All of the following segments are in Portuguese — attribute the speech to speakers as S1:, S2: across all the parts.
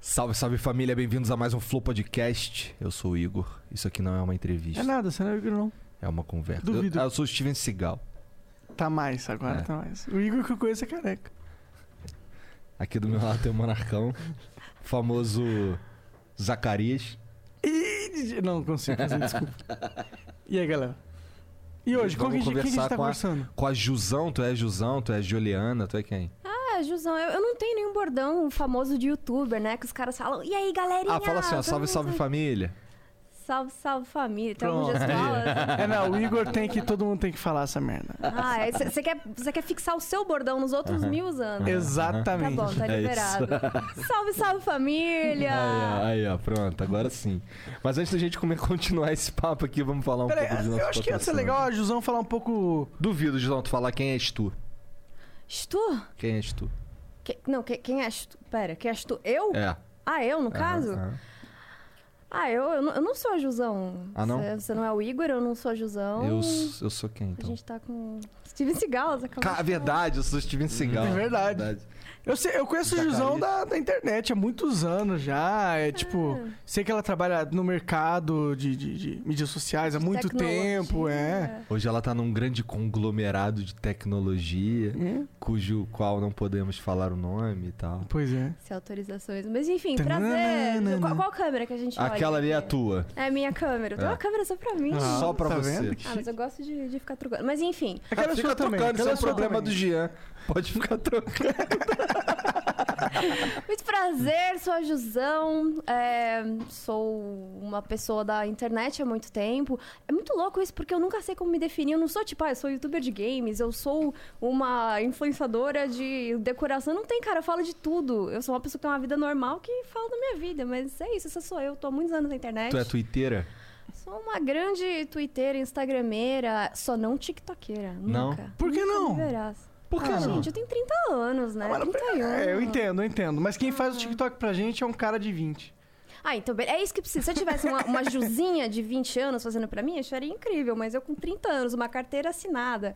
S1: Salve, salve família, bem-vindos a mais um Flow Podcast. Eu sou o Igor. Isso aqui não é uma entrevista,
S2: É nada, você não é o Igor, não.
S1: é uma conversa.
S2: Duvido.
S1: Eu, eu sou o Steven Seagal.
S2: Tá mais agora,
S1: É.
S2: tá mais. O Igor que eu conheço é careca.
S1: Aqui do meu lado tem o Monarcão, famoso Zacarias.
S2: Ih, Não, não consigo fazer, desculpa. E aí, galera? E hoje, qual que, a
S1: Vamos
S2: gente- quem que a gente
S1: conversar
S2: tá
S1: com a-
S2: conversando?
S1: Com a Jusão, tu é Jusão, tu é Juliana, tu é quem?
S3: Ah, Jusão, eu, eu não tenho nenhum bordão famoso de youtuber, né? Que os caras falam, e aí, galerinha?
S1: Ah, fala assim, ó,
S3: Todo
S1: salve,
S3: mundo
S1: salve família.
S3: Salve, salve família. Tem
S2: Pronto.
S3: algum gestual? assim?
S2: É, não, o Igor tem que. Todo mundo tem que falar essa merda.
S3: Ah, você quer, cê quer fixar o seu bordão nos outros mil anos? Tá
S2: Exatamente.
S3: bom, tá
S1: É
S3: liberado. salve, salve
S1: Aí,
S3: família!
S1: ó, aí, ó, pronto, agora sim. Mas antes da gente come- continuar esse papo aqui, vamos falar um
S2: Peraí,
S1: pouco do nosso
S2: eu acho que ia ser legal a Jusão falar um pouco.
S1: Duvido, Jusão, tu falar quem és tu.
S3: Estou?
S1: Quem és tu?
S3: Que- não, que- quem és tu? Pera, quem és tu?
S2: Uh,
S3: Eu?
S1: É.
S3: Ah, eu, no
S1: Aham,
S3: caso?
S1: aham.
S3: Ah, eu, eu, não, eu não sou a Jusão.
S1: Ah, não?
S3: Você não é o Igor, eu não sou a Jusão.
S1: é. Eu, s- eu sou quem,
S3: A
S1: então?
S3: gente tá com Steven Seagal, você acabou
S1: Cara,
S3: de falar.
S1: verdade, eu sou Steven Seagal.
S2: É verdade. Eu, sei- eu conheço o
S1: Zacarias.
S2: Jusão da, da internet há muitos anos já. É tipo. Sei que ela trabalha no mercado de, de- de mídias sociais há muito
S3: Tecnologia.
S2: tempo, é.
S1: Hoje ela tá num grande conglomerado de tecnologia,
S2: É.
S1: cujo qual não podemos falar o nome e tal.
S2: Pois é.
S3: Sem autorizações. Mas enfim,
S2: Tananana.
S3: prazer. Qual, qual câmera que a gente olha?
S1: Aquela ali é a tua.
S3: É a minha câmera. Eu tenho
S1: É.
S3: uma câmera só pra mim.
S2: Ah,
S1: Só pra
S2: tá
S1: você.
S2: vendo que
S3: Ah, mas eu gosto de, de ficar trocando. Mas enfim.
S2: Aquela
S1: Fica
S2: sua também,
S1: trocando, isso
S2: aquela
S1: é um
S2: sua
S1: problema
S2: também.
S1: do Jean. Pode ficar trocando.
S3: Muito prazer, sou a Jusão. é, sou uma pessoa da internet há muito tempo. É muito louco isso, porque eu nunca sei como me definir. Eu não sou tipo, ah, eu sou youtuber de games, eu sou uma influenciadora de decoração. Não tem, cara, eu falo de tudo. Eu sou uma pessoa que tem uma vida normal que fala da minha vida. Mas é isso, essa sou eu. Tô há muitos anos na internet.
S1: Tu é twitteira?
S3: Sou uma grande twitteira, instagrameira, só não tiktokeira.
S1: Não?
S3: Nunca.
S2: Por que
S3: Nunca me
S2: não?
S3: verás.
S1: Por que
S3: ah,
S1: não?
S3: gente, eu tenho 30 anos, né?
S2: Ah, mas-
S3: 31.
S2: É, eu entendo, eu entendo. Mas quem faz o TikTok pra gente é um cara de 20.
S3: Ah, então, be- é isso que precisa. Se eu tivesse uma, uma Juzinha de 20 anos fazendo pra mim, eu acharia incrível. Mas eu com 30 anos, uma carteira assinada.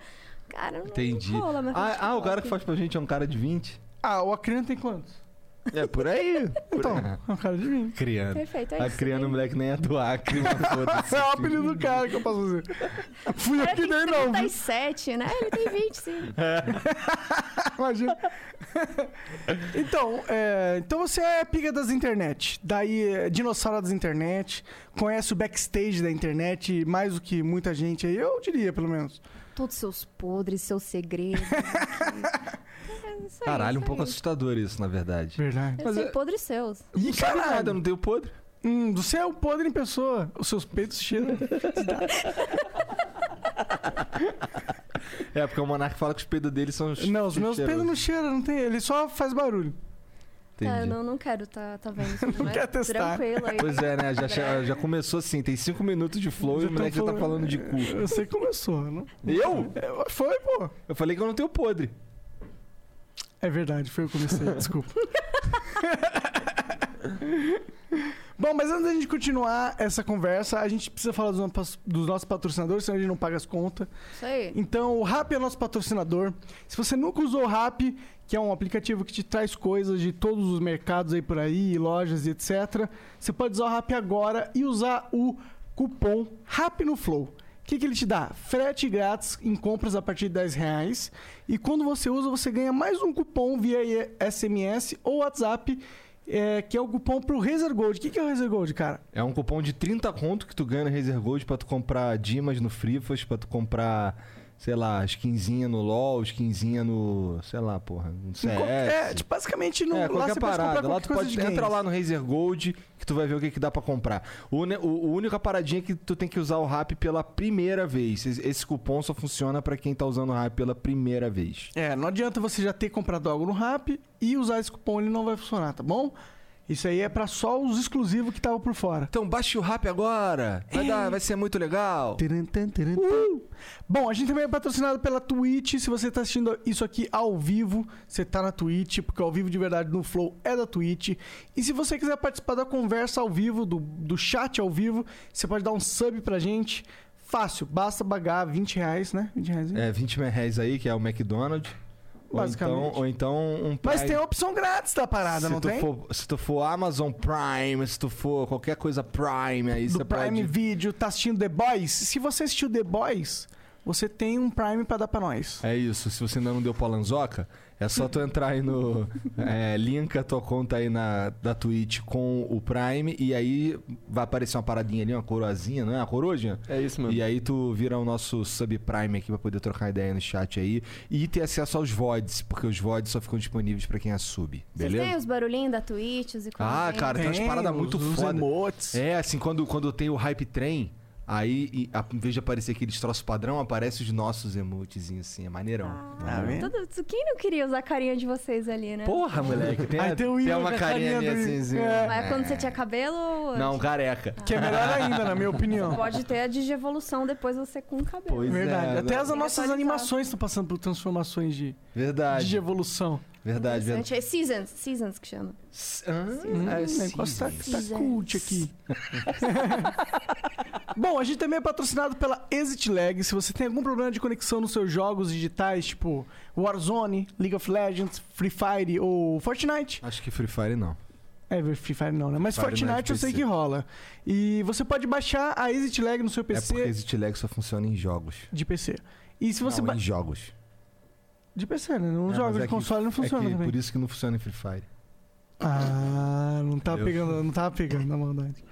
S3: Cara, não
S1: Entendi.
S3: não rola, mas faz
S1: Ah, ah, o cara que
S3: TikTok.
S1: faz pra gente é um cara de 20?
S2: Ah, o Acrino tem quantos?
S1: É por aí. Por
S2: Então,
S1: aí.
S2: é um cara de 20.
S1: Criando.
S3: Perfeito, é
S1: a
S3: isso.
S1: Ah, criando o moleque nem é do Acre, mas foda-se.
S2: É o apelido do cara que eu posso fazer. Fui
S3: Cara,
S2: aqui
S3: tem
S2: que nem não. viu?
S3: 37, né? Ele tem 20, sim.
S2: Imagina. então, é, então você é pica das internet. Daí, é, dinossauro das internet. Conhece o backstage da internet mais do que muita gente aí. Eu diria, pelo menos.
S3: Todos seus podres, seus segredos. aqui. É isso aí,
S1: Caralho, um
S3: isso
S1: pouco
S3: aí.
S1: assustador isso, na verdade.
S2: Verdade.
S3: Eu
S1: Mas
S3: sei
S1: é-
S3: podres seus.
S1: Eu não
S2: Ih,
S1: sabe
S2: caralho.
S1: nada, eu não tenho podre.
S2: Hum, você é o podre em pessoa. Os seus peitos cheiram.
S1: É, porque o Monark fala que os peidos dele são os.
S2: Não, os meus peitos não cheiram, não tem. Ele só faz barulho.
S3: Tá, eu
S1: Entendi.
S3: não, não quero tá, tá vendo isso. mas
S2: quer testar.
S3: Tranquilo aí.
S1: Pois é, né? Já, che- já começou assim, tem cinco minutos de flow e
S2: Já
S1: o moleque já tá
S2: tão
S1: falando de cu.
S2: Eu sei que começou, né? não?
S1: Eu?
S2: É, Foi, pô.
S1: Eu falei que eu não tenho podre.
S2: É verdade, foi eu que comecei, desculpa. Bom, mas antes da gente continuar essa conversa, a gente precisa falar dos, no- dos nossos patrocinadores, senão a gente não paga as contas.
S3: Isso aí.
S2: Então, o Rap é nosso patrocinador. Se você nunca usou o Rap, que é um aplicativo que te traz coisas de todos os mercados aí por aí, lojas e etc., você pode usar o Rap agora e usar o cupom RAP no Flow. O que, que ele te dá? Frete grátis em compras a partir de 10 reais. E quando você usa, você ganha mais um cupom via SMS ou WhatsApp, é, que é o cupom pro Razer Gold. O que, que é o Razer Gold, cara?
S1: É um cupom de 30 conto que tu ganha no Razer Gold pra tu comprar Dimas no Frifas, pra tu comprar, sei lá, skinzinha no LOL, skinzinha no. sei lá, porra, no CS.
S2: é, tipo, basicamente, no,
S1: é,
S2: lá
S1: qualquer
S2: você pode comprar
S1: parada.
S2: qualquer
S1: Lá tu
S2: coisa
S1: pode
S2: de games.
S1: entrar lá no Razer Gold que tu vai ver o que, que dá pra comprar. O, ne- o, o única paradinha é que tu tem que usar o RAP pela primeira vez. Esse, esse cupom só funciona pra quem tá usando o RAP pela primeira vez.
S2: É, não adianta você já ter comprado algo no Rap e usar esse cupom, ele não vai funcionar, tá bom? Isso aí é pra só os exclusivos que estavam por fora.
S1: Então baixe o RAP agora. Vai, dar, vai ser muito legal.
S2: Taran, tan, taran, tan.
S1: Uh!
S2: Bom, a gente também é patrocinado pela Twitch. Se você tá assistindo isso aqui ao vivo, você tá na Twitch, porque ao vivo de verdade no Flow é da Twitch. E se você quiser participar da conversa ao vivo, do, do chat ao vivo, você pode dar um sub pra gente. Fácil, basta pagar 20 reais, né? 20 reais. hein?
S1: É, 20 reais aí, que é o McDonald's. Ou então,
S2: basicamente.
S1: ou então um Prime.
S2: Mas tem a opção grátis da parada,
S1: se
S2: não
S1: tu
S2: tem?
S1: For, se tu for Amazon Prime, se tu for qualquer coisa Prime, aí
S2: do
S1: você
S2: Prime
S1: pode...
S2: Video, tá assistindo The Boys? Se você assistiu The Boys, você tem um Prime pra dar pra nós.
S1: É isso, se você ainda não deu palanzoca, é só tu entrar aí no. É, linka tua conta aí na, da Twitch com o Prime e aí vai aparecer uma paradinha ali, uma coroazinha, não é? Uma corojinha?
S4: É isso mesmo.
S1: E aí tu vira o nosso subprime aqui pra poder trocar ideia no chat aí e ter acesso aos VODs, porque os VODs só ficam disponíveis pra quem é sub,
S3: Vocês têm
S1: beleza?
S3: os barulhinhos da Twitch, os ícones?
S1: Ah, cara, tem umas paradas
S2: os-
S1: muito
S2: os
S1: foda.
S2: emotes.
S1: É, assim, quando, quando tem o hype trem, aí e, a, em vez de aparecer aqueles troços padrão, aparece os nossos emotezinhos assim, é maneirão.
S2: Tá vendo?
S3: Tudo- quem não queria usar a carinha de vocês ali, né?
S1: Porra, moleque, tem,
S2: Aí tem o
S1: tem
S2: Igor
S1: uma
S2: com a
S1: carinha
S2: carinha
S1: minha
S2: do
S1: assim,
S2: Igor.
S1: assim,
S2: É.
S3: Mas quando você tinha cabelo... ou-
S1: Não, careca.
S3: Ah.
S2: Que é melhor ainda, na minha opinião.
S3: Pode ter a digievolução depois você com o cabelo.
S1: Pois
S2: Verdade.
S1: é,
S2: Até as
S3: né?
S2: nossas
S3: Atualizar.
S2: animações estão passando por transformações de, de
S1: Verdade,
S2: evolução.
S1: verdade, verdade.
S3: Interessante. É Seasons, Seasons que chama.
S2: Hum,
S1: Ah,
S2: o
S1: sim.
S2: negócio tá,
S3: É Sim.
S2: tá cult aqui. Bom, a gente também é patrocinado pela Exit Lag. Se você tem algum problema de conexão nos seus jogos digitais, tipo Warzone, League of Legends, Free Fire ou Fortnite,
S1: Acho que Free Fire não.
S2: é, Free Fire não, né? Mas
S1: Free Fire não é
S2: Fortnite
S1: de
S2: eu sei
S1: PC.
S2: que rola. E você pode baixar a Exit Lag no seu
S1: É
S2: PC
S1: porque Exit Lag só funciona em jogos.
S2: de PC. E se você
S1: não,
S2: ba-
S1: em jogos.
S2: de PC, né? Não
S1: É, mas
S2: joga
S1: é
S2: de
S1: que-
S2: console, não funciona
S1: é que,
S2: também.
S1: por isso que não funciona em Free Fire.
S2: Ah, não tava
S1: Entendeu?
S2: pegando, não tava pegando, na maldade.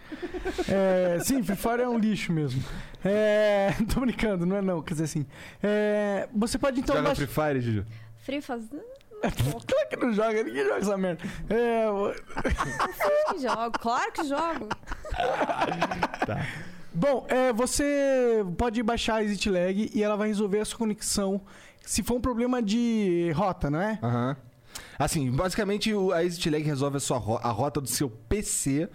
S2: É, sim, Free Fire é um lixo mesmo. É, tô brincando, não é não, quer dizer assim. É, você pode então
S1: Joga
S2: baixar-
S1: Free Fire, Juju?
S3: Free faz...
S2: Claro que não joga, ninguém joga essa merda. É,
S3: que jogo. Claro que jogo.
S2: bom, é, você pode baixar a Exit Lag e ela vai resolver a sua conexão. Se for um problema de rota, não é?
S1: Aham. Assim, basicamente o- a Exit Lag resolve a, sua ro- a rota do seu PC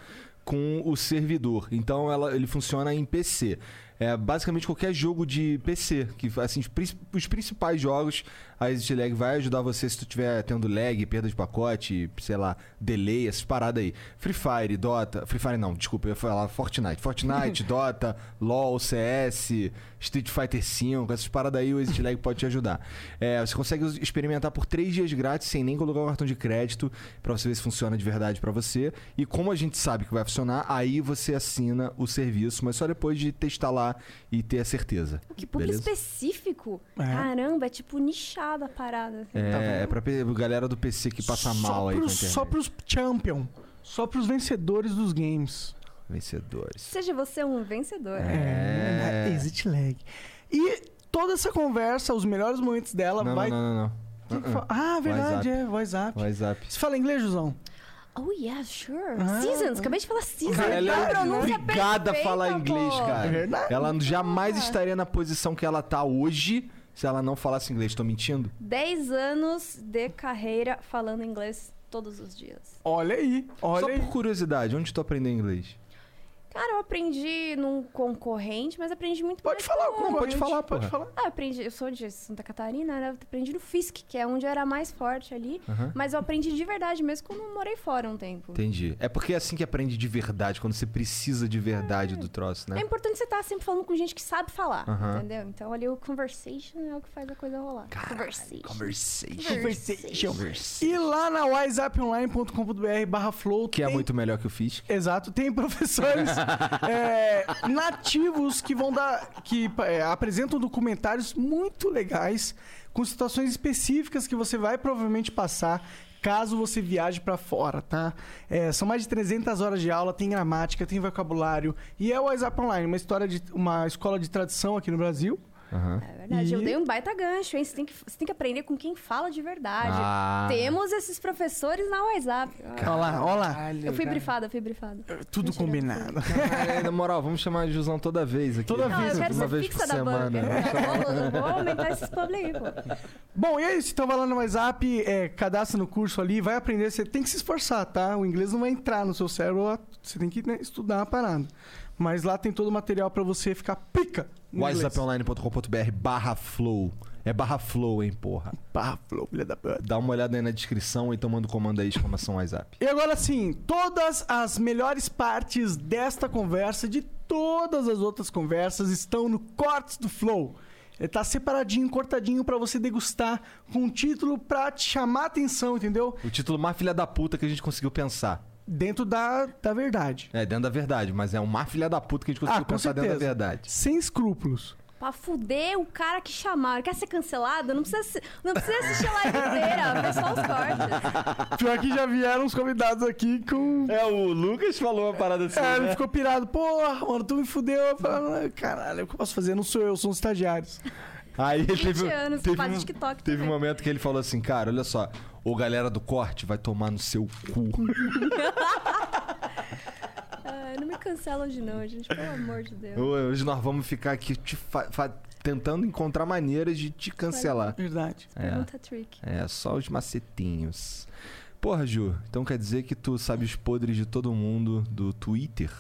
S1: com o servidor. Então ela- ele funciona em PC. É basicamente qualquer jogo de PC, que assim, os, prin- os principais jogos, a Exit Lag vai ajudar você se tu tiver tendo lag, perda de pacote, sei lá, delay, essas paradas aí. Free Fire, Dota, Free Fire não, desculpa, eu ia falar Fortnite. Fortnite, Dota, LoL, CS, Street Fighter V, essas paradas aí o Exit Lag pode te ajudar. É, você consegue us- experimentar por três dias grátis sem nem colocar o cartão de crédito pra você ver se funciona de verdade pra você. E como a gente sabe que vai funcionar, aí você assina o serviço, mas só depois de testar lá e ter a certeza.
S3: Que público
S2: tá
S1: Beleza?
S3: específico.
S2: É.
S3: Caramba, é tipo nichada a parada. assim.
S1: É, é pra pe- galera do PC que passa mal aí
S2: pros,
S1: com a internet.
S2: Só pros champion, só pros vencedores dos games.
S1: Vencedores.
S3: Seja você um vencedor.
S2: É,
S1: É.
S2: exit lag. E toda essa conversa, os melhores momentos dela,
S1: Não, não,
S2: vai.
S1: não, não, não.
S2: Tem que
S1: Uh-uh.
S2: fa- Ah, verdade, é, voice app.
S1: WhatsApp.
S2: Você fala inglês, Josão?
S3: Oh, yeah, sure.
S2: Ah.
S3: Seasons, acabei de falar Seasons.
S1: Cara, ela
S3: Que
S1: é
S3: pronúncia
S1: obrigada a
S3: perfeita,
S1: falar inglês,
S3: pô.
S1: cara.
S2: É verdade. Ah.
S1: Ela jamais estaria na posição que ela tá hoje se ela não falasse inglês. Tô mentindo?
S3: 10 anos de carreira falando inglês todos os dias.
S2: Olha aí, olha
S1: Só
S2: aí.
S1: por curiosidade, onde tu aprendeu inglês?
S3: Cara, eu aprendi num concorrente, mas aprendi muito
S2: Pode
S3: mais
S2: falar,
S3: com-
S2: não,
S1: pode falar, porra.
S2: pode falar.
S3: Ah, eu aprendi, eu sou de Santa Catarina, né? Eu aprendi no FISC, que é onde eu era mais forte ali.
S1: Aham.
S3: Mas eu aprendi de verdade mesmo quando eu morei fora um tempo.
S1: Entendi. É porque é assim que aprende de verdade, quando você precisa de verdade do troço,
S3: É
S1: né?
S3: importante você estar sempre falando com gente que sabe falar,
S1: Aham.
S3: entendeu? Então ali o conversation é o que faz a coisa rolar. conversation.
S1: Conversation.
S2: Conversation.
S1: Conversation.
S2: E lá na wiseuponline.com.br barra flow
S1: Que é
S2: tem-
S1: muito melhor que o Fisk.
S2: Exato, tem professores é, nativos que vão dar. que é, apresentam documentários muito legais, com situações específicas que você vai provavelmente passar caso você viaje pra fora, tá? É, são mais de 300 horas de aula, tem gramática, tem vocabulário. E é o WhatsApp Online, uma história de uma escola de tradição aqui no Brasil.
S1: Aham.
S3: É verdade, eu
S2: E-
S3: dei um baita gancho, hein? Você tem que, você tem que aprender com quem fala de verdade.
S1: Ah.
S3: Temos esses professores na WhatsApp.
S2: Olha lá, olha lá.
S3: eu fui brifada, eu fui brifada.
S2: Tudo combinado.
S1: Cara, na moral, vamos chamar de Jusão toda vez aqui.
S2: Toda
S3: Não, eu quero
S1: uma
S3: ser
S1: vez
S3: fixa
S1: por
S3: da
S1: semana. né?
S2: É.
S3: banca. Eu vou, eu vou aumentar esses publi aí, pô.
S2: Bom, e é isso. Então vai lá no WhatsApp, é, cadastra no curso ali, vai aprender. Você tem que se esforçar, tá? O inglês não vai entrar no seu cérebro, ó, você tem que né, estudar a parada. Mas lá tem todo o material pra você ficar pica no inglês.
S1: WhatsApponline.com.br barra flow. É barra flow, hein, porra.
S2: Pá, flow, filha da puta.
S1: Dá uma olhada aí na descrição e então manda o comando aí, exclamação WhatsApp.
S2: E agora sim, todas as melhores partes desta conversa, de todas as outras conversas, estão no Cortes do Flow. Ele tá separadinho, cortadinho pra você degustar com um título pra te chamar a atenção, entendeu?
S1: O título mais filha da puta que a gente conseguiu pensar.
S2: Dentro da, da verdade.
S1: É, dentro da verdade, mas é o mais filha da puta que a gente conseguiu
S2: ah, com
S1: pensar
S2: certeza.
S1: dentro da verdade.
S2: Sem escrúpulos.
S3: Pra fuder o cara que chamaram. Quer ser cancelado? Não precisa, se- não precisa assistir a live inteira. Vê só os cortes.
S2: Pior que já vieram uns convidados aqui com.
S1: É, o Lucas falou uma parada assim.
S2: É, ele ficou pirado. Porra, mano, tu me fudeu. Eu falei, "Ah, caralho, o que eu posso fazer? Não sou eu, são os estagiários.
S1: Aí ele
S3: 20
S1: teve,
S3: anos,
S1: teve,
S3: faz
S1: um,
S3: TikTok
S1: teve um
S3: também.
S1: momento que ele falou assim, cara, olha só, ô galera do corte vai tomar no seu cu.
S3: Ah, não me cancela hoje não, gente. Pelo amor de Deus.
S1: Hoje nós vamos ficar aqui te fa- fa- tentando encontrar maneiras de te cancelar.
S2: Verdade.
S1: É,
S3: Pergunta trick.
S1: é, só os macetinhos. Porra, Ju, então quer dizer que tu sabe os podres de todo mundo do Twitter?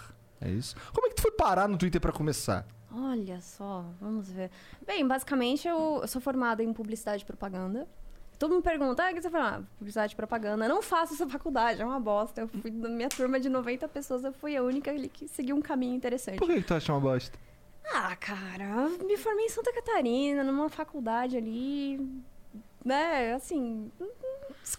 S1: É isso? Como é que tu foi parar no Twitter pra começar?
S3: Olha só, vamos ver. Bem, basicamente eu, eu sou formada em publicidade e propaganda. Todo mundo pergunta, ah, o que você fala? Ah, publicidade e propaganda. Não faço essa faculdade, é uma bosta. Eu fui, na minha turma de 90 pessoas, eu fui a única ali que seguiu um caminho interessante.
S1: Por que, que tu acha uma bosta?
S3: Ah, cara, eu me formei em Santa Catarina, numa faculdade ali. Né, assim. hum,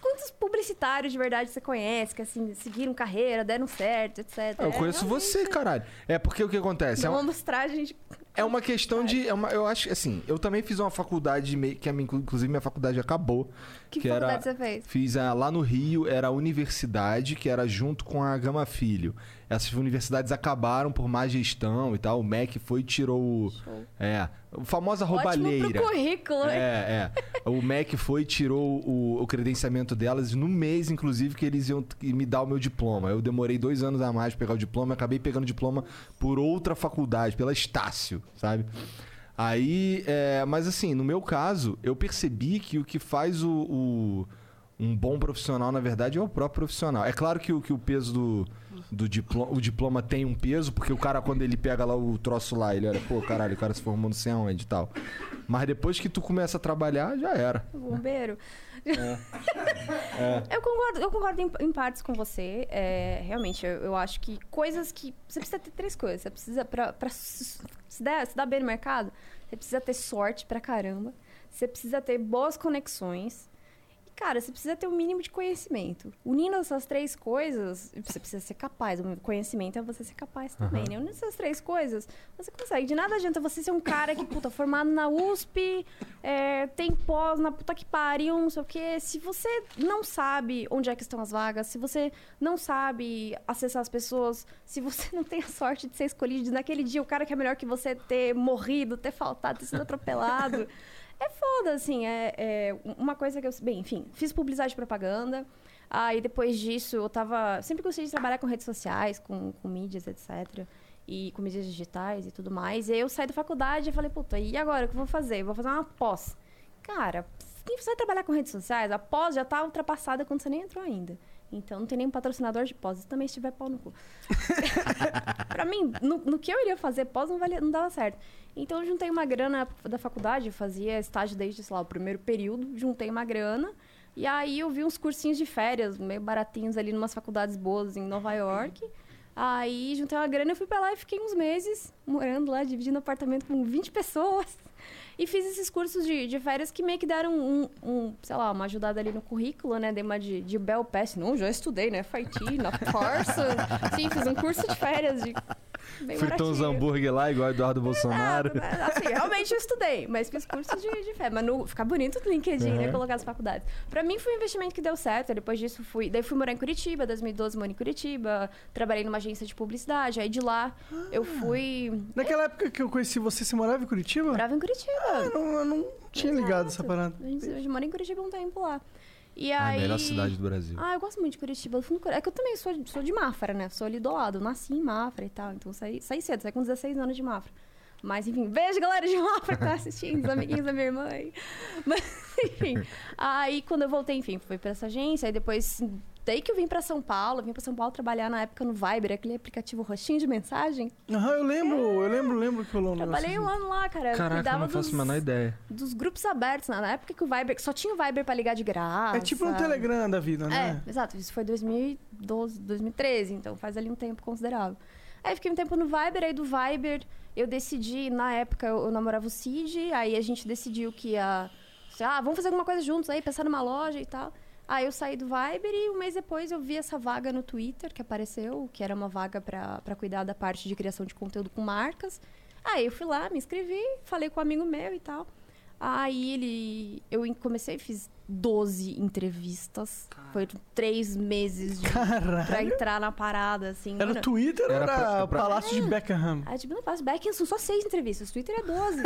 S3: Quantos publicitários de verdade você conhece que, assim, seguiram carreira, deram certo, etc.
S1: Ah, eu
S3: É,
S1: conheço
S3: realmente,
S1: você, caralho. É porque o que acontece? É
S3: Dá
S1: uma-
S3: uma amostragem de.
S1: É uma questão de. é uma- eu acho que, assim, eu também fiz uma faculdade, meio- que a minha- inclusive minha faculdade acabou.
S3: Que,
S1: Que era-
S3: faculdade você fez?
S1: Fiz a- lá no Rio, era a universidade, que era junto com a Gama Filho. Essas universidades acabaram por má gestão e tal. O MEC foi e tirou. o-
S3: Show.
S1: É, a famosa
S3: Ótimo pro
S1: roubalheira.
S3: currículo, né?
S1: É, é. O MEC foi e tirou o, o credenciamento delas no mês, inclusive, que eles iam t- me dar o meu diploma. Eu demorei dois anos a mais pra pegar o diploma, acabei pegando o diploma por outra faculdade, pela Estácio, sabe? Aí, é, mas assim, no meu caso, eu percebi que o que faz o, o- um bom profissional, na verdade, é o próprio profissional. É claro que o, que o peso do, do diploma, o diploma tem um peso, porque o cara, quando ele pega lá o troço lá, ele olha, pô, caralho, o cara se formou não sei aonde e tal. Mas depois que tu começa a trabalhar, já era.
S3: O bombeiro. Eu concordo, eu concordo em, em partes com você. É, realmente, eu, eu acho que coisas que. Você precisa ter três coisas. Você precisa, pra, pra se, se der- se dar bem no mercado, você precisa ter sorte pra caramba. Você precisa ter boas conexões. E, cara, você precisa ter o mínimo de conhecimento. Unindo essas três coisas, você precisa ser capaz. O conhecimento é você ser capaz também, né? Unindo essas três coisas, você consegue. De nada adianta você ser um cara que, puta, formado na USP, é, tem pós na puta que pariu, não sei o quê. Se você não sabe onde é que estão as vagas, se você não sabe acessar as pessoas, se você não tem a sorte de ser escolhido, de naquele dia o cara que é melhor que você ter morrido, ter faltado, ter sido atropelado. É foda, assim, é, é uma coisa que eu... Bem, enfim, fiz publicidade e propaganda. Aí, depois disso, eu tava... Sempre gostei de trabalhar com redes sociais, com, com mídias, etc. E com mídias digitais e tudo mais. E aí, eu saí da faculdade e falei, puta, e agora? O que eu vou fazer? Eu vou fazer uma pós. Cara, quem vai trabalhar com redes sociais, a pós já tá ultrapassada quando você nem entrou ainda. Então, não tem nenhum patrocinador de pós. Se também estiver pau no cu. Pra mim, no, no que eu iria fazer pós não, valia, não dava certo. Então eu juntei uma grana da faculdade, eu fazia estágio desde, sei lá, o primeiro período, juntei uma grana. E aí eu vi uns cursinhos de férias, meio baratinhos ali, numas faculdades boas em Nova York. Aí juntei uma grana, eu fui pra lá e fiquei uns meses morando lá, dividindo apartamento com 20 pessoas. E fiz esses cursos de, de férias que meio que deram um, um, sei lá, uma ajudada ali no currículo, né? Dei uma de, de Bell Pass. Não, já estudei, né? FIT, na Parsons. Sim, fiz um curso de férias de... Bem
S1: Fritou uns
S3: baratinho.
S1: hambúrguer lá, igual Eduardo Bolsonaro.
S3: Nada, né? Assim, realmente eu estudei, mas fiz curso de, de fé. Mas no, fica bonito o LinkedIn, né?
S1: Uhum.
S3: Colocar as faculdades. Pra mim foi um investimento que deu certo. Depois disso fui. Daí fui morar em Curitiba, 2012 moro em Curitiba. Trabalhei numa agência de publicidade. Aí de lá eu
S1: Ah.
S3: fui.
S2: Naquela época que eu conheci você, você morava em Curitiba?
S3: Morava em Curitiba.
S2: Eu não, eu não tinha ligado essa parada.
S3: A gente, a gente mora em Curitiba há um tempo lá. E
S1: Ah,
S3: aí.
S1: melhor cidade do Brasil.
S3: Ah, eu gosto muito de Curitiba. do fundo do cora- É que eu também sou, sou de Mafra, né? Sou ali do lado. Eu Nasci em Mafra e tal. Então saí, saí cedo, saí com 16 anos de Mafra. Mas enfim, beijo, galera de Mafra que tá assistindo, os amiguinhos da minha irmã aí. Mas enfim. Aí quando eu voltei, enfim, fui pra essa agência. Aí depois, daí que eu vim pra São Paulo. Vim pra São Paulo trabalhar na época no Viber, aquele aplicativo roxinho de mensagem.
S2: Aham, eu lembro, eu lembro, lembro que rolou um negócio
S3: Trabalhei um
S2: assim.
S3: ano lá, cara. Eu
S1: Caraca, eu
S3: cuidava
S1: não faço a
S3: dos-
S1: menor ideia.
S3: dos grupos abertos, né? na época que o Viber, que só tinha o Viber pra ligar de graça.
S2: É tipo um Telegram da vida,
S3: É,
S2: né?
S3: exato. Isso foi 2012, 2013, então faz ali um tempo considerável. Aí fiquei um tempo no Viber, aí do Viber eu decidi, na época eu eu namorava o Cid, aí a gente decidiu que ia. sei lá, vamos fazer alguma coisa juntos aí, pensar numa loja e tal. Aí eu saí do Viber e um mês depois eu vi essa vaga no Twitter que apareceu, que era uma vaga pra pra cuidar da parte de criação de conteúdo com marcas. Aí eu fui lá, me inscrevi, falei com um amigo meu e tal. Aí ele. Eu em- comecei, fiz 12 entrevistas. Foi três meses de, pra
S2: Caralho.
S3: entrar na parada, assim.
S2: Era
S3: Mano,
S2: Twitter ou
S1: Era
S2: era,
S1: pra- é pra-
S2: Palácio
S3: É.
S2: de Beckham?
S3: Aí, tipo, não faço back, são só seis entrevistas, Twitter é 12.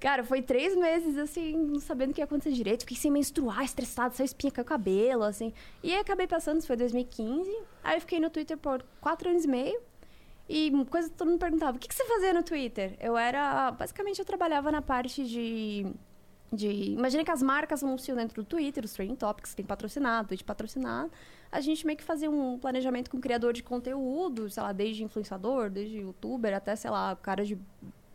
S3: Cara, foi três meses, assim, não sabendo o que ia acontecer direito. Fiquei sem menstruar, estressada, saiu espinha, caiu o cabelo, assim. E aí acabei passando, isso foi 2015. Aí eu fiquei no Twitter por quatro anos e meio. E uma coisa que todo mundo perguntava, o que, que você fazia no Twitter? Eu era... Basicamente, eu trabalhava na parte de... de imagina que as marcas anunciam dentro do Twitter, os trending topics, tem patrocinado, Twitch patrocinado. A gente meio que fazia um planejamento com criador de conteúdo, sei lá, desde influenciador, desde youtuber, até, sei lá, cara de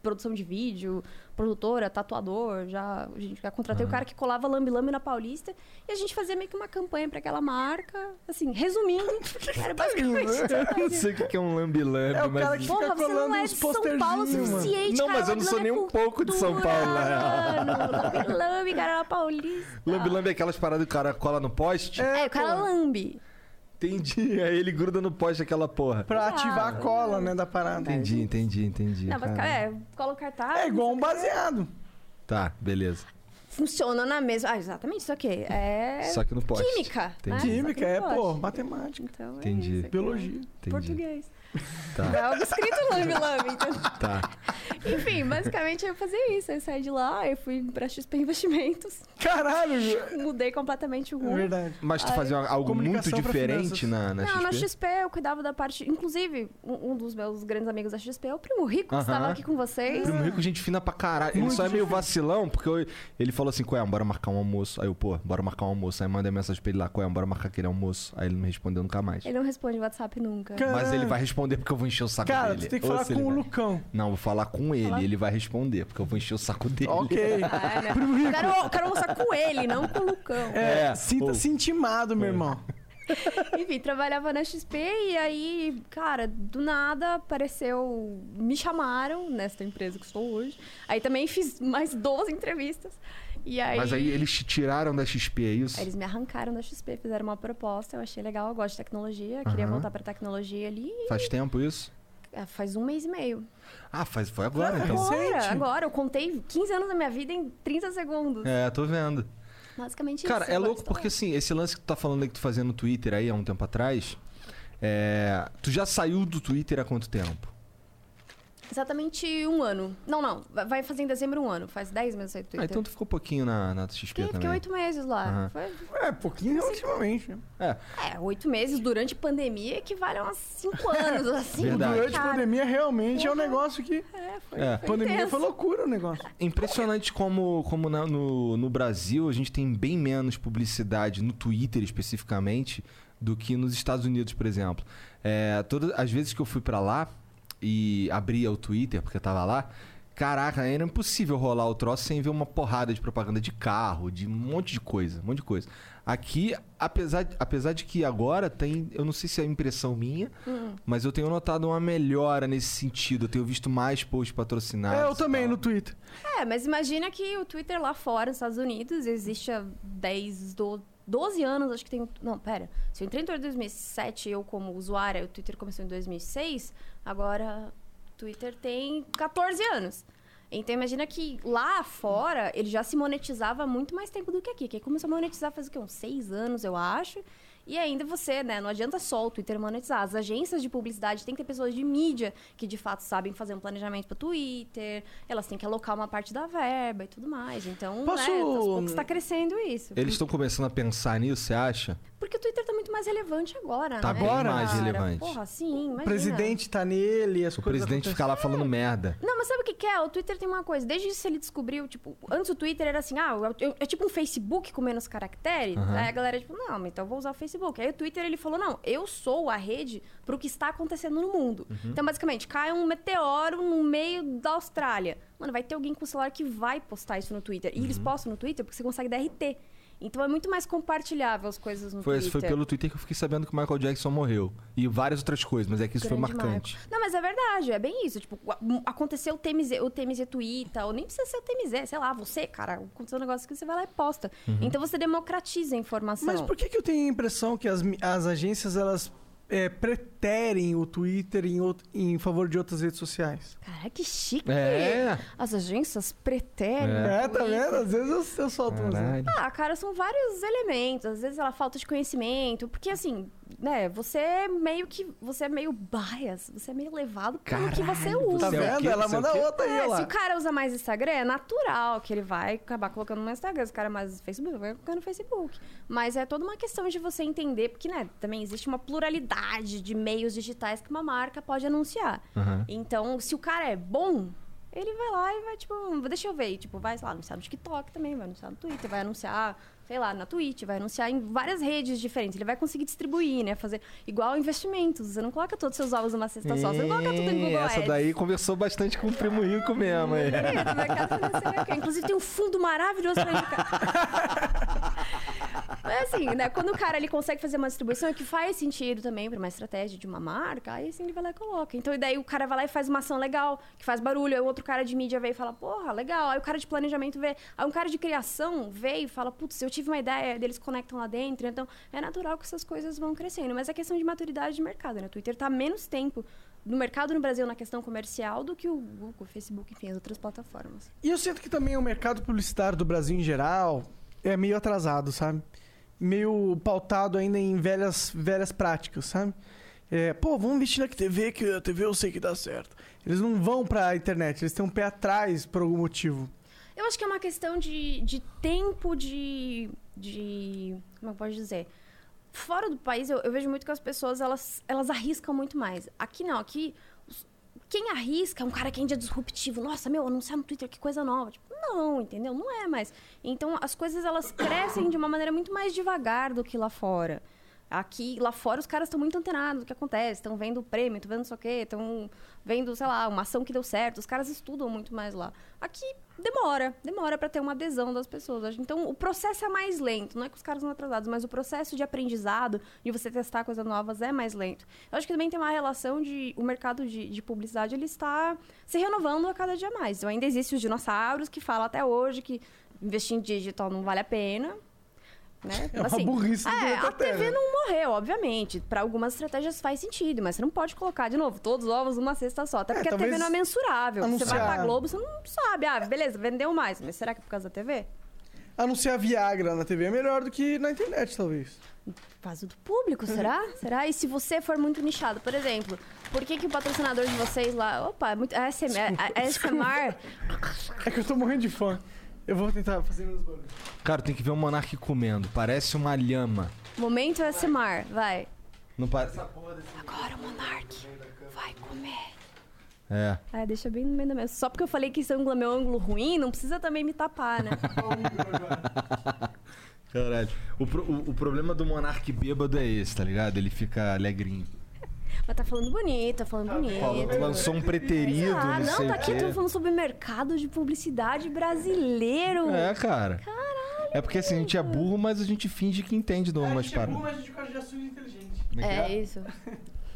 S3: produção de vídeo, produtora, tatuador, já, a gente, já contratei o cara que colava lambe-lambe na Paulista e a gente fazia meio que uma campanha pra aquela marca, assim, resumindo, era basicamente
S1: Uhum.
S3: o que eu
S1: Eu não
S3: fazia.
S1: sei o que que é um lambi-lambi,
S2: É o
S1: mas.
S2: cara que
S3: Porra,
S2: fica
S3: você
S2: colando
S3: não é
S2: uns
S3: de São Paulo o
S2: posterzinhos, mano.
S3: suficiente,
S1: Não,
S3: cara.
S1: mas eu não sou
S3: Lambe-lambe
S1: nem um
S3: é
S1: pouco de São
S3: cultura,
S1: Paulo, né?
S3: mano. Lambe-lambe, cara, na Paulista.
S1: Lambi-lambi é aquelas paradas que o cara cola no poste.
S3: "Ah." É, o cara lambe.
S1: Entendi. Aí ele gruda no poste aquela porra.
S3: Ah.
S2: Pra ativar a
S3: Exato.
S2: cola, né, da parada.
S1: Entendi, entendi, entendi.
S3: Não, mas,
S1: cara.
S3: cara, é, cola o cartaz.
S2: É igual um baseado.
S1: Tá, beleza.
S3: Funciona na mesma. Ah, exatamente, só que é.
S1: Só que no poste.
S3: Química.
S1: Entendi.
S3: né? Só que
S2: Química, é,
S3: no
S2: pô,
S3: poste.
S2: matemática,
S3: Então, é
S1: Entendi.
S3: isso aqui,
S2: biologia.
S3: né?
S1: Entendi.
S3: Português. É
S1: Tá,
S3: algo escrito lambe lambe. Então...
S1: tá.
S3: Enfim, basicamente eu fazia isso. Eu saí de lá, eu fui pra XP Investimentos,
S2: Caralho, é
S3: mudei completamente o rumo.
S2: verdade.
S1: Mas tu
S3: Aí-
S1: fazia algo muito
S2: Comunicação pra
S1: diferente
S2: finanças.
S1: na, na
S3: Não, na
S1: XP?
S3: XP eu cuidava da parte. Inclusive, um, um dos meus grandes amigos da XP é o Primo Rico, que
S1: Aham.
S3: estava aqui com vocês.
S1: Primo Rico, gente fina pra caralho. Ele
S2: É. Muito
S1: só é meio
S2: gente fina.
S1: vacilão, porque eu- ele falou assim, Coelho, bora marcar um almoço. Aí eu, pô, bora marcar um almoço. Aí mandei mensagem pra ele lá, Coelho, bora marcar aquele almoço. Aí ele não me respondeu nunca mais.
S3: Ele não responde WhatsApp nunca.
S2: Cara,
S1: Mas ele vai responder porque eu vou encher o saco
S2: Cara,
S1: dele.
S2: tu tem que
S1: Ou
S2: falar
S1: se
S2: com
S1: ele
S2: o
S1: vai-
S2: Lucão.
S1: Não, eu vou falar com ele, ele vai responder, porque eu vou encher o saco dele.
S2: Ok.
S3: Ah, né? Eu quero, eu quero almoçar com ele, não com o Lucão.
S1: É, ou-
S2: Sinta-se intimado, meu irmão.
S3: Enfim, trabalhava na XP e aí, cara, do nada apareceu. Me chamaram nesta empresa que estou hoje. Aí também fiz mais 12 entrevistas. E aí.
S1: Mas aí eles te tiraram da XP, é isso?
S3: Aí Eles me arrancaram da XP, fizeram uma proposta, eu achei legal, eu gosto de tecnologia, queria
S1: Aham.
S3: voltar pra tecnologia ali.
S1: Faz tempo isso?
S3: É, Faz um mês e meio.
S1: Ah, faz, foi agora
S2: Ah,
S1: então.
S2: recente.
S3: Agora, agora, eu contei 15 anos da minha vida em 30 segundos.
S1: É, tô vendo.
S3: Basicamente
S1: Cara,
S3: isso.
S1: é
S3: agora
S1: louco
S3: estou
S1: porque assim, esse lance que tu tá falando aí que tu fazia no Twitter aí há um tempo atrás. é, Tu já saiu do Twitter há quanto tempo?
S3: Exatamente um ano. Não, não. vai- Vai fazer em dezembro um ano. Faz 10 meses aí do
S1: Ah,
S3: Twitter.
S1: então tu ficou pouquinho na, na XP
S3: Fiquei,
S1: também.
S3: fiquei oito meses lá.
S1: Aham.
S3: Foi-
S2: É, pouquinho ultimamente. né?
S1: É,
S3: é, oito meses durante pandemia equivale a uns cinco anos, assim.
S1: Verdade.
S2: Durante a
S3: cara.
S2: pandemia, realmente é um negócio que.
S3: É, foi.
S1: é.
S3: foi
S2: Pandemia
S3: intenso.
S2: foi loucura o negócio.
S1: Impressionante como, como na- no, no Brasil a gente tem bem menos publicidade no Twitter especificamente do que nos Estados Unidos, por exemplo. É, todas as vezes que eu fui pra lá e abria o Twitter porque eu tava lá, caraca, era impossível rolar o troço sem ver uma porrada de propaganda de carro, de um monte de coisa, um monte de coisa. Aqui, apesar, apesar de que agora tem, eu não sei se é impressão minha, mas eu tenho notado uma melhora nesse sentido. Eu tenho visto mais posts patrocinados.
S2: É, eu
S1: e
S2: também
S1: tal.
S2: no Twitter.
S3: É, mas imagina que o Twitter lá fora, nos Estados Unidos, existe há 10, do- 12 anos, acho que tem... um, Não, pera. Se eu entrei em torno de 2007, eu como usuária, o Twitter começou em 2006, agora o Twitter tem 14 anos. Então imagina que lá fora ele já se monetizava há muito mais tempo do que aqui. Que aí começou a monetizar faz o quê? Uns seis anos, eu acho. E ainda você, né? Não adianta só o Twitter monetizar. As agências de publicidade têm que ter pessoas de mídia que de fato sabem fazer um planejamento para Twitter. Elas têm que alocar uma parte da verba e tudo mais. Então,
S2: Posso-
S3: né, aos poucos está crescendo isso.
S1: Eles estão começando a pensar nisso, você acha?
S3: Porque o Twitter tá muito mais relevante agora,
S1: Tá
S3: né?
S1: bem
S3: cara?
S1: mais relevante.
S3: Porra, sim, imagina.
S2: O presidente tá nele, as
S1: O
S2: coisas.
S1: presidente
S2: acontecem.
S1: fica lá falando merda.
S3: Não, mas sabe o que, que é? O Twitter tem uma coisa. Desde isso ele descobriu, tipo, antes o Twitter era assim, ah, eu- eu- é tipo um Facebook com menos caracteres.
S1: Aham.
S3: Aí a galera, tipo, não, mas então eu vou usar o Facebook. Aí o Twitter ele falou, não, eu sou a rede pro que está acontecendo no mundo.
S1: Uhum.
S3: Então, basicamente, cai um meteoro no meio da
S1: Uhum.
S3: Austrália. Mano, vai ter alguém com o celular que vai postar isso no Twitter. E eles postam no Twitter porque você consegue DRT. Então é muito mais compartilhável as coisas no
S1: Foi, isso
S3: Twitter.
S1: foi pelo Twitter que eu fiquei sabendo que o Michael Jackson morreu. E várias outras coisas, mas é que isso
S3: Grande
S1: foi marcante.
S3: marco. Não, mas é verdade, é bem isso. Tipo, a- um- aconteceu o TMZ, o TMZ Twitter, ou nem precisa ser o TMZ, sei lá, você, cara, aconteceu um negócio que você vai lá e posta.
S1: Uhum.
S3: Então você democratiza a informação.
S2: Mas por que, que eu tenho a impressão que as, mi- as agências elas é, preterem o Twitter em, out- em favor de outras redes sociais?
S3: Cara, que chique!
S1: É.
S3: As agências preterem. o
S2: É, tá
S3: Twitter.
S2: vendo? Às vezes eu, eu solto umas, né?
S1: Caralho.
S3: Ah, cara, são vários elementos. Às vezes ela falta de conhecimento, porque assim, né, você é meio que. Você é meio bias, você é meio levado pelo que você
S1: Caralho,
S3: usa.
S2: Tá
S1: Você é o
S2: vendo?
S1: quê?
S2: Ela
S1: Você é o
S2: manda
S1: quê?
S2: outra aí,
S3: É,
S2: olha
S3: se
S2: lá.
S3: o cara usa mais Instagram, é natural que ele vai acabar colocando no Instagram. Se o cara mais Facebook, vai colocar no Facebook. Mas é toda uma questão de você entender, porque, né, também existe uma pluralidade de meios digitais que uma marca pode anunciar.
S1: Aham.
S3: Então, se o cara é bom, ele vai lá e vai, tipo, deixa eu ver. E, Tipo, vai, sei lá, anunciar no TikTok também, vai anunciar no Twitter, vai anunciar, sei lá, na Twitch, vai anunciar em várias redes diferentes. Ele vai conseguir distribuir, né? Fazer igual investimentos. Você não coloca todos os seus ovos numa cesta só, você tá não coloca tudo em
S1: Ih,
S3: Google
S1: Essa
S3: Ads.
S1: daí conversou bastante com o primo rico mesmo, hein?
S3: Querido, mercado financeiro é que- Inclusive tem um fundo maravilhoso pra indicar. Mas assim, né? Quando o cara ele consegue fazer uma distribuição é que faz sentido também pra uma estratégia de uma marca, aí assim ele vai lá e coloca. Então, e daí o cara vai lá e faz uma ação legal, que faz barulho, aí o outro cara de mídia vem e fala, porra, legal. Aí o cara de planejamento vê, aí um cara de criação veio e fala, putz, eu tive uma ideia, eles conectam lá dentro. Então, é natural que essas coisas vão crescendo. Mas é questão de maturidade de mercado, né? O Twitter tá menos tempo no mercado no Brasil na questão comercial do que o Google, o Facebook, enfim, as outras plataformas.
S2: E eu sinto que também o mercado publicitário do Brasil em geral é meio atrasado, sabe? Meio pautado ainda em velhas, velhas práticas, sabe? É, pô, vamos investir na TV, que a TV eu sei que dá certo. Eles não vão pra internet, eles têm um pé atrás por algum motivo.
S3: Eu acho que é uma questão de, de tempo de, de. Como eu posso dizer? Fora do país, eu, eu vejo muito que as pessoas elas, elas arriscam muito mais. Aqui não, aqui. os- Quem arrisca é um cara que ainda é disruptivo. Nossa, meu, anunciar no Twitter, que coisa nova. Tipo, não, entendeu? Não é mais. Então, as coisas, elas crescem de uma maneira muito mais devagar do que lá fora. Aqui, lá fora, os caras estão muito antenados do que acontece, estão vendo o prêmio, estão vendo não sei o quê, estão vendo, sei lá, uma ação que deu certo, os caras estudam muito mais lá. Aqui demora, demora para ter uma adesão das pessoas. Então, o processo é mais lento, não é que os caras são atrasados, mas o processo de aprendizado, de você testar coisas novas, é mais lento. Eu acho que também tem uma relação de. O mercado de, de publicidade, ele está se renovando a cada dia mais. Então, ainda existe os dinossauros que falam até hoje que investir em digital não vale a pena. Né?
S2: É uma burrice do
S3: é,
S2: planeta
S3: a TV
S2: Terra.
S3: não morreu, obviamente. Para algumas estratégias faz sentido, mas você não pode colocar, de novo, todos os ovos numa cesta só. Até
S2: É,
S3: porque a TV
S2: talvez
S3: não é mensurável. Você vai
S2: anunciar-
S3: pra Globo, você não sabe. Ah, beleza, vendeu mais. Mas será que é por causa da TV?
S2: Anunciar Viagra na TV é melhor do que na internet, talvez.
S3: Por causa do público, será? será? E se você for muito nichado, por exemplo, por que, que o patrocinador de vocês lá. Opa, é muito. A ASMR, a- a ASMR.
S2: É que eu tô morrendo de fã. Eu vou tentar fazer menos barulho.
S1: Cara, tem que ver o Monark comendo. Parece uma lhama.
S3: Momento ASMR, vai.
S1: Não parece.
S3: Agora o Monark vai comer.
S1: É.
S3: Ah, deixa bem no meio da mesa. Só porque eu falei que esse ângulo é meu ângulo ruim, não precisa também me tapar, né?
S1: Caralho. O, pro- o- o problema do Monark bêbado é esse, tá ligado? Ele fica alegrinho.
S3: Mas tá falando bonito, tá falando bonito.
S1: Fala, lançou um preterido,
S3: ah,
S1: não
S3: não,
S1: sei
S3: tá
S1: o
S3: aqui,
S1: quê.
S3: tô falando sobre mercado de publicidade brasileiro.
S1: É, cara. É porque assim, a gente é burro, mas a gente finge que entende de umas paradas.
S2: mas a gente gosta de assuntos inteligentes.
S1: é Como é que
S3: É
S1: é?
S3: isso.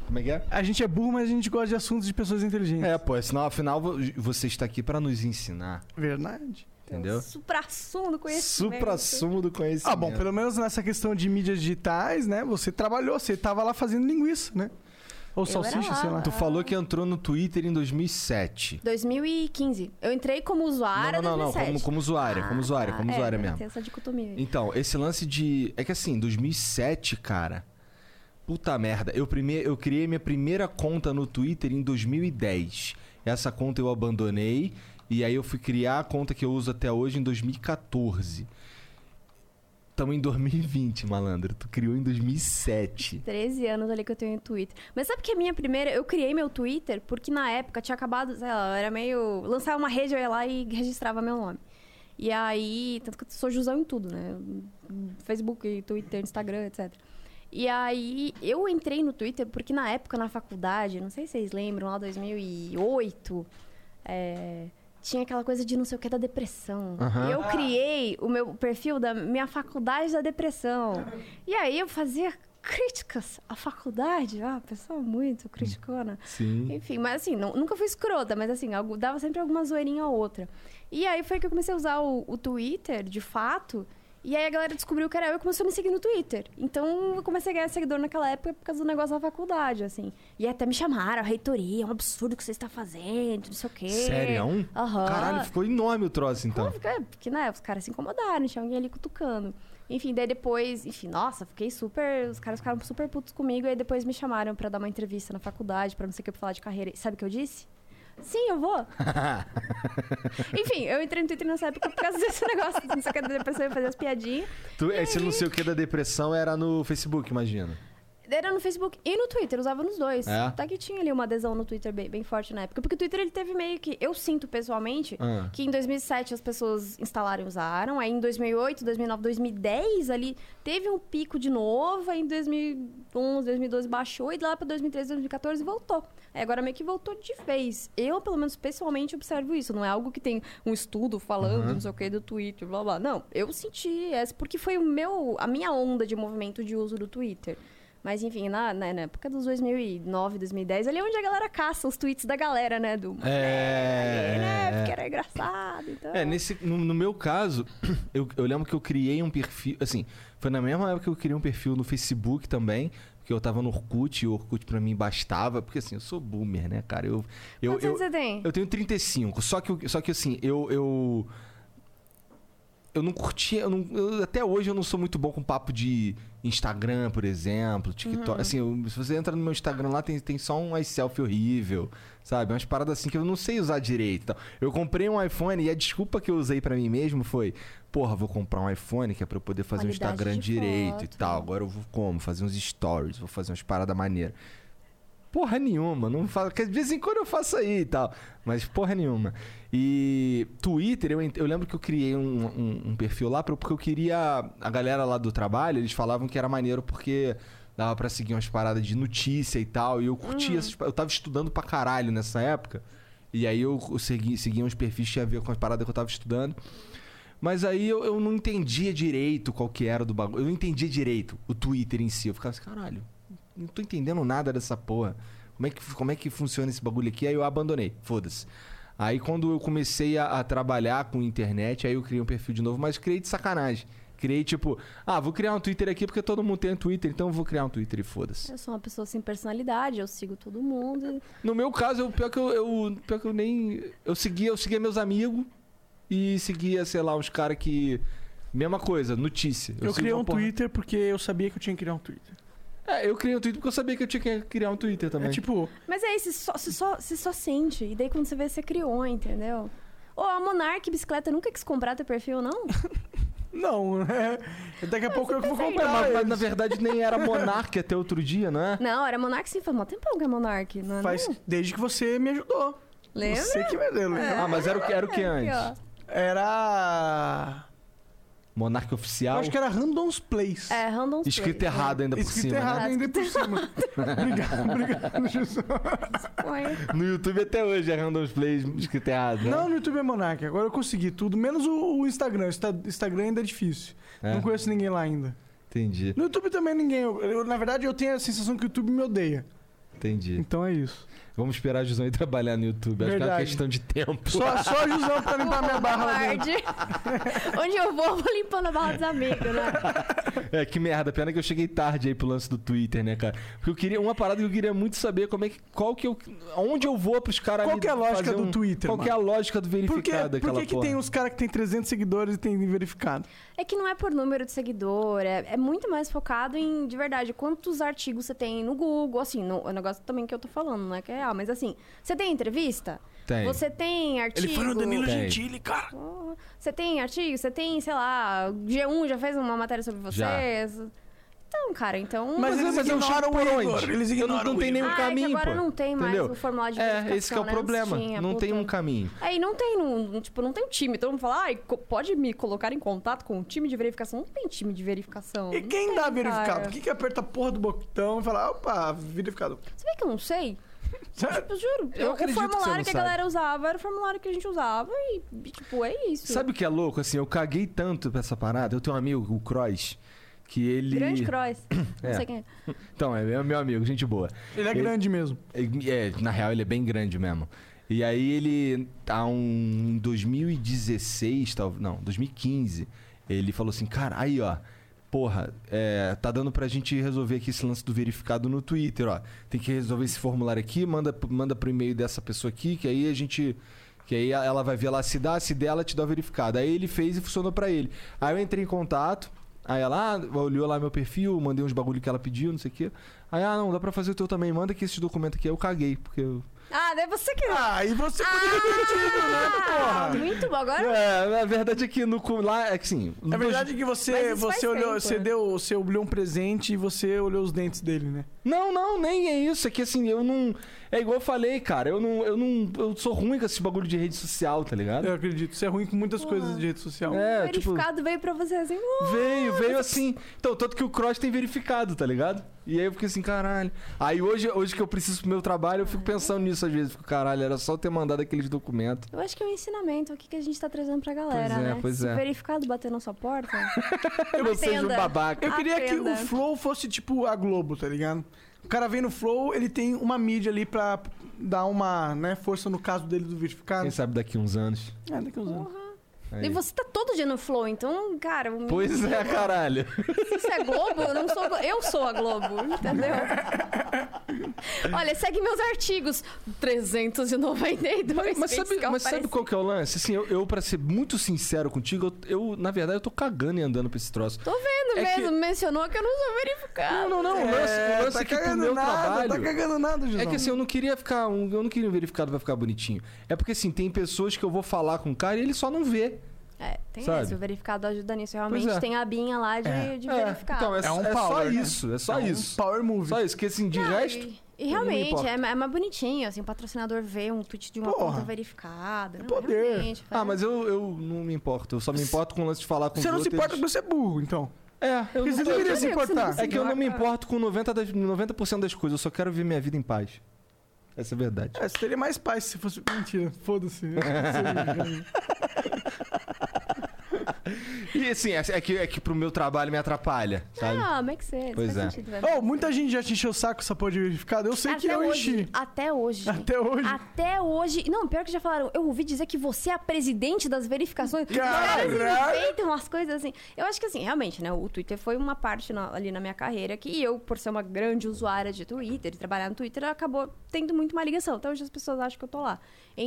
S1: Como é que é?
S2: A gente é burro, mas a gente gosta de assuntos de pessoas inteligentes.
S1: É, pô, senão afinal vo- você está aqui pra nos ensinar,
S2: Verdade.
S1: entendeu?
S3: Supra-sumo do conhecimento.
S1: Supra-sumo do conhecimento.
S2: Ah, bom, pelo menos nessa questão de mídias digitais, né? Você trabalhou, você tava lá fazendo linguiça, né? Ou salsicha,
S3: era lá.
S2: sei lá.
S1: Tu falou que entrou no Twitter em 2007.
S3: 2015. Eu entrei como usuária
S1: não, não, não,
S3: 2007.
S1: como, como usuária, como usuária, como
S3: Ah, é,
S1: usuária
S3: né,
S1: mesmo.
S3: Tem essa dicotomia aí.
S1: Então, esse lance de. É que assim, 2007, cara. Puta merda. Eu, prime... eu criei minha primeira conta no Twitter em 2010. Essa conta eu abandonei. E aí eu fui criar a conta que eu uso até hoje em 2014. Tamo em 2020, malandro. Tu criou em 2007.
S3: 13 anos ali que eu tenho Twitter. Mas sabe que a minha primeira. Eu criei meu Twitter porque na época tinha acabado. Sei lá, eu era meio. Lançava uma rede, eu ia lá e registrava meu nome. E aí. Tanto que eu sou Jusão em tudo, né? Facebook, Twitter, Instagram, etc. E aí eu entrei no Twitter porque na época na faculdade, não sei se vocês lembram, lá 2008. é, tinha aquela coisa de não sei o que da depressão.
S1: Aham.
S3: E eu criei o meu perfil da minha faculdade da depressão. E aí eu fazia críticas à faculdade. Ah, pessoa muito criticona.
S1: Sim.
S3: Enfim, mas assim, não- nunca fui escrota, mas assim, algo- dava sempre alguma zoeirinha ou outra. E aí foi que eu comecei a usar o, o Twitter, de fato. E aí a galera descobriu que era eu e começou a me seguir no Twitter. Então eu comecei a ganhar seguidor naquela época por causa do negócio da faculdade, assim. E até me chamaram, a reitoria, é um absurdo o que você está fazendo, não sei o quê.
S1: Sério? Um?
S3: Aham.
S1: Caralho, ficou enorme o troço, então.
S3: Óbvio que é, porque, né, os caras se incomodaram, tinha alguém ali cutucando. Enfim, daí depois, enfim, nossa, fiquei super. Os caras ficaram super putos comigo, aí depois me chamaram pra dar uma entrevista na faculdade, pra não sei o que, pra falar de carreira. E Sabe o que eu disse? Sim, eu vou. Enfim, eu entrei no Twitter nessa época por causa desse negócio. Não sei o que, depois eu ia fazer as piadinhas.
S1: Tu, esse não sei o que é da depressão era no Facebook, imagina.
S3: Era no Facebook e no Twitter, usava nos dois.
S1: É?
S3: Até que tinha ali uma adesão no Twitter bem, bem forte na época. Porque o Twitter ele teve meio que. Eu sinto pessoalmente
S1: Ah.
S3: que em 2007 as pessoas instalaram e usaram. Aí em 2008, 2009, 2010 ali teve um pico de novo. Aí em 2011, 2012 baixou. E lá pra 2013, 2014 voltou. Aí agora meio que voltou de vez. Eu, pelo menos pessoalmente, observo isso. Não é algo que tem um estudo falando, não sei o que, do Twitter, blá blá. Não, eu senti essa porque foi o meu, a minha onda de movimento de uso do Twitter. Mas enfim, na, né, na, na época dos 2009, 2010, ali é onde a galera caça os tweets da galera, né? Do
S1: É.
S3: "Ali, né? Porque era engraçado. Então...
S1: É, nesse, no, no meu caso, eu, eu lembro que eu criei um perfil. Assim, foi na mesma época que eu criei um perfil no Facebook também. Porque eu tava no Orkut e o Orkut pra mim bastava. Porque assim, eu sou boomer, né, cara? Eu, eu,
S3: Quantos
S1: eu-
S3: anos você tem?
S1: Eu tenho 35. Só que, eu- só que assim, eu. eu... Eu não curtia, eu não- eu- até hoje eu não sou muito bom com papo de Instagram, por exemplo,
S3: Uhum.
S1: TikTok. Assim, eu- se você entra no meu Instagram lá, tem, tem só umas selfie horrível, sabe? Umas paradas assim que eu não sei usar direito. e tal. Eu comprei um iPhone e a desculpa que eu usei pra mim mesmo foi: porra, vou comprar um iPhone que é pra eu poder fazer um
S3: Qualidade
S1: Instagram
S3: de
S1: direito e
S3: foto.
S1: tal. Agora eu vou como? Fazer uns stories, vou fazer umas paradas maneiras. Porra nenhuma, não falo. que De vez em quando eu faço aí e tal. Mas porra nenhuma. E Twitter, eu, ent- eu lembro que eu criei um, um- um perfil lá pra- porque eu queria. A galera lá do trabalho, eles falavam que era maneiro porque dava pra seguir umas paradas de notícia e tal. E eu curtia essas pa- Eu tava estudando pra caralho nessa época. E aí eu segui, segui uns perfis que tinha a ver com as paradas que eu tava estudando. Mas aí eu, eu não entendia direito qual que era do bagulho. Eu não entendia direito o Twitter em si. Eu ficava assim, caralho, não tô entendendo nada dessa porra. Como é que, como é que funciona esse bagulho aqui? Aí eu abandonei, foda-se. Aí quando eu comecei a, a trabalhar com internet, aí eu criei um perfil de novo, mas criei de sacanagem. Criei tipo, ah, vou criar um Twitter aqui porque todo mundo tem um Twitter, então eu vou criar um Twitter e foda-se.
S3: Eu sou uma pessoa sem personalidade, eu sigo todo mundo.
S1: No meu caso, eu, pior, que eu, eu- pior que eu nem. Eu seguia, eu seguia meus amigos e seguia, sei lá, uns caras que. Mesma coisa, notícia.
S2: Eu,
S1: sigo
S2: criei
S1: uma
S2: um
S1: porra-
S2: Twitter porque eu sabia que eu tinha que criar um Twitter.
S1: É, eu criei um Twitter porque eu sabia que eu tinha que criar um Twitter também.
S2: É tipo,
S3: Mas é isso, só, você, só, você só sente. E daí quando você vê, você criou, entendeu? Ô, a Monark Bicicleta nunca quis comprar teu perfil, não?
S2: não, né? Daqui a pouco eu que vou
S3: pensei.
S1: É,
S2: comprar.
S1: mas, mas,
S2: eles.
S1: na verdade nem era Monark até outro dia, não é?
S3: Não, era Monark sim, faz mó tempão que é Monark, não é?
S2: Faz
S3: não?
S2: desde que você me ajudou.
S3: Lembra? É.
S2: Você que me deu.
S1: Ah, mas era o que, era o que
S3: Aqui, ó.
S1: antes?
S2: Era.
S1: Monark
S2: Eu
S1: oficial?
S2: acho que era Random's Place.
S3: É, Random
S1: Escrito errado ainda por
S2: Escrito
S1: cima. né?
S2: errado
S3: né?
S2: ainda por cima. obrigado, obrigado, Jesus.
S1: No YouTube até hoje é Random Plays escrito errado. né?
S2: Não, no YouTube é Monark. Agora eu consegui tudo, menos o, o Instagram. O Insta- Instagram ainda é difícil.
S1: É.
S2: Não conheço ninguém lá ainda.
S1: Entendi,
S2: No YouTube também ninguém. eu- eu, na verdade, eu tenho a sensação que o YouTube me odeia.
S1: entendi.
S2: Então é isso.
S1: Vamos esperar a Jusão ir trabalhar no YouTube. Acho que é uma
S2: Verdade.
S1: questão de tempo.
S2: Só, só a Jusão pra limpar minha barra lá dentro.
S3: Covarde. Onde eu vou, eu vou limpando a barra dos amigos, né?
S1: É, que merda. Pena que eu cheguei tarde aí pro lance do Twitter, né, cara? Porque eu queria... Uma parada que eu queria muito saber como é que... Qual que eu... Onde eu vou pros caras
S2: Qual
S1: ali
S2: que é a lógica
S1: fazer
S2: do Twitter,
S1: Qual que é a lógica do
S2: Por
S1: verificado
S2: que, por
S1: daquela
S2: que, que
S1: porra?
S2: tem uns caras que tem 300 seguidores e tem verificado?
S3: É que não é por número de seguidor, é, é muito mais focado em, de verdade, quantos artigos você tem no Google, assim, no, o negócio também que eu tô falando, não é que é real, mas assim, você tem entrevista?
S1: Tem.
S3: Você tem artigo?
S1: Tem.
S2: cara.
S3: Porra. Você tem artigo? Você tem, sei lá, G1 já fez uma matéria sobre
S1: Já.
S3: vocês? Então, cara, então...
S2: Mas eles um
S1: eu chego
S2: ignoram
S1: por
S2: o
S1: onde?
S2: Igor, eles
S1: eu não,
S2: ignoram
S1: não
S2: o
S1: tem nenhum
S3: Ah, é que
S1: caminho,
S3: agora
S1: pô.
S3: não tem mais
S1: Entendeu?
S3: o formulário de
S1: É,
S3: verificação,
S1: esse que é o
S3: né?
S1: problema.
S3: Antes tinha,
S1: não tem
S3: puta.
S1: um caminho.
S3: Aí não tem, não, tipo, não tem um time. Todo mundo fala, ai, co- pode me colocar em contato com o time de verificação. Não tem time de verificação.
S2: E
S3: Não
S2: quem
S3: tem,
S2: dá
S3: cara.
S2: verificado? Por que, que aperta a porra do botão e fala, opa, verificado?
S3: Você vê que eu não sei? Tipo,
S2: Sério?
S3: Eu juro.
S1: Eu
S3: o
S1: acredito que você
S3: formulário
S1: não
S3: que, a
S1: sabe.
S3: galera usava era o formulário que a gente usava e, e, tipo, é isso.
S1: Sabe o que é louco? Assim, eu caguei tanto pra essa parada. Eu tenho um amigo, o Cross, que ele.
S3: Grande Cross. Não
S1: É.
S3: sei quem é.
S1: Então, é meu amigo, gente boa.
S2: Ele é
S1: Ele-
S2: grande mesmo.
S1: É, na real, ele é bem grande mesmo. E aí ele, há um em 2016, tal, não, 2015, ele falou assim, cara, aí ó, porra, é, tá dando pra gente resolver aqui esse lance do verificado no Twitter, ó. Tem que resolver esse formulário aqui, manda, manda pro e-mail dessa pessoa aqui, que aí a gente... Que aí ela vai ver lá se dá, se dela te dá o verificado. Aí ele fez e funcionou pra ele. Aí eu entrei em contato, Aí ela ah, olhou lá meu perfil, mandei uns bagulho que ela pediu, não sei o quê. Aí, ah, não, dá pra fazer o teu também. Manda aqui esse documento aqui. Aí eu caguei, porque eu...
S3: Ah, daí você que.
S2: Ah, e você poderia ter tido,
S3: Ah,
S2: né, porra?
S3: muito bom. Agora
S1: É, a verdade é que no... cu- Lá, é que sim...
S2: É verdade que
S3: Mas
S2: você,
S3: isso faz
S2: você olhou,
S3: tempo,
S2: você
S3: né?
S2: deu, você olhou um presente e você olhou os dentes dele, né?
S1: Não, não, nem é isso. É que assim, eu não... É igual eu falei, cara. Eu não... Eu, não, eu sou ruim com esse bagulho de rede social, tá ligado?
S2: Eu acredito. Você é ruim com muitas
S3: Porra.
S2: coisas de rede social.
S1: É,
S3: o verificado veio pra você assim. "Oh,
S1: Veio, veio assim. Então, tanto que o Cross tem verificado, tá ligado? E aí eu fiquei assim, caralho. Aí hoje, hoje que eu preciso pro meu trabalho, eu fico pensando nisso às vezes. Fico, caralho, era só eu ter mandado aqueles documentos.
S3: Eu acho que é um ensinamento o que que a gente tá trazendo pra galera,
S1: Pois é,
S3: né?
S1: pois
S3: Se
S1: é.
S3: o verificado bater na sua porta.
S1: Eu seja um
S3: Entenda.
S1: babaca.
S2: Eu queria que o
S3: Aprenda.
S2: Flow fosse tipo a Globo, tá ligado? O cara vem no Flow, ele tem uma mídia ali pra dar uma né, força no caso dele do verificado.
S1: Quem sabe daqui uns anos.
S2: É, daqui a uns anos.
S3: Porra.
S1: Aí.
S3: E você tá todo dia no Flow, então, cara, o-
S1: Pois é, caralho.
S3: se é Globo, eu não sou. Glo- Eu sou a Globo, entendeu? Olha, segue meus artigos 392.
S1: Mas sabe,
S3: que
S1: mas sabe
S3: aparecem.
S1: qual que é o lance? Assim, eu, eu pra ser muito sincero contigo, eu, eu, na verdade, eu tô cagando e andando pra esse troço.
S3: Tô vendo
S1: É que-
S3: mesmo, mencionou que eu não sou
S1: Não,
S3: verificado.
S1: não, não. O lance, o lance é que pro meu
S2: tá nada,
S1: trabalho.
S2: tá cagando nada, Jesus.
S1: É que assim, eu não queria ficar. um- eu não queria um verificado pra ficar bonitinho. É porque assim, tem pessoas que eu vou falar com o cara e ele só não vê.
S3: É, tem
S1: Sabe?
S3: isso, o verificado ajuda nisso. Realmente
S1: Pois é.
S3: tem a abinha lá de, de
S1: É,
S3: verificado.
S1: Então, é,
S2: É um
S1: é
S2: power,
S1: só
S2: né?
S1: isso. É só
S2: É um
S1: isso.
S2: Power move.
S1: Só isso. Porque assim, de
S3: Não,
S1: resto.
S3: E, e
S1: não me
S3: realmente,
S1: importa.
S3: é, é mais bonitinho, assim, o patrocinador vê um tweet de uma
S2: Porra.
S3: conta verificada. Não,
S2: poder.
S3: realmente, é. faz-
S1: Ah, mas eu, eu não me importo. Eu só me importo com o lance de falar com
S2: Você
S1: os
S2: não se
S1: outros.
S2: importa porque você é burro, então.
S1: É, eu
S2: Porque
S1: não
S2: você
S1: tô-
S2: deveria se
S3: Por que você não
S2: importar.
S3: se
S1: É que eu não me
S3: Senhora.
S1: importo com 90%, das, 90 das coisas, eu só quero ver minha vida em paz. Essa é a verdade.
S2: É, você teria mais paz se fosse. Mentira, foda-se.
S1: E assim, é, é que, é que pro meu trabalho me atrapalha, sabe?
S3: Ah, make sense.
S1: Pois
S3: faz
S1: é.
S3: sentido, velho.
S2: oh, muita gente já te encheu o saco essa porra de verificado. Eu sei que
S1: é
S3: até
S1: um
S2: eu
S3: hoje, Ah,
S2: enchi.
S3: até hoje.
S2: Até hoje.
S3: Até hoje. Não, pior que já falaram. Eu ouvi dizer que você é a presidente das verificações. Os
S2: Caralho!
S3: caras inventam umas coisas assim. Eu acho que assim, realmente, né? O Twitter foi uma parte na- ali na minha carreira que eu, por ser uma grande usuária de Twitter, de trabalhar no Twitter, acabou tendo muito uma ligação. Então hoje as pessoas acham que eu tô lá.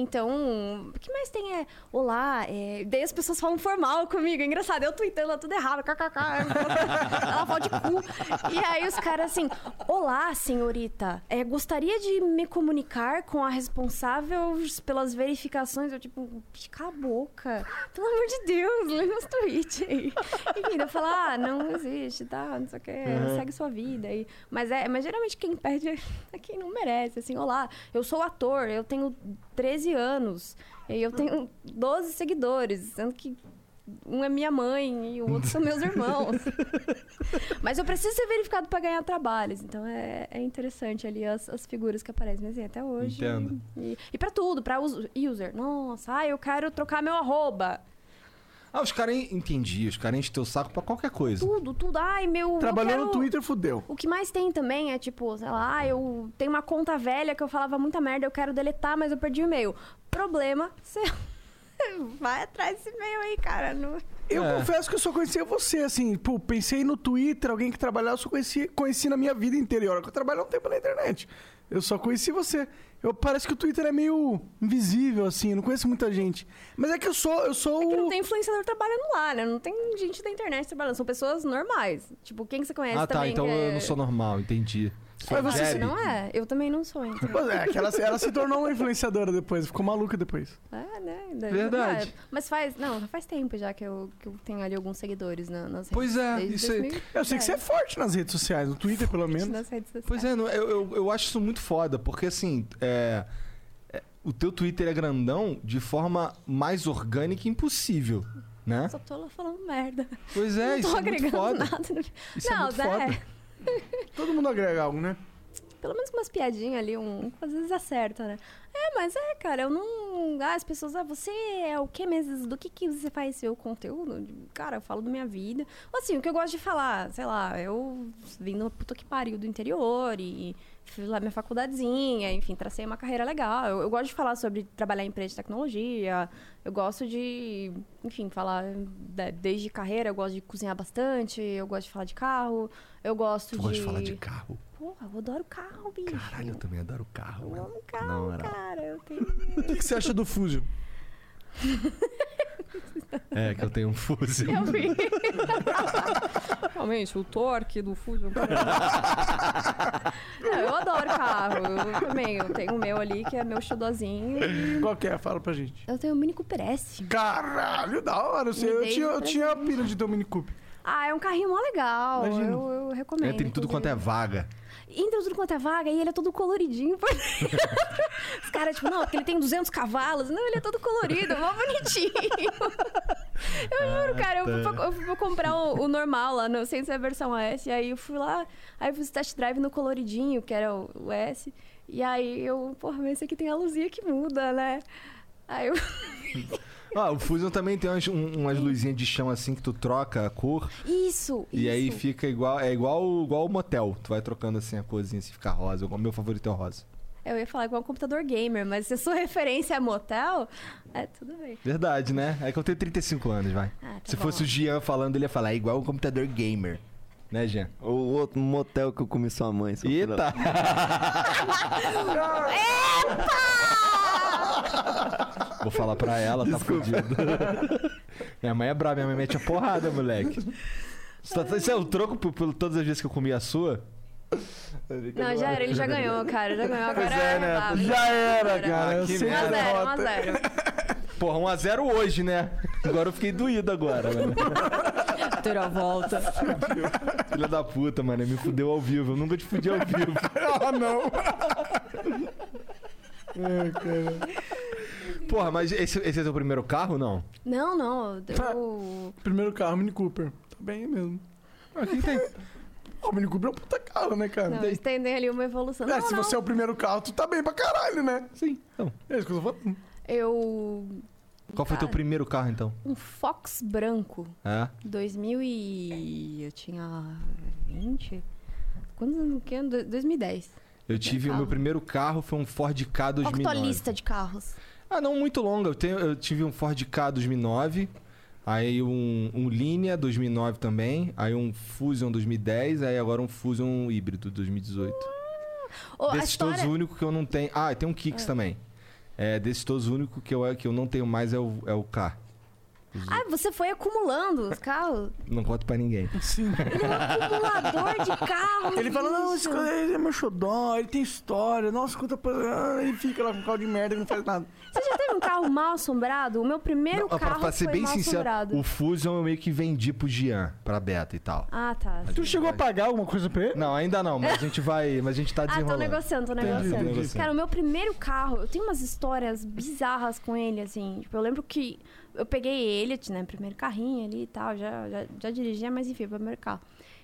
S3: Então, o que mais tem é olá, é... daí as pessoas falam formal comigo. É engraçado, eu tweetando ela tudo errado, kkk. Ela fala de cu. E aí os caras assim, olá, senhorita, é, gostaria de me comunicar com a responsável pelas verificações? Eu tipo, cala a boca. Pelo amor de Deus, lê meus tweets aí. Enfim, eu falo, ah, não existe, tá, não sei o quê, segue sua vida. aí. mas, é, mas geralmente quem perde é quem não merece. Assim, olá, eu sou ator, eu tenho 13 anos, e eu tenho 12 seguidores, sendo que um é minha mãe e o outro são meus irmãos. Mas eu preciso ser verificado para ganhar trabalhos. Então é, é interessante ali as, as figuras que aparecem. Mas assim, até hoje.
S1: Entendo.
S3: E, e para tudo, para user. Nossa, ah, eu quero trocar meu arroba.
S1: Ah, os caras en- entendi, os caras enchem teu saco pra qualquer coisa.
S3: Tudo, tudo. Ai, meu. eu
S2: Trabalhou
S3: quero-
S2: no Twitter, fudeu.
S3: O que mais tem também é tipo, sei lá, ah, eu tenho uma conta velha que eu falava muita merda, eu quero deletar, mas eu perdi o e-mail. Problema, você. Vai atrás desse e-mail aí, cara. Não...
S2: Eu
S1: É.
S2: confesso que eu só conhecia você, assim, pô, pensei no Twitter, alguém que trabalhava, eu só conheci, conheci na minha vida inteira. E olha que eu trabalho há um tempo na internet. Eu só conheci você. Eu, parece que o Twitter é meio invisível, assim, eu não conheço muita gente. Mas é que eu sou, eu sou
S3: Porque não
S2: o.
S3: tem influenciador trabalhando lá, né? Não tem gente da internet trabalhando. São pessoas normais. Tipo, quem que você conhece
S1: ah, tá,
S3: também?
S1: então
S3: que
S1: eu
S3: é-
S1: não sou normal, entendi. Sou
S2: Mas você
S1: Jerry.
S3: Você não é? Eu também não sou, então.
S2: Pô, é, que ela, ela se tornou uma influenciadora depois, ficou maluca depois.
S3: É, né? Daí-
S1: Verdade.
S3: Ah, Mas faz. Não, faz tempo já que eu, que eu tenho ali alguns seguidores na, nas redes
S1: Pois é,
S3: desde
S1: isso aí.
S3: 2010,
S2: Eu sei que você é forte nas redes sociais, no Twitter pelo menos.
S3: Nas redes sociais.
S1: Pois é, não, eu, eu, eu acho isso muito foda, porque assim, é, é, o teu Twitter é grandão de forma mais orgânica impossível, né?
S3: Só tô lá falando merda.
S1: Pois é,
S3: não tô
S1: isso é muito
S3: agregando
S1: foda.
S3: nada. no-
S1: Isso é
S3: não,
S1: muito
S3: Zé.
S1: foda.
S2: Todo mundo agrega algo, né?
S3: pelo menos umas piadinhas ali, um, às vezes acerta, né? É, mas é, cara, eu não. Ah, as pessoas, ah, você é o que mesmo? Do que, que você faz seu conteúdo? Cara, eu falo da minha vida. Ou assim, o que eu gosto de falar, sei lá, eu vim numa puta que pariu do interior e fiz lá minha faculdadezinha, enfim, tracei uma carreira legal. Eu, eu gosto de falar sobre trabalhar em empresa de tecnologia, eu gosto de, enfim, falar da- desde carreira, eu gosto de cozinhar bastante, eu gosto de falar de carro, eu gosto
S1: Tu
S3: de...
S1: gosta de falar de carro?
S3: Porra, eu adoro carro, bicho.
S1: Caralho, eu também adoro carro.
S3: Eu
S1: mano.
S3: amo
S1: Na
S3: carro,
S1: moral.
S3: cara. Eu tenho...
S4: O que, que você acha do Fusion?
S1: É, que eu tenho um fuzil.
S3: Eu vi. Realmente, o torque do Fusion. Não, eu adoro carro. Eu também. Eu tenho o meu ali, que é meu xodozinho.
S2: Qual que é? Fala pra gente.
S3: Eu tenho o Mini Cooper S.
S2: Caralho, da hora. Eu, sei, eu
S3: Mudei
S2: tinha,
S3: de
S2: eu tinha a pilha de Dominic Cooper.
S3: Ah, é um carrinho mó legal.
S2: Imagino.
S3: Eu, eu recomendo.
S1: É, tem tudo quanto é vaga.
S3: Entra tudo quanto é vaga e ele é todo coloridinho. por dentro. Os caras, tipo, não, porque ele tem 200 cavalos. Não, ele é todo colorido, mó bonitinho. Eu
S1: Ah,
S3: juro, cara, eu fui,
S1: tá.
S3: pra- eu fui pra comprar o, o normal lá, no, sem ser a versão S. E aí eu fui lá, aí eu fiz test drive no coloridinho, que era o, o S. E aí eu, porra, mas esse aqui tem a luzinha que muda, né? Aí eu.
S1: Ah, o Fusion também tem umas, um- umas luzinhas de chão assim que tu troca a cor
S3: Isso!
S1: e aí
S3: isso.
S1: fica igual. É igual, igual o motel. Tu vai trocando assim a corzinha, se fica rosa. O meu favorito é o rosa.
S3: Eu ia falar igual um computador gamer, mas se a sua referência é motel, é tudo bem.
S1: Verdade, né? É que eu tenho 35 anos, vai.
S3: Ah, tá
S1: se
S3: bom.
S1: fosse o Jean falando, ele ia falar, é igual um computador gamer. Né, Jean?
S5: O outro motel que eu comi sua mãe. seu filho da-
S1: Eita! Vou falar pra ela,
S5: Desculpa.
S1: tá fudido. minha mãe é brava, minha mãe mete a porrada, moleque. Isso, tá- isso é o troco por, por todas as vezes que eu comi a sua?
S3: Não, já era, ele já ganhou, cara. Já ganhou. Agora
S2: Pois é, né?
S3: ah,
S2: Já era, cara.
S1: Ah,
S2: eu
S1: que
S2: sei é a
S3: 1x0,
S2: derrota.
S3: 1x0.
S1: Porra, 1x0 hoje, né? Agora eu fiquei doído agora, mano.
S3: Ter a volta.
S1: Filha da puta, mano. Me fudeu ao vivo. Eu nunca te fudi ao vivo.
S2: Ah, não. É,
S1: Porra, mas esse, esse é teu primeiro carro, não?
S3: Não, não. Eu...
S2: Primeiro carro, Mini Cooper. Tá bem mesmo.
S1: Ah, que tem?
S2: Ó, O Mini Cooper é um puta carro, né, cara?
S3: Não, eles tendem ali uma evolução.
S2: É,
S3: Não,
S2: se
S3: não.
S2: você é o primeiro carro, tu tá bem pra caralho, né? Sim.
S1: Então.
S2: É isso que eu tô falando.
S3: Eu...
S1: Qual foi teu
S3: Cara.
S1: primeiro carro, então?
S3: Um Fox branco.
S1: É?
S3: 2000 e... Eu tinha 20? Quantos anos? que ano? Do- 2010.
S1: Eu tive. O meu
S3: Carro.
S1: primeiro carro foi um Ford K
S3: Qual que é a tua
S1: 2009.
S3: lista de carros?
S1: Ah, não muito longa. Eu, tenho- eu tive um Ford K 2009, aí um, um Linea 2009 também, aí um Fusion 2010, aí agora um Fusion híbrido 2018.
S3: Ô, a
S1: desses todos,
S3: história...
S1: o único que eu não tenho... Ah, tem um Kicks também. É, desses todos, o único que eu, que eu não tenho mais é o, é o K. Os-
S3: Ah, você foi acumulando os carros?
S1: Não conto pra ninguém.
S2: Sim.
S3: Ele é um acumulador de carros.
S2: Ele fala, não, esse
S3: bicho.
S2: cara, ele é meu xodó, ele tem história, nossa, quanta... coisa." Ah, Ele fica lá com um carro de merda e não faz nada.
S3: Você já teve um carro mal assombrado? O meu primeiro
S1: Não,
S3: carro
S1: pra, pra ser
S3: foi
S1: bem
S3: mal
S1: sincero,
S3: assombrado.
S1: o Fusion eu meio que vendi pro Jean, pra Beta e tal.
S3: Ah, tá.
S2: Tu chegou a pagar alguma coisa pra ele?
S1: Não, ainda não, mas a gente vai... Mas a gente tá
S3: Ah, tô
S1: desenrolando.
S3: negociando, tô
S1: Entendi,
S3: negociando.
S1: entendi.
S3: Cara, o meu primeiro carro, eu tenho umas histórias bizarras com ele, assim. Tipo, eu lembro que eu peguei ele, né? Primeiro carrinho ali e tal, já, já, já dirigia, mas enfim, primeiro carro.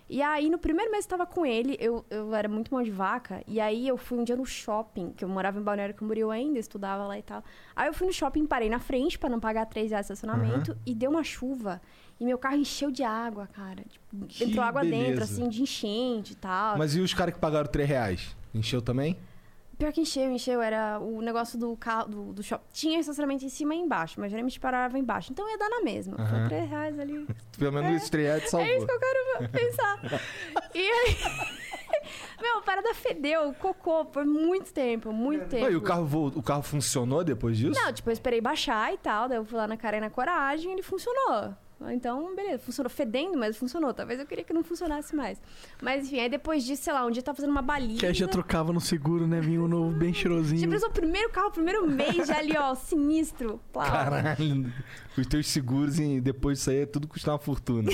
S3: E aí, no primeiro mês que eu tava com ele, eu, eu era muito mão de vaca. E aí, eu fui um dia no shopping, que eu morava em Balneário Camboriú ainda, estudava lá e tal. Aí, eu fui no shopping, parei na frente pra não pagar 3 reais de estacionamento. E deu uma chuva. E meu carro encheu de água, cara. Tipo,
S1: Que
S3: entrou água dentro,
S1: beleza.
S3: assim, de enchente e tal.
S1: Mas e os caras que pagaram 3 reais? Encheu também?
S3: Pior que encheu, encheu. Era o negócio do carro, do, do shopping. Tinha estacionamento em cima e embaixo, mas geralmente parava embaixo. Então ia dar na mesma. Foi
S1: Aham.
S3: 3 reais ali.
S1: Pelo menos esse 3 reais te salvou.
S3: É isso que eu quero pensar. E aí. Meu, a parada fedeu, cocô, por muito tempo, muito tempo.
S1: Ué, e o carro, vo- o carro funcionou depois disso?
S3: Não, tipo, eu esperei baixar e tal. Daí eu fui lá na cara e na coragem e ele funcionou. Então, beleza, funcionou fedendo, mas funcionou. Talvez eu queria que não funcionasse mais. Mas enfim, aí depois disso, sei lá, um dia eu tava fazendo uma baliza.
S2: Que aí
S1: tá
S2: já trocava no seguro, né? Vinha um novo bem cheirosinho.
S3: Tipo, eu sou o primeiro carro, o primeiro mês já ali, ó, sinistro. Plau.
S1: Caralho, os teus seguros e depois disso aí é tudo custa uma fortuna.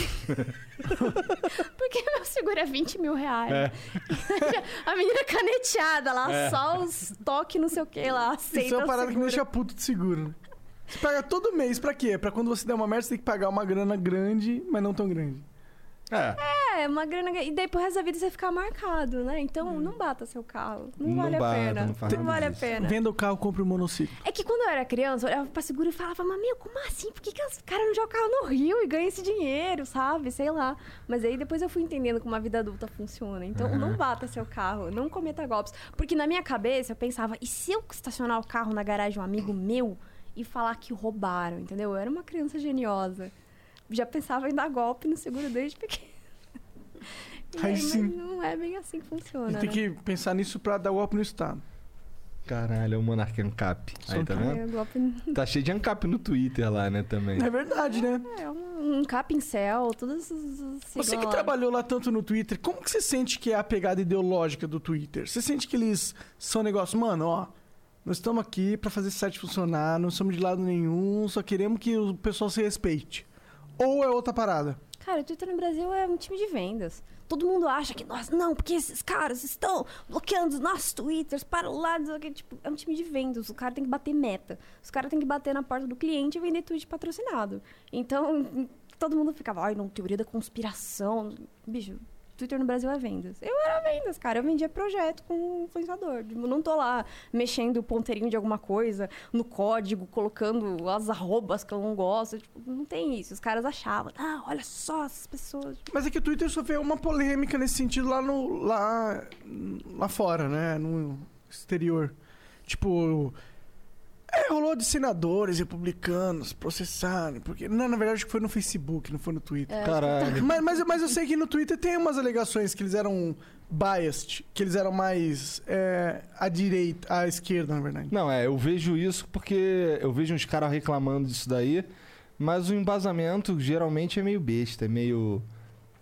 S3: Porque meu seguro é 20 mil reais. A menina caneteada lá, só os toques, não sei o que lá, aceita.
S2: Isso é uma
S3: o
S2: parada que me
S3: seguro.
S2: deixa puto de seguro, né? Você paga todo mês pra quê? Pra quando você der uma merda, você tem que pagar uma grana grande, mas não tão grande.
S1: É.
S3: É, É, uma grana. E daí pro resto da vida você ficar marcado, né? Então não bata seu carro. Não,
S1: Não
S3: vale
S1: bata,
S3: a pena.
S1: não faz nada
S3: vale a
S1: disso.
S3: pena.
S2: Venda o carro, compre o monociclo.
S3: É que quando eu era criança, eu olhava pra seguro e falava, mas meu, como assim? Por que, que os caras não jogam carro no Rio e ganham esse dinheiro, sabe? Sei lá. Mas aí depois eu fui entendendo como a vida adulta funciona. Então
S2: Uhum.
S3: não bata seu carro, não cometa golpes. Porque na minha cabeça eu pensava, e se eu estacionar o carro na garagem de um amigo meu e falar que roubaram, entendeu? Eu era uma criança geniosa. Já pensava em dar golpe no seguro desde pequeno. E
S2: Aí sim.
S3: Mas não é bem assim que
S2: A
S3: funciona.
S2: gente tem
S3: né?
S2: que pensar nisso pra dar golpe no Estado.
S1: Caralho, é o Monark Ancap.
S2: um
S1: Aí, tá
S3: É,
S1: vendo?
S3: golpe...
S1: Tá cheio de Ancap no Twitter lá, né, também.
S2: É verdade, né?
S3: É, um, um capa em céu, todas essas.
S2: Você que
S3: siglas lá.
S2: trabalhou lá tanto no Twitter, como que você sente que é a pegada ideológica do Twitter? Você sente que eles são um negócio, mano, ó, nós estamos aqui pra fazer esse site funcionar, não somos de lado nenhum, só queremos que o pessoal se respeite. Ou é outra parada?
S3: Cara, o Twitter no Brasil é um time de vendas. Todo mundo acha que nós não, porque esses caras estão bloqueando os nossos Twitters para o lado. não sei o quê. Tipo, é um time de vendas. O cara tem que bater meta. Os caras têm que bater na porta do cliente e vender tweet patrocinado. Então, todo mundo ficava, ai, não, teoria da conspiração. Bicho, Twitter no Brasil é vendas. Eu era vendas, cara. Eu vendia projeto com influenciador. Tipo, não tô lá mexendo o ponteirinho de alguma coisa no código, colocando as arrobas que eu não gosto. Tipo, não tem isso. Os caras achavam, ah, olha só essas pessoas. Tipo,
S2: Mas é que o Twitter sofreu uma polêmica nesse sentido lá no. lá. lá fora, né? No exterior. Tipo. É, rolou de senadores republicanos processaram, porque. Não, na verdade acho que foi no Facebook, não foi no Twitter.
S3: É.
S1: Caralho.
S2: Mas, mas, mas eu sei que no Twitter tem umas alegações que eles eram biased, que eles eram mais é, à direita, à esquerda, na verdade.
S1: Não, é, eu vejo isso porque eu vejo uns caras reclamando disso daí, mas o embasamento geralmente é meio besta, é meio.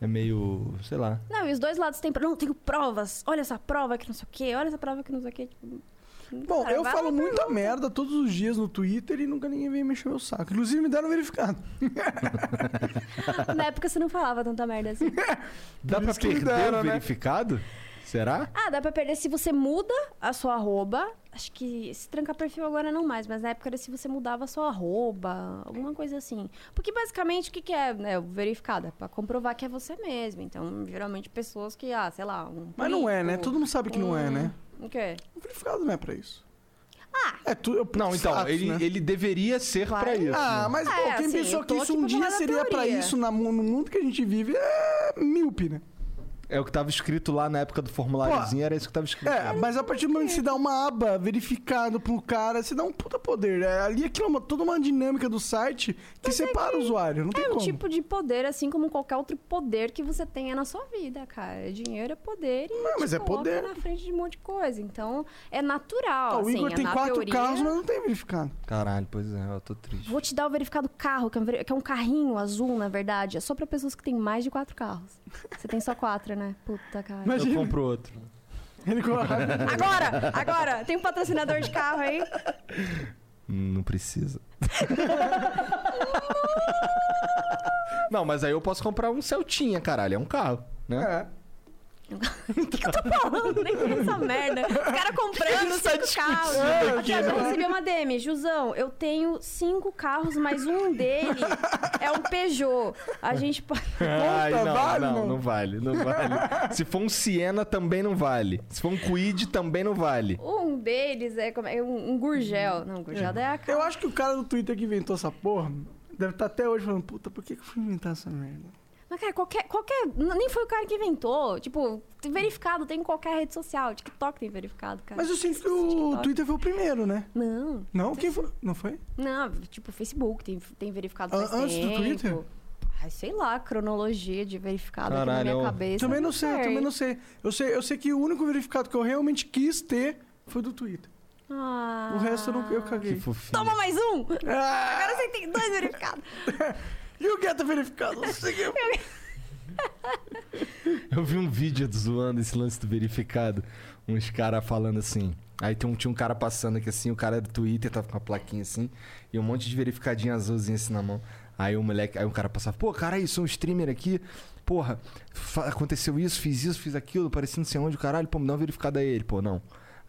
S1: É meio. sei lá.
S3: Não, e os dois lados têm. pro- Não, tenho provas. Olha essa prova que não sei o quê. Olha essa prova que não sei o quê. Tipo,
S2: Bom,
S3: cara,
S2: eu
S3: vai
S2: falo
S3: lá pra-
S2: muita merda todos os dias no Twitter e nunca ninguém vem mexer meu saco. Inclusive me deram verificado.
S3: Na época você não falava tanta merda assim.
S1: Dá pra
S2: isso que me
S1: perder
S2: deram,
S1: o
S2: né?
S1: verificado? Será?
S3: Ah, dá pra perder se você muda a sua arroba. Acho que se trancar perfil agora não mais, mas na época era se você mudava a sua arroba, alguma coisa assim. Porque basicamente o que, que é, né? o Verificado, é pra comprovar que é você mesmo. Então, geralmente pessoas que, ah, sei lá, um.
S2: Mas não é, né?
S3: político,
S2: Todo mundo sabe que não é,
S3: um-
S2: né?
S3: O quê?
S2: O verificado não é pra isso. Ah! É tu, eu-
S1: Não, então,
S2: status,
S1: ele,
S2: né?
S1: ele deveria ser
S3: Claro.
S1: pra isso. né?
S2: Ah, mas
S3: Ah,
S2: pô,
S3: é,
S2: quem
S3: assim,
S2: pensou
S3: eu
S2: que
S3: tô
S2: isso
S3: aqui
S2: um
S3: pra
S2: dia
S3: falar da
S2: seria pra
S3: teoria.
S2: isso na mu- no mundo que a gente vive é míope, né?
S1: É o que tava escrito lá na época do formuláriozinho, era isso que tava escrito. Ah,
S2: É, mas a partir do momento que você dá uma aba verificado pro cara, você dá um puta poder. É, ali aquilo é uma, toda uma dinâmica do site que separa o usuário, não tem
S3: É um
S2: como.
S3: tipo de poder, assim como qualquer outro poder que você tenha na sua vida, cara. Dinheiro é poder e
S2: Não, mas
S3: te
S2: é
S3: coloca
S2: poder.
S3: na frente de um monte de coisa. Então, é natural.
S2: Ah, o
S3: assim,
S2: Igor
S3: é
S2: tem
S3: na
S2: quatro
S3: teoria.
S2: carros, mas não tem verificado.
S1: Caralho, pois é, eu tô triste.
S3: Vou te dar o verificado carro, que é um veri- que é um carrinho azul, na verdade. É só pra pessoas que têm mais de quatro carros. Você tem só quatro, né? Puta, cara.
S1: Eu
S2: Imagina.
S1: compro outro.
S2: Ele coloca.
S3: Agora! Agora! Tem um patrocinador de carro aí?
S1: Hum, Não precisa. Não, mas aí eu posso comprar um Celtinha, caralho. É um carro, né?
S2: É.
S3: O que, que eu tô falando? Nem tem essa merda. Os caras comprando cinco carros. Aqui, eu recebi uma DM. Jusão, eu tenho cinco carros, mas um dele é um Peugeot. A gente pode...
S1: Ai,
S2: Conta,
S1: não,
S2: vale,
S1: não,
S2: não?
S1: não É. vale, não vale. Se for um Siena, também não vale. Se for um Quid, também não vale.
S3: Um deles é, como é um, um Gurgel. Não, Gurgel é a cara.
S2: Eu acho que o cara do Twitter que inventou essa porra deve estar até hoje falando, puta, por que que eu fui inventar essa merda?
S3: Mas, cara, qualquer, qualquer. n- Nem foi o cara que inventou. Tipo, tem verificado tem em qualquer rede social. TikTok tem verificado, cara.
S2: Mas eu sinto que o Twitter foi o primeiro, né?
S3: Não,
S2: Não? Quem foi? Não foi?
S3: não. Tipo, Facebook tem, tem verificado
S2: An-
S3: faz
S2: Ah, antes do
S3: tempo.
S2: Twitter?
S3: Ai, sei lá, a cronologia de verificado aqui na
S1: Caralho,
S3: minha
S1: eu-
S3: cabeça. Tá
S2: também não sei, também não sei. Eu sei. Eu sei que o único verificado que eu realmente quis ter foi do Twitter.
S3: Ah.
S2: O resto eu, não, eu
S1: Que
S2: caguei.
S1: fofinho.
S3: Toma mais um!
S2: Ah!
S3: Agora você tem dois verificados.
S2: E o Guetta verificado? Não sei quem.
S1: Eu vi um vídeo zoando esse lance do verificado. Uns caras falando assim. Aí tem um- tinha um cara passando aqui assim, o cara do Twitter tava com uma plaquinha assim, e um monte de verificadinha azulzinha assim na mão. Aí o moleque, aí um cara passava, pô, cara, isso, sou um streamer aqui. Porra, fa- aconteceu isso, fiz isso, fiz aquilo, parecendo não sei onde, caralho, pô, me dá um verificado aí ele, pô, não.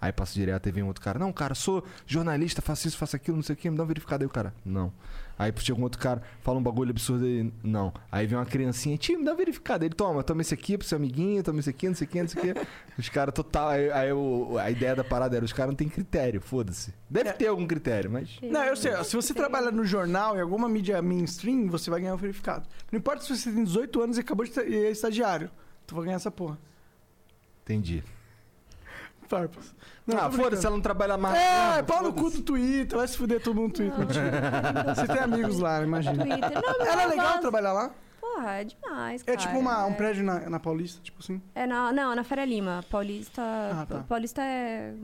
S1: Aí passa direto e vem outro cara. Não, cara, sou jornalista, faço isso, faço aquilo, não sei o quê, me dá um verificado aí, o cara. Não. Aí chega um outro cara, fala um bagulho absurdo aí. Não. Aí vem uma criancinha, tio, me dá um verificado. Ele toma, toma esse aqui pro seu amiguinho, toma esse aqui, não sei o quê, não sei o quê. Os caras total. Aí, aí o- a ideia da parada era: os caras não têm critério, foda-se.
S2: É.
S1: Deve ter algum critério, mas.
S2: Não, eu sei. ó, Se você trabalha no jornal, em alguma mídia mainstream, você vai ganhar um verificado. Não importa se você tem 18 anos e acabou de tra- e é estagiário. Tu vai ganhar essa porra.
S1: Entendi.
S2: Farpas.
S1: ah,
S2: tô
S1: foda-se,
S2: brincando.
S1: ela não trabalha mais.
S2: É,
S1: mesmo,
S2: pau no cu
S1: foda-se.
S2: do Twitter. Vai se fuder todo mundo no Twitter. Você tem amigos lá, imagina.
S3: Twitter. Não,
S2: Era
S3: eu
S2: é legal
S3: gosto.
S2: trabalhar lá?
S3: Porra, é demais,
S2: É
S3: cara.
S2: tipo uma, um
S3: É-
S2: prédio na, na Paulista, tipo assim.
S3: É na, não, na Faria Lima. Paulista.
S2: Ah, tá.
S3: Paulista é.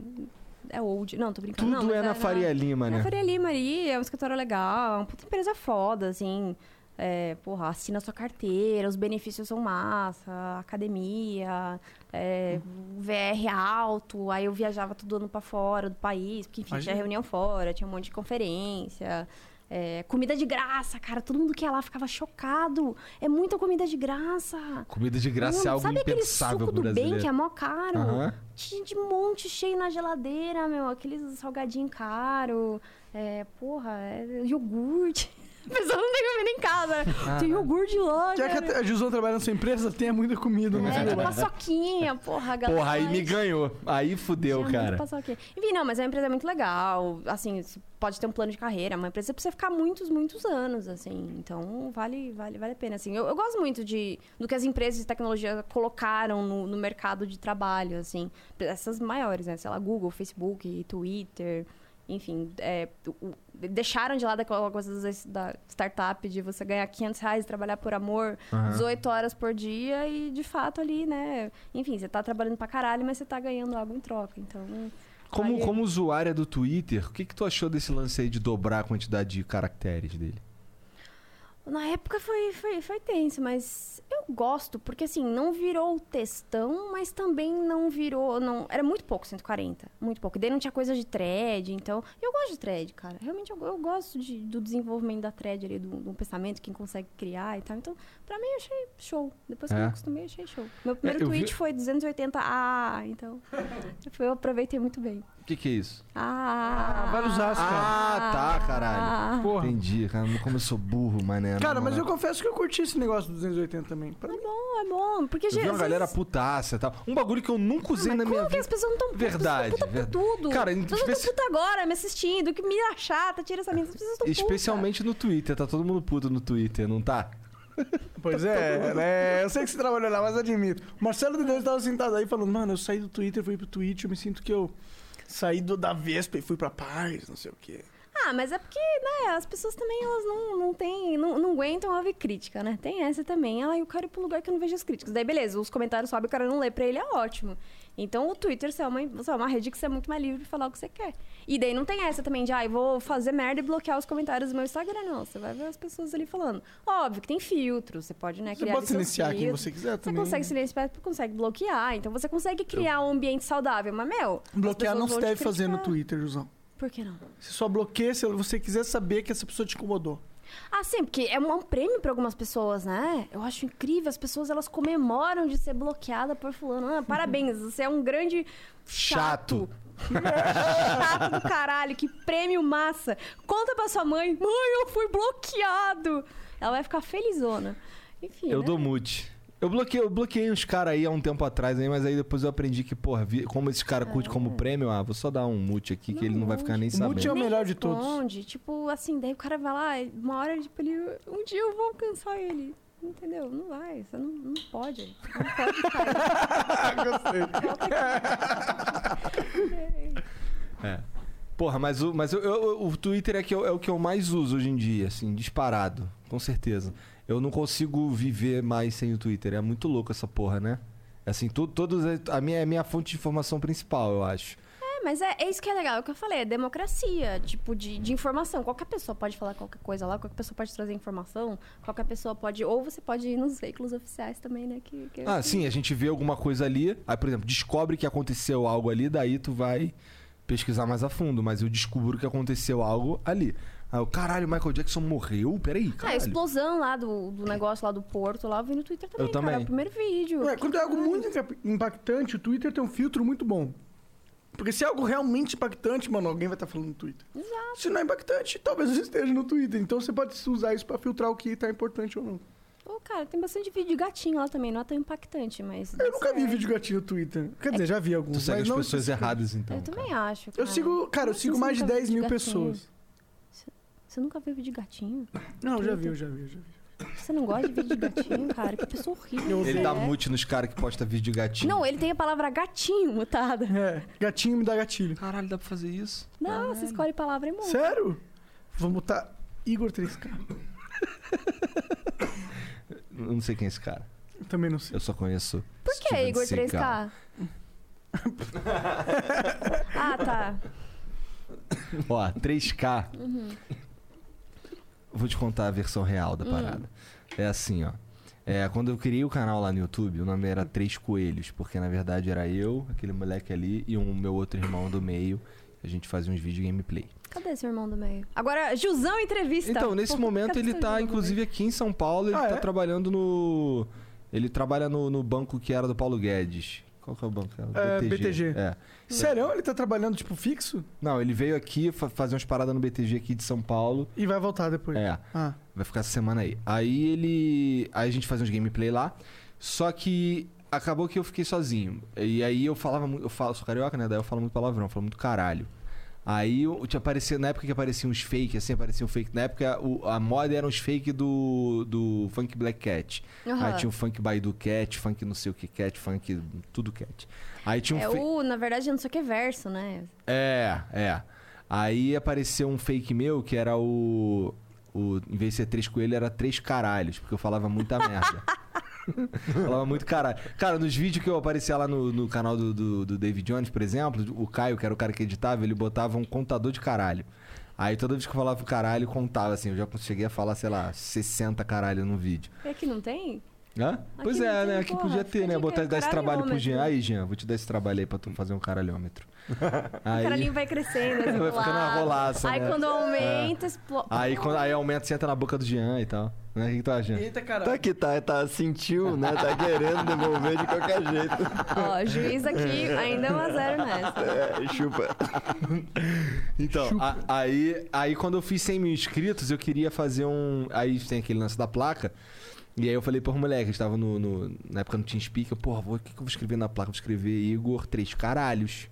S3: É old. Não, tô brincando.
S1: Tudo
S3: não, mas
S1: é na Faria Lima,
S3: Na
S1: né?
S3: Faria Lima ali, é um escritório legal, é uma puta empresa foda, assim. É, porra, assina sua carteira, os benefícios são massa, academia, é, VR alto. Aí eu viajava todo ano pra fora do país, porque enfim, tinha
S2: Imagina.
S3: reunião fora, tinha um monte de conferência. é, comida de graça, cara. Todo mundo que ia lá ficava chocado. É muita comida de graça.
S1: Comida de graça é
S3: Mano,
S1: algo
S3: sabe
S1: impensável pro
S3: aquele suco do bem
S1: brasileiro.
S3: que é mó caro?
S1: Aham.
S3: Tinha de monte cheio na geladeira, meu. Aqueles salgadinho caro. É, porra, é iogurte. A pessoa não tem comida em casa. né? Tem iogurte lá,
S2: Quer que
S3: cara.
S2: a- a Jusão trabalha na sua empresa? Tenha muita comida, né?
S3: É, de paçoquinha, porra, galera.
S1: Porra, aí me ganhou. Aí fudeu,
S3: Tinha muito
S1: cara.
S3: paçoquinha. Enfim, não, mas é uma empresa muito legal. Assim, você pode ter um plano de carreira. é Uma empresa pra você ficar muitos, muitos anos, assim. Então, vale, vale, vale a pena. Assim, eu, eu gosto muito de, do que as empresas de tecnologia colocaram no, no mercado de trabalho, assim. Essas maiores, né? Sei lá, Google, Facebook, Twitter... Enfim, é, o- o- deixaram de lado aquela coisa das- da startup de você ganhar 500 reais e trabalhar por amor
S1: Aham.
S3: 18 horas por dia e, de fato, ali, né? Enfim, você tá trabalhando pra caralho, mas você tá ganhando algo em troca. Então,
S1: Como,
S3: Aí-
S1: como usuária do Twitter, o que, que tu achou desse lance aí de dobrar a quantidade de caracteres dele?
S3: na época foi, foi, foi tenso, mas eu gosto, porque assim, não virou textão, mas também não virou. não Era muito pouco, 140. Muito pouco. E daí não tinha coisa de thread, então. Eu gosto de thread, cara. Realmente eu, eu gosto de- do desenvolvimento da thread ali, do, do pensamento, quem consegue criar e tal. Então, pra mim, eu achei show. Depois que
S1: É.
S3: eu me acostumei, eu achei show. Meu primeiro
S1: eu vi-
S3: tweet foi 280. Ah, então. Eu aproveitei muito bem.
S1: O que, que é isso?
S3: Ah,
S2: Ah, vários aços,
S1: cara. Ah, tá, caralho.
S2: Porra.
S1: Entendi, cara. Como eu sou burro, mané.
S2: Cara, mas eu
S1: eu
S2: confesso que eu curti esse negócio do 280 também. Pra mim,
S3: Bom, é bom, porque
S1: vi uma
S3: Jesus-
S1: galera putaça e tal. Um bagulho que eu nunca usei
S3: Ah, mas
S1: na minha
S3: como
S1: vida.
S3: que as pessoas não estão putas?
S1: Verdade,
S3: Puta por
S1: verdade.
S3: tudo.
S1: Cara, em
S3: as pessoas
S1: especi-
S3: estão puta agora me assistindo. Que mina chata, tira essa mina. As pessoas estão
S1: Especialmente no Twitter. Tá todo mundo puto no Twitter, não tá?
S2: Pois é, né? Eu sei que você trabalhou lá, mas admito. O Marcelo de Deus tava sentado aí falando, mano, eu saí do Twitter, fui pro Twitch, eu me sinto que eu saí do, da Vespa e fui pra paz, não sei o quê.
S3: Ah, mas é porque, né, as pessoas também, elas não, não têm, não, não aguentam ouvir crítica, né? Tem essa também. Ah, eu quero ir pra um lugar que eu não vejo as críticas. Daí, beleza, os comentários sobem, o cara não lê pra ele, é ótimo. Então, o Twitter você é, uma, você é uma rede que você é muito mais livre pra falar o que você quer. E daí não tem essa também de, ah, eu vou fazer merda e bloquear os comentários do meu Instagram. Não, você vai ver as pessoas ali falando. Óbvio que tem filtro, você pode, né,
S2: Você
S3: criar
S2: pode
S3: ali seus
S2: silenciar quem
S3: filtros.
S2: você quiser
S3: Você
S2: também. né?
S3: consegue silenciar, você consegue bloquear. Então você consegue criar um ambiente saudável. Mas, meu. as
S2: Bloquear
S3: pessoas
S2: não se
S3: vão te
S2: deve fazer no
S3: criticar.
S2: Twitter, Josão.
S3: Por que não?
S2: Você só bloqueia se você quiser saber que essa pessoa te incomodou.
S3: Ah, sim, porque é um, é um prêmio pra algumas pessoas, né? Eu acho incrível. As pessoas elas comemoram de ser bloqueada por fulano. Ah, parabéns, você é um grande chato. Chato do caralho, que prêmio massa. Conta pra sua mãe, mãe, eu fui bloqueado. Ela vai ficar felizona. Enfim.
S1: Eu
S3: né?
S1: dou mute. Eu bloqueei, eu bloqueei uns caras aí há um tempo atrás, aí, mas aí depois eu aprendi que, porra, vi- como esse cara curte como prêmio, ah, vou só dar um mute aqui que ele não vai ficar nem
S2: O mute é o
S1: sabendo.
S2: melhor de todos.
S3: responde. Tipo, assim, daí o cara vai lá, uma hora, tipo, ele, um dia eu vou alcançar ele. Entendeu? Não vai, você não, não pode. Não pode, cara.
S1: É. Porra, mas, o, mas eu, eu- o Twitter é, que eu- é o que eu mais uso hoje em dia, assim, disparado, com certeza. Eu não consigo viver mais sem o Twitter, é muito louco essa porra, né? Assim, to, todos, a minha, é a minha fonte de informação principal, eu acho.
S3: É, mas é, é isso que é legal, é o que eu falei, é democracia, tipo, de, de informação. Qualquer pessoa pode falar qualquer coisa lá, qualquer pessoa pode trazer informação, qualquer pessoa pode. Ou você pode ir nos veículos oficiais também, né? Que, que-
S1: Ah, sim, a gente vê alguma coisa ali, aí, por exemplo, descobre que aconteceu algo ali, daí tu vai pesquisar mais a fundo, mas eu descubro que aconteceu algo ali. Aí eu, caralho, Michael Jackson morreu? Peraí,
S3: Ah, a
S1: caralho.
S3: explosão lá do, do negócio lá do Porto, lá eu vi no Twitter também,
S1: Eu
S3: cara.
S1: também.
S3: é o primeiro vídeo.
S2: Ué, quando é algo muito impa- impactante, o Twitter tem um filtro muito bom. Porque se é algo realmente impactante, mano, alguém vai estar falando no Twitter. Exato. Se não é impactante, talvez não esteja no Twitter. Então você pode usar isso pra filtrar o que tá importante ou não.
S3: Ô, cara, tem bastante vídeo de gatinho lá também, não é tão impactante, mas.
S2: Eu nunca vi vídeo gatinho no Twitter. Quer dizer, já vi
S1: Tu
S2: alguns,
S1: segue
S2: mas
S1: as
S2: não...
S1: pessoas erradas, então.
S3: Eu
S1: cara.
S3: também acho. Cara.
S2: Eu sigo, cara, Ah, eu
S3: Como
S2: sigo
S3: assim
S2: mais de
S3: você nunca
S2: 10 mil
S3: viu de gatinho?
S2: pessoas.
S3: Você nunca viu vídeo de gatinho?
S2: Não, já vi, eu já vi, eu já vi.
S3: Você não gosta de vídeo de gatinho, cara? Que pessoa horrível.
S1: Ele
S3: você
S1: dá
S3: é.
S1: mute nos caras que posta vídeo de gatinho.
S3: Não, ele tem a palavra gatinho mutada.
S2: É, gatinho me dá gatilho.
S1: Caralho, dá pra fazer isso?
S3: Não, você escolhe palavra e monta.
S2: Sério? Vou botar Igor 3K.
S1: Eu não sei quem é esse cara.
S2: Eu também não sei.
S1: Eu só conheço.
S3: Por que
S1: Steven
S3: Igor
S1: Seagal.
S3: 3K? ah, tá. Uhum.
S1: Ó, 3K. Vou te contar a versão real
S3: Hum.
S1: da parada. É assim, ó. É, quando eu criei o canal lá no YouTube, o nome era Três Coelhos, porque na verdade era eu, aquele moleque ali e um meu outro irmão do meio. A gente fazia uns vídeos gameplay.
S3: Cadê seu irmão do meio? Agora, Jusão entrevista.
S1: Então, nesse
S3: Pô,
S1: momento
S3: cadê
S1: ele
S3: seu
S1: tá,
S3: Jusão do
S1: inclusive, aqui em São Paulo, ele
S2: Ah,
S1: tá
S2: é?
S1: trabalhando no. Ele trabalha no, no banco que era do Paulo Guedes. Qual que é o banco? o
S2: É, BTG.
S1: É.
S2: Sério? Ele tá trabalhando, tipo, fixo?
S1: Não, ele veio aqui fa- fazer umas paradas no BTG aqui de São Paulo.
S2: E vai voltar depois.
S1: É.
S2: Ah,
S1: Vai ficar essa semana aí. Aí ele. Aí a gente fazia uns gameplay lá. Só que acabou que eu fiquei sozinho. E aí eu falava muito. Eu falo, sou carioca, né? Daí eu falo muito palavrão, eu falo muito caralho. Aí eu te aparecia, na época que apareciam uns fake, assim, apareciam fake. Na época o- a moda era uns fake do, do Funk Black Cat.
S3: Aham.
S1: Aí Ah, tinha um- o Funk Baidu Cat, Funk não sei o que Cat, Funk tudo Cat. Aí tinha um
S3: É
S1: fa-
S3: o, na verdade, não sei o que é verso, né?
S1: é, é. Aí apareceu um fake meu que era o. o em vez de ser três coelhos, era três caralhos, porque eu falava muita merda. falava muito caralho. Cara, nos vídeos que eu aparecia lá no, no canal do, do, do David Jones, por exemplo, o Caio, que era o cara que editava, ele botava um contador de caralho. Aí toda vez que eu falava caralho, contava, assim. Eu já cheguei a falar, sei lá, 60 caralho no vídeo.
S3: É que não tem?
S1: Hã? pois
S3: não
S1: é,
S3: tem,
S1: né? Aqui
S3: porra,
S1: podia
S3: fica
S1: ter, né?
S3: de
S1: Botar, dar esse trabalho pro Jean.
S3: caralhômetro.
S1: Aí, Jean, vou te dar esse trabalho aí pra tu fazer um caralhômetro.
S3: O
S1: Aí-
S3: caralhinho vai crescendo. assim,
S1: Vai
S3: do
S1: ficando uma
S3: lado.
S1: rolaça,
S3: Aí
S1: né?
S3: quando
S1: É.
S3: aumenta, explode.
S1: Aí, quando, aí aumenta, senta na boca do Jean e tal. Né? O que, que tu acha?
S2: Eita, caralho.
S5: Tá que tá, tá, sentiu, né? Tá querendo devolver de qualquer jeito.
S3: Ó, juiz aqui, ainda é 1 a 0 nessa.
S5: É, chupa.
S1: Então, a- aí, aí quando eu fiz 100 mil inscritos, eu queria fazer um. Aí tem aquele lance da placa. E aí eu falei, porra, moleque, a gente tava no, no- na época no TeamSpeak, eu, porra, vou- o que, que eu vou escrever na placa? Vou escrever Igor Três Caralhos.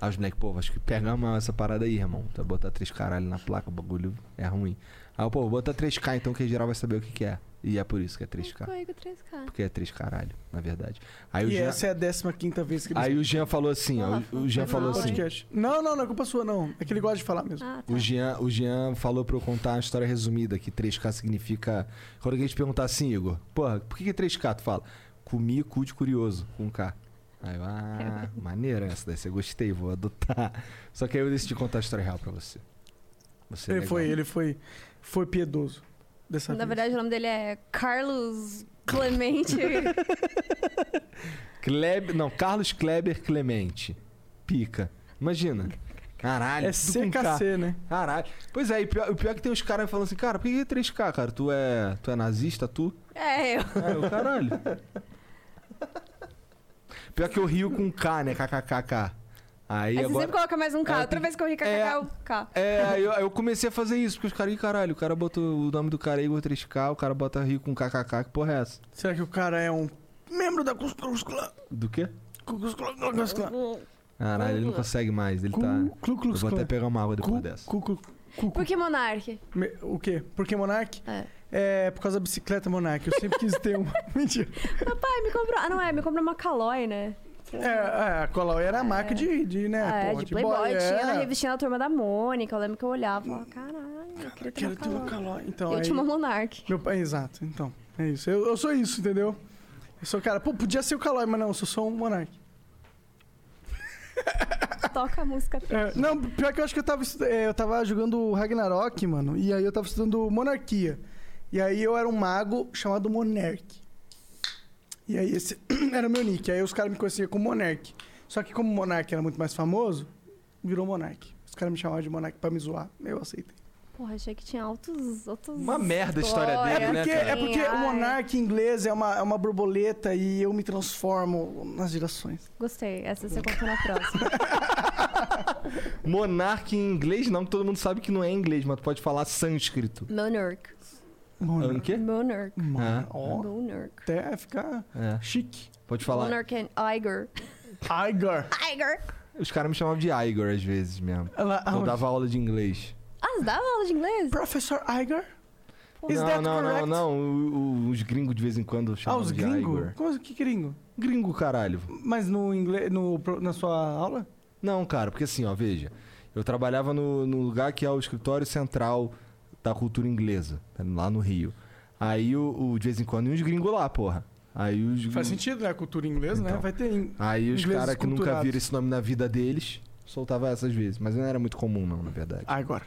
S1: Aí os moleques, pô, acho que pega mal essa parada aí, irmão. Tá, botar três caralhos na placa, o bagulho é ruim. Aí eu, pô, vou botar 3K então, que geral vai saber o que, que é. E é por isso que é 3K.
S3: Comigo 3K.
S1: Porque é três caralho, na verdade. Aí o
S2: E
S1: Jean,
S2: essa é a 15 vez que ele
S1: aí o Jean falou assim, ó. o- O Jean
S3: Rafa,
S1: falou
S3: não,
S1: assim.
S2: podcast. Não, não, não é culpa sua, não. É que ele gosta de falar mesmo.
S3: Ah, tá.
S1: O Jean, o Jean falou pra eu contar uma história resumida, que 3K significa. Quando alguém te perguntar assim, Igor, porra, por que que é 3K? Tu fala, comi cu de curioso, com K. Aí eu, ah, maneira essa daí, você gostei, vou adotar. Só que aí eu decidi contar a história real pra você. Você é
S2: ele
S1: legal.
S2: foi, ele foi, foi piedoso. Dessa
S3: Na
S2: vez.
S3: verdade, o nome dele é Carlos Clemente.
S1: Kleb- não, Carlos Kleber Clemente. Pica. Imagina. Caralho,
S2: é
S1: Ah, tudo com K.
S2: CKC, né?
S1: Caralho. Pois é, e pior- o pior é que tem uns caras falando assim, cara, por que que é 3K, cara? Tu é, tu é nazista, tu?
S3: é, eu.
S1: É, o caralho. Pior que eu rio com K, né? KKKK. Aí
S3: Aí você
S1: agora.
S3: sempre coloca mais um K.
S1: É,
S3: Outra
S1: tem-
S3: vez que eu ri KKK,
S1: é.
S3: eu K.
S1: É, aí eu, aí eu comecei a fazer isso, porque os caras, "Ih, caralho, o cara botou o nome do cara é Igor 3K, o cara bota rio com KKK, que porra é essa?
S2: Será que o cara é um membro da Cus Cus Clã?
S1: Do quê?
S2: Cus Cus Clã, Cus Cus Clã.
S1: Caralho, ele não consegue mais, ele tá.
S2: Cu- Clu
S1: Eu
S2: Clux
S1: vou até
S2: Clã.
S1: pegar uma água depois
S2: Cu-
S1: dessa.
S2: Cu Cu Cu
S3: Por
S2: Cu-
S3: que Monark?
S2: Me- O quê? Porque Monark?
S3: É.
S2: É por causa da bicicleta Monark. Eu sempre quis ter uma. Mentira.
S3: Papai, me comprou. Ah, não é, me comprou uma Calói, né?
S2: É, é, a Colau era a marca de, de né?
S3: Ah, é,
S2: pô,
S3: de Playboy.
S2: boy,
S3: Tinha na
S2: é.
S3: revistinha da turma da Mônica. Eu lembro que eu olhava e falava, caralho, eu
S2: Eu
S3: queria ter
S2: quero
S3: uma
S2: ter uma
S3: Calói.
S2: Calói. Então,
S3: Eu
S2: aí...
S3: tinha uma Monark.
S2: Meu pai, exato. Então, é isso. Eu, eu sou isso, entendeu? Eu sou o cara, pô, podia ser o Calói, mas não, eu sou só um monarque.
S3: Toca a música.
S1: É,
S2: não, pior que eu acho que eu tava, estu- é, eu tava jogando Ragnarok, mano, e aí eu tava estudando Monarquia. E aí eu era um mago chamado Monark. E aí esse era o meu nick. Aí os caras me conheciam como Monark. Só que como Monark era muito mais famoso, virou Monark. Os caras me chamavam de Monark pra me zoar, eu aceitei.
S3: Porra, achei que tinha altos. altos
S1: Uma merda a história dele,
S2: É
S1: né,
S2: porque,
S1: cara?
S2: é porque o
S3: Ai.
S2: Monark em inglês é uma, é uma borboleta e eu me transformo nas gerações.
S3: Gostei. Essa você conta na próxima.
S1: Monark em inglês não, que todo mundo sabe que não é inglês, mas tu pode falar sânscrito.
S3: Monarch.
S1: O quê?
S3: Monarch.
S1: É.
S2: Ó,
S3: Monarch.
S2: até ficar
S1: É.
S2: chique.
S1: Pode falar.
S3: Monarch and Iger.
S2: Tiger.
S3: Iger!
S1: Os caras me chamavam de Igor às vezes mesmo.
S2: Ela,
S1: Eu dava aula de inglês.
S3: Ah, você dava aula de inglês?
S2: Professor Iger? Is
S1: não,
S2: that
S1: não, não,
S2: correct?
S1: não, o- o- Os gringos de vez em quando
S2: Ah,
S1: chamam
S2: os
S1: de
S2: gringos?
S1: Igor.
S2: Como, assim? que gringo?
S1: Gringo, caralho.
S2: Mas no inglês, no, pro- na sua aula?
S1: Não, cara, porque assim, ó, veja. Eu trabalhava no, no lugar que é o escritório central da cultura inglesa, tá? lá no Rio. Aí, o, o- de vez em quando, iam os gringos lá, porra. Aí os
S2: Faz sentido, né? A cultura inglesa, né?
S1: Então.
S2: Vai ter... in-
S1: Aí os
S2: Ingleses
S1: caras que nunca
S2: culturados.
S1: viram esse nome na vida deles, soltava essas vezes. Mas não era muito comum, não, na verdade.
S2: Igor.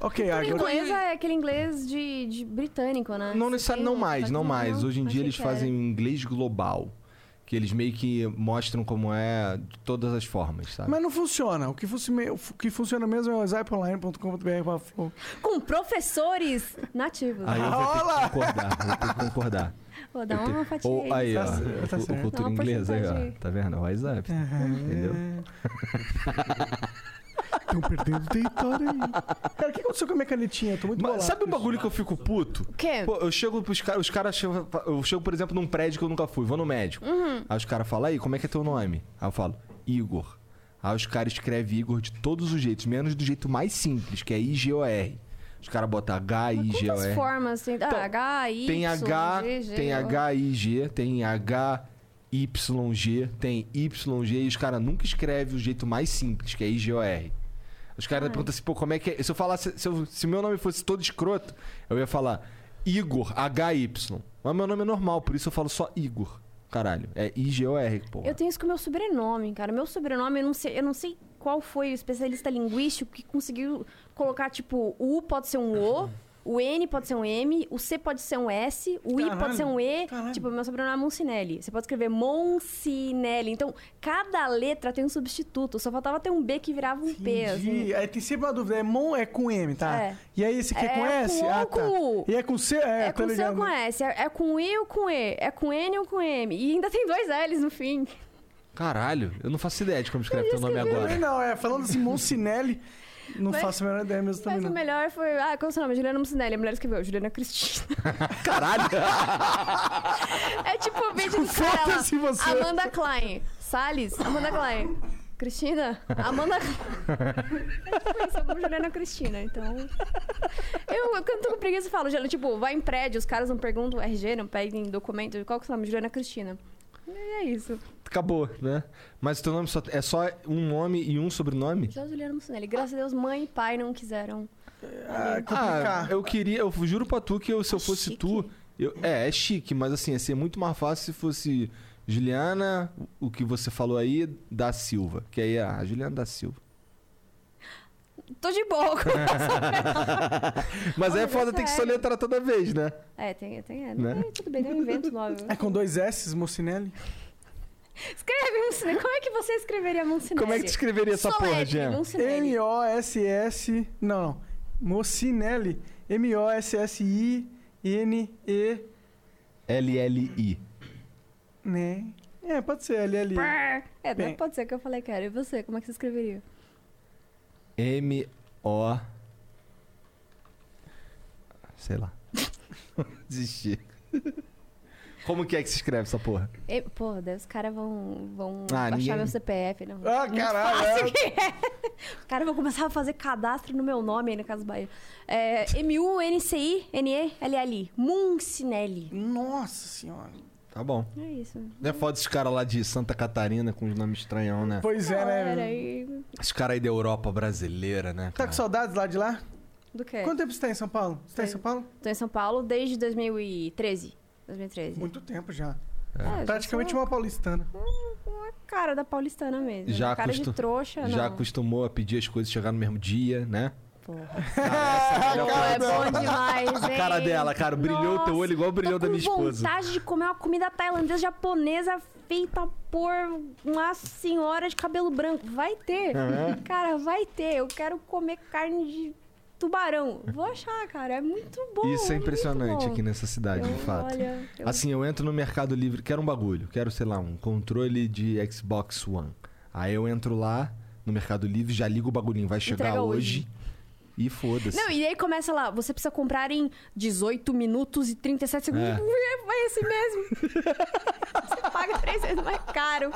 S2: Ok,
S3: O
S2: Igor.
S3: inglês é aquele inglês de, de britânico, né?
S1: Não
S3: Você
S1: necessário,
S3: tem-
S1: não mais,
S3: faz-
S1: não mais. Hoje em dia
S3: achei
S1: eles
S3: que era.
S1: fazem inglês global. Que eles meio que mostram como é de todas as formas, sabe?
S2: Mas não funciona. O que, funci- o que funciona mesmo é o ziponline.com.br. Flow.
S3: Com professores nativos.
S1: Aí eu vou ter
S2: Olá!
S1: que concordar, vou ter que concordar.
S3: Vou dar
S1: Eu
S3: uma
S1: te-
S3: fatia
S1: Ou-
S3: aí.
S1: aí,
S2: Tá
S1: ó,
S2: certo, tá
S1: o- o
S2: certo.
S1: cultura
S3: Dá uma
S1: inglesa aí, ó.
S3: porcentagem.
S1: Tá vendo? O WhatsApp. Entendeu?
S2: Estão perdendo território aí. Cara, o que aconteceu com a minha canetinha? Eu tô muito
S1: Mas
S2: bolado.
S1: sabe um bagulho que eu fico puto?
S3: O quê?
S1: Pô, eu chego pros caras, os caras chegam- eu chego, por exemplo, num prédio que eu nunca fui, vou no médico. Aí os caras falam, aí, como é que é teu nome? Aí eu falo, Igor. Aí os caras escrevem Igor de todos os jeitos, menos do jeito mais simples, que é I-G-O-R. Os caras botam
S3: Quantas
S1: H-I-G-O-R.
S3: formas tem? Ah, H, I,
S1: é. Então, Tem H,
S3: G, G,
S1: tem H-I-G,
S3: ó.
S1: tem H-Y-G, tem Y-G, e os caras nunca escrevem o jeito mais simples, que é I-G-O-R. Os caras perguntam assim, pô, como é que é? Se eu falasse, se, eu, se meu nome fosse todo escroto, eu ia falar Igor H-Y. Mas meu nome é normal, por isso eu falo só Igor. Caralho, é I-G-O-R, pô.
S3: Eu tenho isso com meu sobrenome, cara. Meu sobrenome, eu não sei, eu não sei qual foi o especialista linguístico que conseguiu colocar, tipo, o U pode ser um O, o N pode ser um M, o C pode ser um S, o I
S2: Caralho,
S3: pode ser um E.
S2: caralho.
S3: Tipo, meu sobrenome é Moncinelli. Você pode escrever Moncinelli. Então, cada letra tem um substituto. Só faltava ter um B que virava um P, assim.
S2: Entendi. Aí tem sempre uma dúvida. É Mon é com M, tá?
S3: É.
S2: E aí esse aqui é com
S3: É
S2: S?
S3: com O
S2: ah, tá.
S3: ou com U?
S2: E é com C? É,
S3: É
S2: tá
S3: com C ou
S2: ligado.
S3: com S? É é com I ou com E? É com N ou com M? E ainda tem dois L's no fim.
S1: Caralho, eu não faço ideia de como escreve teu nome
S2: Também
S1: agora.
S2: não, é. Falando assim, Moncinelli, não
S3: Mas-
S2: faço a menor ideia mesmo também
S3: Mas o
S2: não.
S3: melhor foi. Ah, qual é o seu nome? Juliana Mucinelli. A mulher escreveu, Juliana Cristina.
S1: Caralho!
S3: É tipo o vídeo do cara.
S2: Foda-se Assim, você.
S3: Amanda Klein. Salles, Amanda Klein. Cristina? Amanda Klein. É tipo isso, eu amo Juliana Cristina, então. Eu, eu canto com preguiça e falo, Juliana, tipo, vai em prédio, os caras não perguntam RG, não pedem documento. Qual que é o seu nome? Juliana Cristina. E é isso.
S1: Acabou, né? Mas teu nome só, é só um nome e um sobrenome?
S3: Só Juliana Mucinelli. Graças a Deus, mãe e pai não quiseram.
S2: Ah, é
S1: Ah,
S2: complicado.
S1: eu queria, eu juro pra tu que eu, se eu fosse
S3: É chique.
S1: tu. eu- é, é chique, mas assim, ia ser muito mais fácil se fosse Juliana, o que você falou aí, da Silva. Que aí é a Juliana da Silva.
S3: Tô de boa com
S1: Mas
S3: Olha,
S1: é foda
S3: dá
S1: ter que
S3: certo.
S1: soletrar toda vez, né?
S3: É, tem, tem. É,
S1: Né?
S3: é, tudo bem, eu invento logo.
S2: É com dois S, Moncinelli?
S3: Escreve Monsinelli. Como é que você escreveria Monsinelli?
S1: Como é que tu escreveria essa porra, Jean?
S3: Monsinelli.
S2: M-O-S-S. Não, não. Mocinelli. M-O-S-S-I-N-E.
S1: L-L-I.
S2: Né? É, pode ser LL.
S3: É, não
S2: Bem.
S3: pode ser que eu falei, cara. E você, como é que você escreveria?
S1: M-O. Sei lá. Desisti. Como que é que se escreve essa porra?
S3: E, pô, daí os caras vão, vão
S1: Ah,
S3: baixar
S1: ninguém-
S3: meu CPF. né? Não.
S2: Ah, caralho. é.
S3: Cara, eu vou começar a fazer cadastro no meu nome aí na Casa Bahia. É, M-U-N-C-I-N-E-L-L. Muncinelli.
S2: Nossa senhora.
S1: Tá bom.
S3: É isso.
S1: Não é foda esses caras lá de Santa Catarina com os nomes estranhão, né?
S2: Pois é, né?
S3: Galera,
S2: velho?
S3: e...
S1: Esse cara aí da Europa brasileira, né?
S2: Tá
S1: cara?
S2: com saudades lá de lá?
S3: Do quê?
S2: Quanto tempo você tá em São Paulo? Você tá em
S3: Sei.
S2: São Paulo?
S3: Tô em São Paulo desde 2013. 2013.
S2: Muito tempo já.
S3: É,
S2: Praticamente uma paulistana.
S3: uma cara da paulistana mesmo.
S1: Já
S3: uma cara
S1: acostum-
S3: de trouxa,
S1: Já
S3: É, não.
S1: acostumou a pedir as coisas chegar no mesmo dia, né?
S3: Porra.
S1: Cara,
S3: Pô,
S1: cara
S3: é
S1: dela.
S3: bom demais,
S1: A
S3: hein?
S1: cara dela, cara, brilhou o teu
S3: Nossa,
S1: olho igual brilhou
S3: tô
S1: da minha
S3: com
S1: esposa.
S3: vontade de comer uma comida tailandesa japonesa feita por uma senhora de cabelo branco. Vai ter.
S1: É.
S3: Cara, vai ter. Eu quero comer carne de tubarão. Vou achar, cara. É muito bom.
S1: Isso é impressionante aqui nessa cidade,
S3: Eu-
S1: de fato.
S3: olha, eu-
S1: Assim, eu entro no Mercado Livre, quero um bagulho, quero, sei lá, um controle de Xbox One. Aí eu entro lá, no Mercado Livre, já liga o bagulhinho, vai chegar
S3: Entrega
S1: hoje.
S3: hoje.
S1: E foda-se.
S3: Não, e aí começa lá, você precisa comprar em 18 minutos e 37 segundos.
S1: É.
S3: Vai esse mesmo. você paga três vezes mais caro.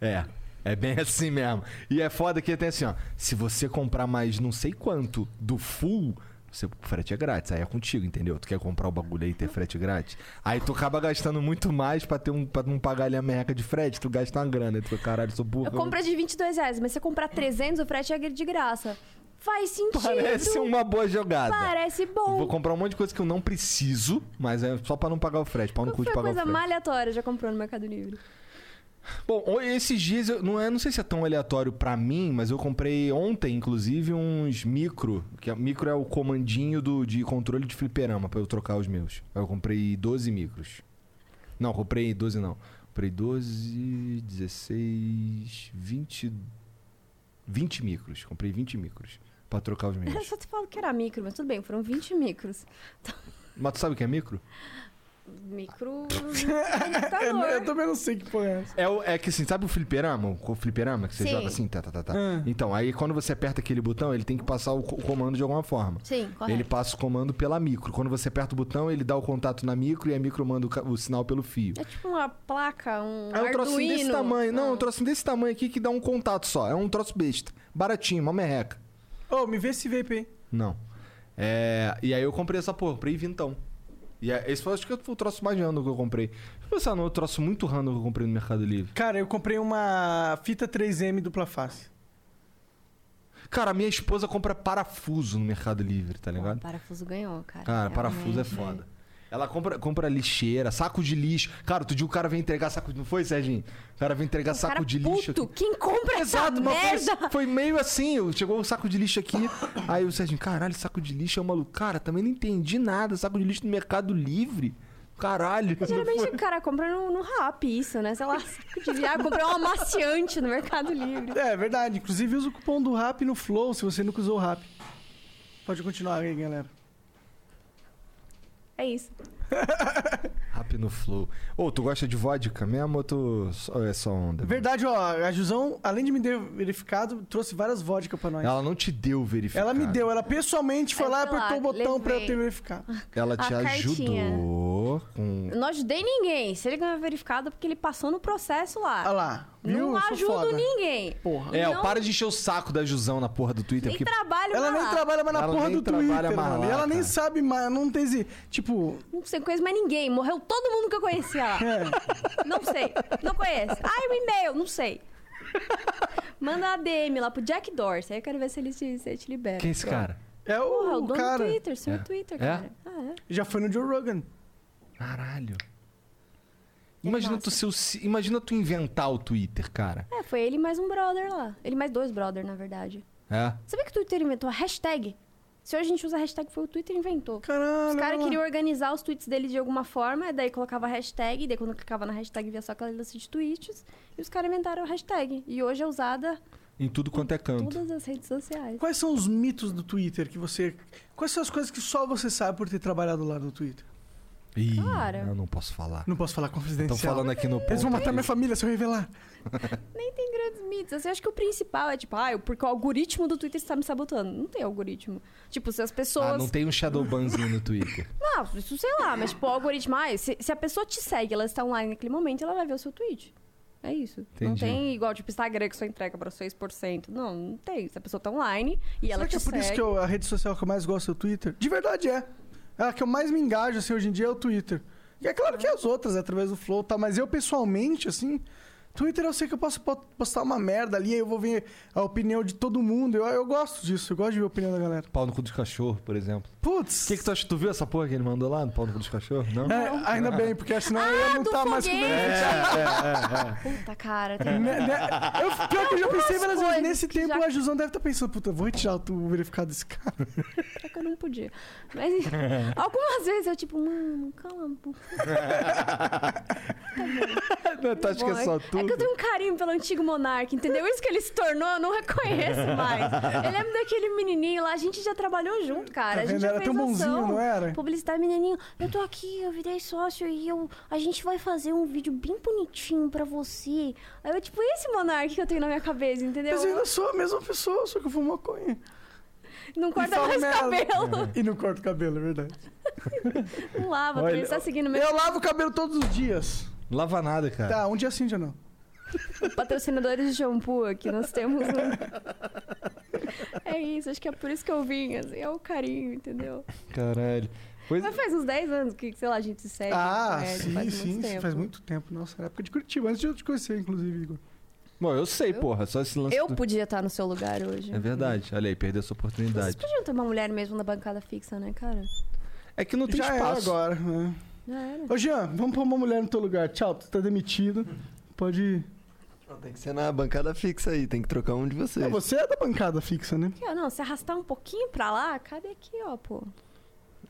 S1: É. É bem assim mesmo. E é foda que tem assim, ó. Se você comprar mais não sei quanto do full, você, o frete é grátis. Aí é contigo, entendeu? Tu quer comprar o bagulho aí e ter frete grátis? Aí tu acaba gastando muito mais pra, ter um, pra não pagar ali a merreca de frete. Tu gasta uma grana. Tu fica, caralho, sou burro.
S3: Eu compro a de 22 reais, mas se você comprar 300, o frete é de graça. Faz sentido.
S1: Parece uma boa jogada.
S3: Parece bom.
S1: Vou comprar um monte de coisa que eu não preciso, mas é só pra não pagar o frete, pra não
S3: Qual
S1: custe
S3: foi a
S1: um pagar o
S3: coisa
S1: frete.
S3: malhatória já comprou no Mercado Livre?
S1: Bom, o- esses dias, eu, não, é, não sei se é tão aleatório pra mim, mas eu comprei ontem, inclusive, uns micro. Que é- micro é o comandinho do, de controle de fliperama pra eu trocar os meus. Aí Eu comprei 12 micros. Não, comprei 12 não. Comprei 12, 16, 20. 20 micros. Comprei 20 micros pra trocar os
S3: Eu
S1: meus.
S3: só te falo que era micro, mas tudo bem, foram 20 micros.
S1: mas tu sabe o que é micro?
S3: Micro.
S2: É,
S3: tá
S2: né?
S1: né?
S2: Eu,
S3: computador.
S2: eu também não sei que porra é essa.
S1: É, o- é que assim, sabe o fliperama? O co- fliperama que você
S3: Sim.
S1: joga assim, tá, tá, tá, tá.
S2: Ah.
S1: Então, aí quando você aperta aquele botão, ele tem que passar o co- o comando de alguma forma.
S3: Sim, correto.
S1: Ele passa o comando pela micro. Quando você aperta o botão, ele dá o contato na micro e a micro manda o, ca- o sinal pelo fio.
S3: É tipo uma placa, um
S1: É um trocinho
S3: Arduino.
S1: desse tamanho. Não, um trocinho desse tamanho aqui que dá um contato só. É um troço besta. Baratinho, uma merreca.
S2: Ô, me vê esse vape aí.
S1: Não. É, e aí eu comprei essa porra, comprei vintão. E aí, esse foi, acho que foi o troço mais random que eu comprei. Deixa eu pensar no um troço muito random que eu comprei no Mercado Livre.
S2: Cara, eu comprei uma fita 3M dupla face.
S1: Cara, minha esposa compra parafuso no Mercado Livre, tá
S3: Pô,
S1: ligado?
S3: parafuso ganhou, cara.
S1: Cara, parafuso é
S3: Realmente.
S1: foda. Ela compra, compra lixeira, saco de lixo. Cara, outro dia o cara vem entregar saco de... Não foi, Serginho? O cara vem entregar
S3: O
S1: saco
S3: cara
S1: de lixo
S3: puto,
S1: aqui.
S3: quem compra
S1: Exato,
S3: essa
S1: mas
S3: merda?
S1: foi, foi meio assim. eu- Chegou um saco de lixo aqui. Aí o Serginho, caralho, saco de lixo é um maluco. Cara, também não entendi nada. Saco de lixo no Mercado Livre. Caralho.
S3: Geralmente o cara compra no, no rap isso, né? Sei lá, saco de viagem, comprou um amaciante no Mercado Livre.
S2: É, é verdade. Inclusive, usa o cupom do RAP no Flow se você nunca usou o RAP. Pode continuar aí, galera.
S3: É isso.
S1: Rap no flow. Ô, tu gosta de vodka mesmo ou tu... ou é só onda?
S2: Verdade, ó. A Jusão, além de me ter verificado, trouxe várias vodka pra nós. Ela,
S1: Ela não te deu verificado.
S2: me deu. Ela pessoalmente foi
S3: Eu
S2: lá e
S3: fui lá,
S2: apertou o botão pra eu
S3: levei.
S2: ter verificado.
S1: Ela
S3: A
S1: te
S3: cartinha.
S1: ajudou com...
S3: Eu não ajudei ninguém. Se ele ganhou verificado, é porque ele passou no processo lá.
S2: Olha lá. Viu?
S3: não
S2: Eu sou
S3: ajudo
S2: foda.
S3: ninguém.
S2: Porra.
S1: É, ó,
S3: Não-
S1: para de encher o saco da Jusão na porra do Twitter.
S3: Nem
S1: Porque...
S3: trabalho
S2: Ela
S3: pra
S2: nem
S3: lá.
S2: trabalha mais na
S1: Ela
S2: porra
S1: nem
S2: do
S1: trabalha
S2: Twitter,
S1: mais
S2: mano.
S1: lá,
S2: E ela nem
S1: cara.
S2: sabe, mas não tem esse. Tipo.
S3: Não sei, conheço mais ninguém. Morreu todo mundo que eu conhecia lá.
S2: É.
S3: Não sei. Não conheço. Ai, o e-mail, não sei. Manda um a DM lá pro Jack Dorsey. Aí eu quero ver se ele te, se ele te libera.
S1: Quem é esse cara?
S2: É o,
S3: Porra, o dono
S2: cara.
S3: do Twitter, senhor
S1: É.
S3: Twitter,
S1: É?
S3: cara. Ah, é.
S2: Já foi no Joe Rogan.
S1: Caralho.
S3: É
S1: Imagina
S3: massa.
S1: tu, ser o ci- imagina tu inventar o Twitter, cara.
S3: É, foi ele mais um brother lá. Ele mais dois brother, na verdade.
S1: É.
S3: Sabia que o Twitter inventou a hashtag? Se hoje a gente usa a hashtag, foi o Twitter que inventou.
S2: Caralho.
S3: Os caras
S2: olha lá.
S3: queriam organizar os tweets dele de alguma forma, e daí colocava a hashtag, e daí quando clicava na hashtag via só aquela lista de tweets, e os caras inventaram a hashtag. E hoje é usada
S1: Em tudo quanto é
S3: em
S1: canto.
S3: todas as redes sociais.
S2: Quais são os mitos do Twitter que você. Quais são as coisas que só você sabe por ter trabalhado lá no Twitter?
S1: Ih,
S3: Cara.
S1: eu não posso falar.
S2: Não posso falar confidencial.
S1: Estão falando aqui no
S2: Eles vão
S1: ponto
S2: matar minha
S1: aqui.
S2: família se eu revelar.
S3: Nem tem grandes mitos. Assim, eu acho que o principal é, tipo, ah, eu- porque o algoritmo do Twitter está me sabotando. Não tem algoritmo. Tipo, se as pessoas.
S1: Ah, não tem um Shadowbanzinho no Twitter.
S3: Ah, isso sei lá, mas tipo, o algoritmo. Ah, se, se a pessoa te segue, ela está online naquele momento, ela vai ver o seu tweet. É isso. Não
S1: Entendi.
S3: tem igual, tipo, Instagram que só entrega para 6%. Não, não tem. Se a pessoa tá online e ela
S2: Será que
S3: te
S2: é por
S3: segue.
S2: isso que eu- a rede social que eu mais gosto é o Twitter? De verdade é. É a que eu mais me engajo assim, hoje em dia é o Twitter. E é claro que as outras, através do Flow e tal, mas eu pessoalmente, assim. Twitter eu sei que eu posso po- postar uma merda ali, aí eu vou ver a opinião de todo mundo. Eu, eu gosto disso, eu gosto de ver a opinião da galera.
S1: Pau no cu dos cachorros, por exemplo.
S2: Putz!
S1: O que, que tu acha? Tu viu essa porra que ele mandou lá no pau no cu dos cachorros? Não?
S2: É, ainda bem, porque senão eu ia
S3: Ah,
S2: não
S3: do
S2: tá mais com
S3: foguete!
S2: né,
S3: Puta tá cara,
S1: É.
S3: tem.
S2: né? Eu, pior que eu já pensei várias vezes,
S3: coisas
S2: nesse
S3: que
S2: tempo
S3: já-
S2: a Jusão deve estar pensando, puta, vou retirar o verificado desse cara.
S3: Só que eu não podia. Mas enfim, algumas vezes eu, tipo, mano, cala a boca.
S1: Não, tu acha que é só
S3: Boy.
S1: tu?
S3: É que eu tenho um carinho pelo antigo monarca, entendeu? Isso que ele se tornou, eu não reconheço mais. Eu lembro daquele menininho lá, a gente já trabalhou junto, cara.
S2: Tá
S3: a gente
S2: vendo?
S3: já
S2: Era
S3: fez
S2: tão bonzinho,
S3: ação,
S2: não é? era?
S3: Publicitar menininho. Eu tô aqui, eu virei sócio e eu, a gente vai fazer um vídeo bem bonitinho pra você. Aí eu, tipo, esse monarca que eu tenho na minha cabeça, entendeu?
S2: Mas eu ainda sou a mesma pessoa, só que eu fumo maconha.
S3: Não corta
S2: falo
S3: mais
S2: merda.
S3: cabelo.
S2: E não corto cabelo, é verdade.
S3: Não lava,
S1: Olha,
S3: também, você tá seguindo meu
S2: Eu lavo o cabelo todos os dias.
S1: Lava nada, cara.
S2: Tá, um dia sim, um dia não.
S3: patrocinadores de shampoo aqui, nós temos um... É isso, acho que é por isso que eu vim, assim, é o carinho, entendeu?
S1: Caralho. Pois... é.
S3: Mas faz uns 10 anos que, sei lá, a gente se segue.
S2: ah,
S3: se conhece,
S2: sim,
S3: É, faz
S2: sim,
S3: muito
S2: sim,
S3: tempo.
S2: faz muito tempo. Nossa, na época de Curitiba, antes de eu te conhecer, inclusive, Igor.
S1: Bom, eu sei,
S3: Eu-
S1: porra. É Só esse lance.
S3: Eu
S1: do-
S3: podia estar no seu lugar hoje.
S1: É verdade. Olha aí, perdeu essa
S3: Vocês
S1: oportunidade.
S3: podiam ter uma mulher mesmo na bancada fixa, né, cara?
S1: É que não tem
S2: Já é
S1: espaço.
S2: agora, né?
S3: Já era.
S2: Ô, Jean, vamos pôr uma mulher no teu lugar. Tchau, tu tá demitido. Pode ir.
S5: Não, Tem que ser na bancada fixa aí, tem que trocar um de vocês.
S2: Não, você é da bancada fixa, né?
S3: Aqui, ó, não, se arrastar um pouquinho pra lá, cadê aqui, ó, pô?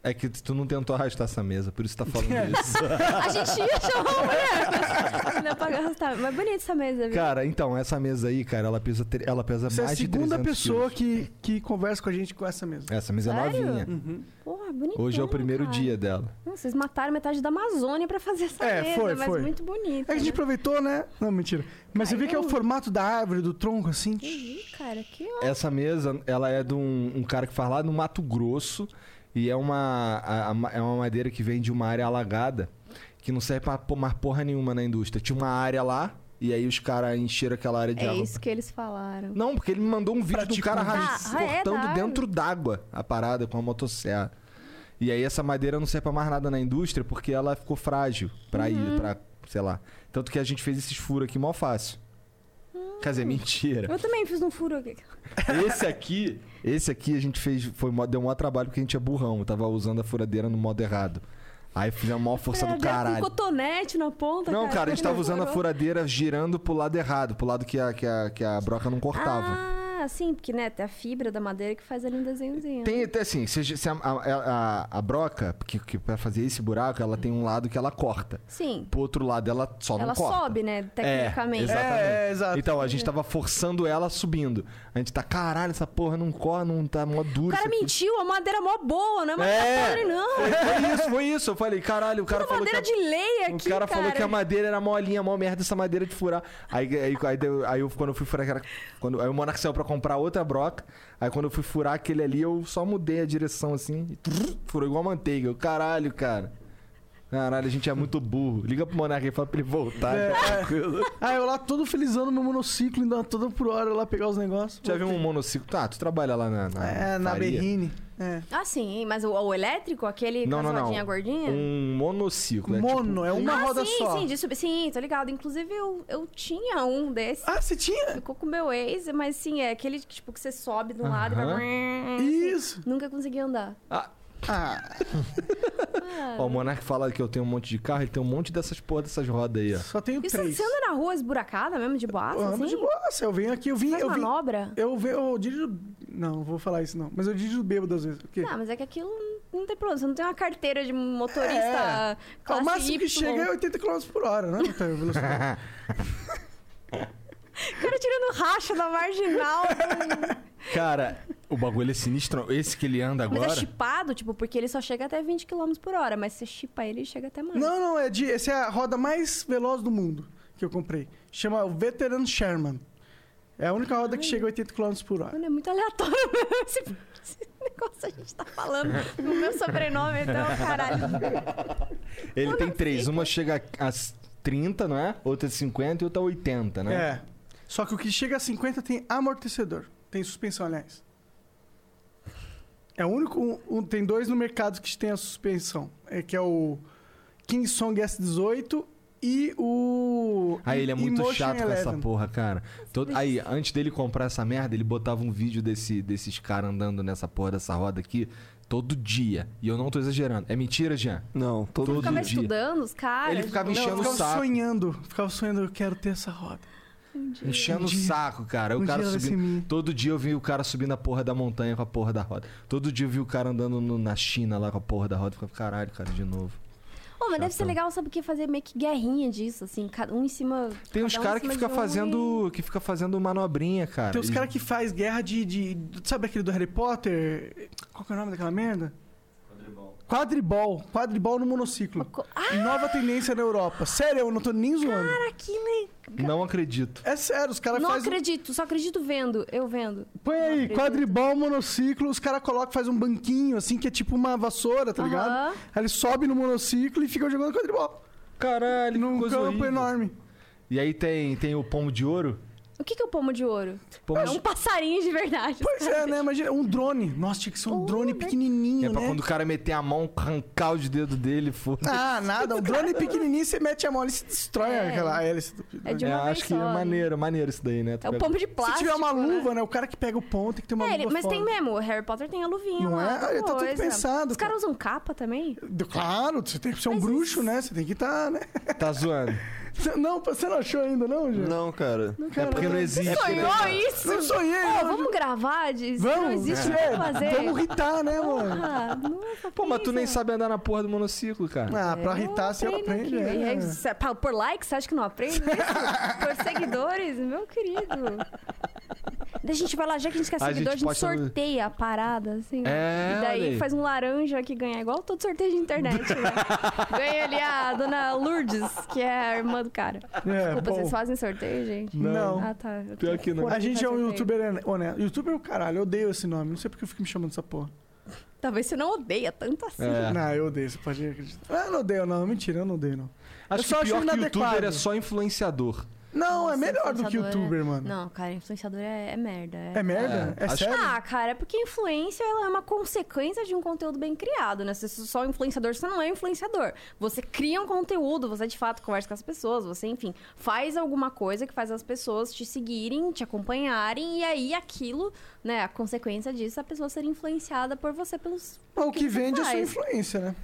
S1: É que tu não tentou arrastar essa mesa, por isso tá falando isso.
S3: A gente ia chamar uma mulher. Não é pra arrastar. Mas bonita essa mesa, viu?
S1: Cara, então, essa mesa aí, cara, ela pesa, tre- ela pesa
S2: Você é
S1: mais
S2: a
S1: de
S2: segunda
S1: 300
S2: pessoa
S1: quilos.
S2: que, que conversa com a gente com essa mesmo.
S1: Essa mesa é
S3: Sério? Uhum. Então,
S1: novinha.
S3: Porra, bonita.
S1: Hoje é o primeiro dia dela.
S3: Não, vocês mataram metade da Amazônia pra fazer essa
S2: É,
S3: mesa,
S2: foi,
S3: mas
S2: foi.
S3: muito bonita.
S2: É que a gente aproveitou, né? Não, mentira. Mas você vê que é o
S3: Caiu.
S2: formato da árvore, do tronco, assim.
S3: Ih, cara, que ó.
S1: Essa mesa, ela é de um, um cara que faz lá no Mato Grosso. E é uma, a- a- é uma madeira que vem de uma área alagada, que não serve pra pôr mais porra nenhuma na indústria. Tinha uma área lá, e aí os caras encheram aquela área de
S3: É
S1: água.
S3: isso que eles falaram.
S1: Não, porque ele me mandou um vídeo do cara arras-
S3: Ah, é,
S1: cortando
S3: da árvore.
S1: dentro d'água a parada com a motosserra. E aí essa madeira não serve pra mais nada na indústria porque ela ficou frágil pra
S3: Uhum.
S1: ir, pra, sei lá. Tanto que a gente fez esses furos aqui mó fácil. Quer
S3: Hum.
S1: dizer, mentira.
S3: Eu também fiz um furo aqui.
S1: Esse aqui, esse aqui a gente fez, foi, mó- deu maior trabalho porque a gente é burrão. Eu tava usando a furadeira no modo errado. Aí fizemos a maior força do
S3: Era Com
S1: caralho.
S3: cotonete na ponta,
S1: Não, cara, a gente
S3: que
S1: tava usando a
S3: furou.
S1: furadeira girando pro lado errado, pro lado que a, que a, que a broca não cortava.
S3: Ah, sim, porque, né, tem a fibra da madeira que faz ali um desenhozinho.
S1: Tem até assim, se, a- se a, a, a- a broca, que, que pra fazer esse buraco, ela tem um lado que ela corta.
S3: Sim.
S1: Pro outro lado ela só
S3: Ela
S1: não corta.
S3: sobe, né,
S1: É,
S3: tecnicamente.
S1: exatamente.
S2: É, é, exato.
S1: Então, a gente tava forçando ela subindo. A gente tá, caralho, essa porra não corre, não tá mó
S3: O
S1: dura.
S3: cara
S1: isso aqui."
S3: mentiu, a madeira mó boa, não é madeira
S1: É.
S3: podre, não.
S1: Foi isso, foi isso. Eu falei, caralho, o cara
S3: Uma
S1: falou que
S3: madeira
S1: a,
S3: de lei
S1: o
S3: É aqui,
S1: Um cara, falou que a madeira era molinha, mó merda essa madeira de furar. Aí, aí, aí, deu- aí eu, quando eu fui furar aquela. Quando, aí o Monark saiu pra comprar outra broca. Aí quando eu fui furar aquele ali, eu só mudei a direção assim. E trrr, furou igual manteiga. Eu, caralho, cara. Caralho, a gente é muito burro. Liga pro Monark e fala pra ele voltar.
S2: É,
S1: tá
S2: é.
S1: tranquilo.
S2: Ah, eu lá todo felizando meu monociclo, indo toda por hora lá pegar os negócios.
S1: Já viu um monociclo? Tá, tu trabalha lá na. na
S2: É, na
S1: faria?
S2: berrine. É.
S3: Ah, sim, mas o, o elétrico, aquele
S1: Não,
S3: com
S1: não,
S3: as
S1: não.
S3: rodinhas gordinhas?
S1: Um monociclo. é tipo-
S2: Mono, é uma
S3: ah,
S2: roda
S3: sim,
S2: só.
S3: sim, de subir. Sim, tô ligado. Inclusive, eu, eu tinha um desse.
S2: Ah, você tinha?
S3: Ficou com o meu ex, mas sim, é aquele tipo que você sobe de um lado e
S1: Aham.
S3: vai.
S2: Isso.
S3: Nunca consegui andar.
S1: Ah,
S2: Ah, é.
S1: ó, o Monark fala que eu tenho um monte de carro, ele tem um monte dessas porra dessas rodas aí, ó.
S2: só tenho
S3: E você
S2: três.
S3: você anda na rua esburacada mesmo, de boaça,
S2: Eu ando
S3: é
S2: de
S3: assim?
S2: boa, eu venho aqui, eu vim,
S3: Faz
S2: eu vim.
S3: manobra?
S2: Eu venho, eu dirijo. Não, não vou falar isso não. Mas eu dirijo bêbado às vezes. O quê?
S3: Ah, mas é que aquilo não tem problema. Você não tem uma carteira de motorista
S2: É.
S3: classe
S2: o máximo que
S3: Y.
S2: chega é 80 km por hora, né? Então, eu velocidade.
S3: O cara tirando racha da marginal.
S1: Cara, o bagulho é sinistro. Esse que ele anda
S3: mas
S1: agora.
S3: é chipado, tipo, porque ele só chega até 20 km por hora. Mas se chipa ele, ele chega até mais.
S2: não, não, é de, essa é a roda mais veloz do mundo que eu comprei. Chama Veteran Sherman. É a única roda que chega a 80 km por hora.
S3: Mano, é muito aleatório mesmo esse, esse negócio a gente tá falando. O meu sobrenome, então, caralho.
S1: Ele tem três. Uma chega às 30, não é? Outra de 50 e outra 80, né?
S2: É. Só que o que chega a 50 tem amortecedor. Tem suspensão, aliás. É o único. um- um- tem dois no mercado que tem a suspensão. É que é o King Song S18 e o.
S1: Aí ele é
S2: e-
S1: muito
S2: Emotion
S1: chato com essa
S2: 11.
S1: porra, cara. Todo- Aí, antes dele comprar essa merda, ele botava um vídeo desse, desses caras andando nessa porra dessa roda aqui todo dia. E eu não tô exagerando. É mentira, Jean?
S5: Não, todo,
S1: Todo
S3: Ficava
S5: dia.
S1: dia.
S3: estudando os caras.
S1: Ele ficava
S2: Não, eu
S1: enchendo o
S2: ficava
S1: saco.
S2: sonhando. Ficava sonhando, eu quero ter essa roda.
S1: Enchendo
S2: Um
S1: o
S2: dia.
S1: saco, cara. o
S2: Um
S1: cara
S2: dia vai ser
S3: assim,
S2: minha.
S1: subindo. Todo dia eu vi o cara subindo a porra da montanha com a porra da roda. Todo dia eu vi o cara andando no- na China lá com a porra da roda. Eu Ficava, caralho, cara, de novo.
S3: Ô, mas deve ser legal, sabe o que? Fazer meio que guerrinha disso, assim, cada um em cima.
S1: Tem
S3: cada
S1: uns
S3: um em
S1: caras que
S3: cima
S1: fica
S3: de um e-
S1: fazendo. que fica fazendo manobrinha, cara.
S2: Tem os
S1: Eles-
S2: caras que faz guerra de, de- de- Sabe aquele do Harry Potter? Qual que é o nome daquela merda? Quadribol. Quadribol. Quadribol no monociclo.
S3: Co- Ah,
S2: Nova tendência na Europa. Sério, eu não tô nem zoando.
S3: cara, que legal.
S1: Não acredito.
S2: É sério, os caras
S3: Não
S2: fazem.
S3: acredito, só acredito vendo, eu vendo.
S2: Põe
S3: Não
S2: aí,
S3: acredito.
S2: quadribol, monociclo, os caras colocam, faz um banquinho, assim, que é tipo uma vassoura, tá ligado?
S3: Aham.
S2: Aí eles sobem no monociclo e ficam jogando quadribol.
S1: Caralho,
S2: Num
S1: que coisa
S2: campo
S1: horrível.
S2: enorme.
S1: E aí tem, tem o pomo de ouro.
S3: O que, que é o pomo de ouro?
S1: Pomo
S3: É um passarinho de verdade.
S2: Pois é, né? Imagina, um drone. Nossa, tinha que ser um
S3: Oh,
S2: drone
S3: né?
S1: É
S2: pequenininho,
S1: pra
S2: né?
S1: quando o cara meter a mão, arrancar os dedos dele, foda
S2: Ah, nada. Um drone pequenininho, você mete a mão e se destrói
S3: É.
S2: aquela hélice. Do...
S3: É de
S1: É,
S3: uma vez
S1: acho que é
S3: só, né?
S1: maneiro, maneiro isso daí, né? Tu
S3: É o
S1: pega-
S3: pomo de plástico.
S2: Se tiver uma
S3: né?
S2: luva, né? O cara que pega o pão tem que ter uma
S3: É,
S2: luva.
S3: ele- mas tem
S2: foda.
S3: mesmo, o Harry Potter tem a luvinha
S2: Não
S3: lá.
S2: é?
S3: tal
S2: Ele tá tudo
S3: coisa.
S2: pensado,
S3: Os caras usam capa também?
S2: Claro, você tem que ser um
S3: Mas
S2: bruxo,
S3: isso-
S2: né? Você tem que estar, né?
S1: Tá zoando.
S2: Não, você não achou ainda, não, gente?
S5: Não, cara.
S1: é porque não existe.
S3: Sonhou isso?
S2: Não sonhei,
S3: Pô,
S2: não.
S3: vamos gravar de se não existe o
S2: é,
S3: que fazer.
S2: Vamos ritar, né, mano?
S3: Ah, nossa,
S1: Pô, mas tu nem
S3: pensa.
S1: sabe andar na porra do monociclo, cara.
S2: Ah, pra
S3: Eu
S2: ritar você
S3: treino
S2: aprende,
S3: aqui.
S2: né?
S3: É, se- pa- Por likes, você acha que não aprende isso? por seguidores, meu querido. Daí a gente vai lá, já que a gente quer
S1: A
S3: seguidor, a
S1: gente
S3: gente,
S1: posta no-
S3: sorteia a parada, assim.
S1: É,
S3: e
S1: olha aí.
S3: daí faz um laranja que ganha, igual todo sorteio de internet, né? ganha ali a dona Lourdes, que é a irmã do cara.
S2: É,
S3: Desculpa,
S2: bom.
S3: vocês fazem sorteio, gente?
S2: Não.
S3: Ah, tá.
S1: Pior
S3: Eu tenho
S1: que não.
S3: horror
S2: A
S3: de
S2: gente é um
S3: fazer sorteio.
S2: youtuber honesto. Youtuber é o caralho, eu odeio esse nome. Não sei porque eu fico me chamando dessa porra.
S3: Talvez você não odeia tanto assim.
S1: É.
S2: Não, eu odeio, você pode acreditar. Ah, eu não odeio, não. Mentira, eu não odeio, não.
S1: Acho
S2: Eu só
S1: que
S2: acho
S1: pior que
S2: inadequado.
S1: youtuber é só influenciador.
S2: Não, é
S3: Nossa,
S2: melhor do que
S3: influenciador é-
S2: youtuber, mano.
S3: Não, cara, influenciador é, é merda.
S2: É merda?
S1: É,
S2: É,
S1: acho-
S2: sério?
S3: Ah, cara, é porque influência ela é uma consequência de um conteúdo bem criado, né? Se você é só influenciador, você não é influenciador. Você cria um conteúdo, você de fato conversa com as pessoas, você, enfim, faz alguma coisa que faz as pessoas te seguirem, te acompanharem, e aí aquilo, né? A consequência disso é a pessoa ser influenciada por você pelos.
S2: Mas o que
S3: você
S2: vende é a sua
S3: faz?
S2: influência, né?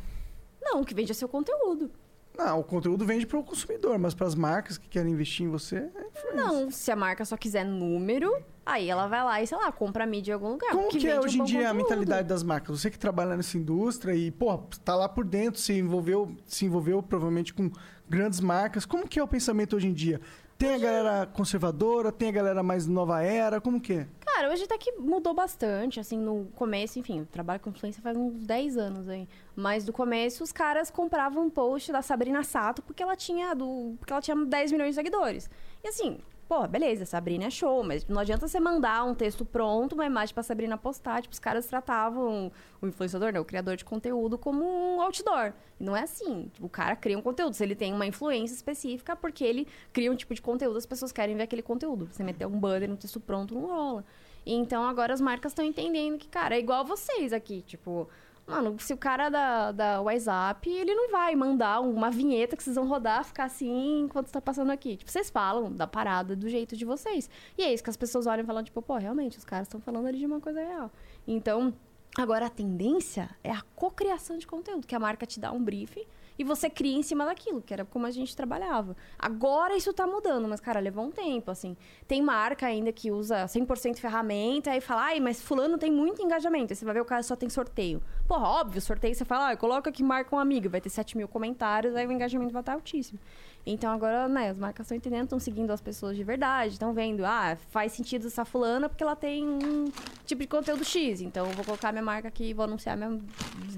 S3: Não, o que vende é seu conteúdo.
S2: Não, o conteúdo vende para o consumidor, mas para as marcas que querem investir em você, é influência.
S3: Não, se a marca só quiser número, aí ela vai lá e, sei lá, compra a mídia em algum lugar.
S2: Como
S3: porque
S2: que é
S3: vende um
S2: hoje em
S3: bom
S2: dia a
S3: conteúdo.
S2: mentalidade das marcas? Você que trabalha nessa indústria e, porra, tá lá por dentro, se envolveu, se envolveu provavelmente com grandes marcas. Como que é o pensamento hoje em dia? Tem a galera conservadora, tem a galera mais nova era, como que é?
S3: Cara, hoje até que mudou bastante, assim, no começo, enfim, eu trabalho com influência faz uns 10 anos aí. Mas do começo os caras compravam um post da Sabrina Sato porque ela tinha do. porque ela tinha 10 milhões de seguidores. E assim, pô, beleza, Sabrina é show, mas não adianta você mandar um texto pronto, uma imagem pra Sabrina postar. Tipo, os caras tratavam o influenciador, né? O criador de conteúdo como um outdoor. E não é assim. Tipo, o cara cria um conteúdo. Se ele tem uma influência específica, porque ele cria um tipo de conteúdo, as pessoas querem ver aquele conteúdo. Você meter um banner, um texto pronto, não rola. Então agora as marcas estão entendendo que, cara, é igual vocês aqui, tipo. Mano, se o cara da, da WhatsApp, ele não vai mandar uma vinheta que vocês vão rodar, ficar assim enquanto tá passando aqui. Tipo, vocês falam da parada do jeito de vocês. E é isso que as pessoas olham e falam, tipo, pô, realmente, os caras estão falando ali de uma coisa real. Então, agora a tendência é a cocriação de conteúdo, que a marca te dá um briefing e você cria em cima daquilo, que era como a gente trabalhava. Agora isso tá mudando, mas, cara, levou um tempo, assim. Tem marca ainda que usa 100% ferramenta e fala, ai, mas fulano tem muito engajamento. Aí você vai ver o cara só tem sorteio. Porra, óbvio, sorteio você fala, ah, coloca que marca um amigo, vai ter 7 mil comentários, aí o engajamento vai estar altíssimo. Então agora, né, as marcas estão entendendo, estão seguindo as pessoas de verdade, estão vendo, ah, faz sentido essa fulana porque ela tem um tipo de conteúdo X, então eu vou colocar minha marca aqui e vou anunciar minha...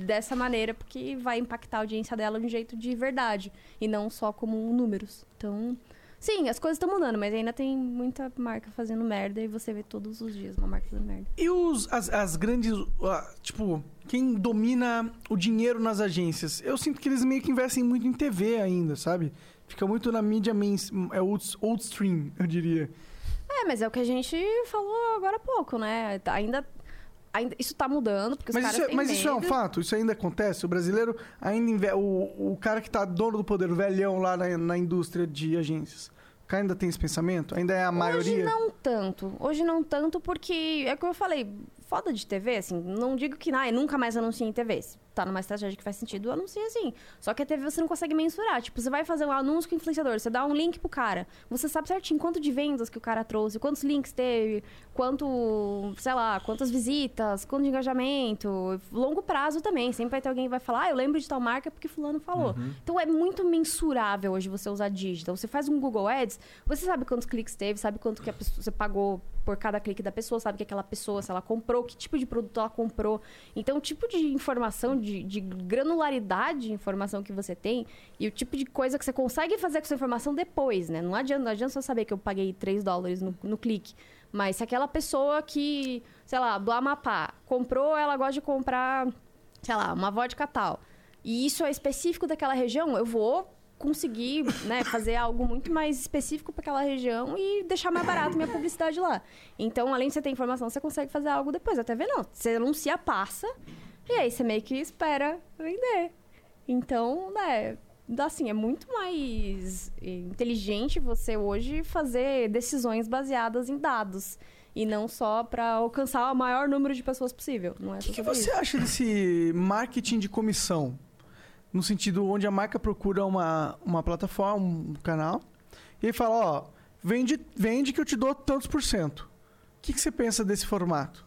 S3: dessa maneira porque vai impactar a audiência dela de um jeito de verdade e não só como números. Então, sim, as coisas estão mudando, mas ainda tem muita marca fazendo merda e você vê todos os dias uma marca fazendo merda.
S2: E os, as, as grandes. ah, tipo, quem domina o dinheiro nas agências? Eu sinto que eles meio que investem muito em TV ainda, sabe? Fica muito na mídia mains, é old, old stream, eu diria.
S3: É, mas é o que a gente falou agora há pouco, né? Tá- Ainda, ainda isso tá mudando, porque os
S2: Mas,
S3: caras
S2: isso é,
S3: têm
S2: mas isso é um
S3: medo.
S2: fato? Isso ainda acontece? O brasileiro ainda. inve- O, o cara que tá dono do poder, o velhão lá na, na indústria de agências. O cara ainda tem esse pensamento? Ainda é a
S3: Hoje
S2: maioria?
S3: não tanto. Hoje não tanto porque é o que eu falei, foda de TV, assim, não digo que ah, eu nunca mais anuncie em TV. Se tá numa estratégia que faz sentido, anuncia assim. Só que a TV você não consegue mensurar. Tipo, você vai fazer um anúncio com o influenciador, você dá um link pro cara. Você sabe certinho quanto de vendas que o cara trouxe, quantos links teve, quanto, sei lá, quantas visitas, quanto de engajamento. Longo prazo também. Sempre vai ter alguém que vai falar, ah, eu lembro de tal marca porque fulano falou. Então é muito mensurável hoje você usar digital. Você faz um Google Ads, você sabe quantos cliques teve, sabe quanto que a pessoa, você pagou por cada clique da pessoa, sabe que aquela pessoa, se ela comprou, que tipo de produto ela comprou. Então, o tipo de informação, de, de granularidade de informação que você tem e o tipo de coisa que você consegue fazer com essa informação depois, né? Não adianta, não adianta só saber que eu paguei 3 dólares no, no clique. Mas se aquela pessoa que, sei lá, do Amapá, comprou, ela gosta de comprar, sei lá, uma vodka tal. E isso é específico daquela região, eu vou conseguir né, fazer algo muito mais específico para aquela região e deixar mais barato minha publicidade lá. Então, além de você ter informação, você consegue fazer algo depois. Até TV não. Você anuncia, passa, e aí você meio que espera vender. Então, né, assim, é muito mais eh, inteligente você hoje fazer decisões baseadas em dados. E não só para alcançar o maior número de pessoas possível. Não é
S2: O que, que você acha desse marketing de comissão? No sentido onde a marca procura uma, uma plataforma, um canal, e aí fala, ó, vende, vende que eu te dou tantos por cento. O que, que você pensa desse formato?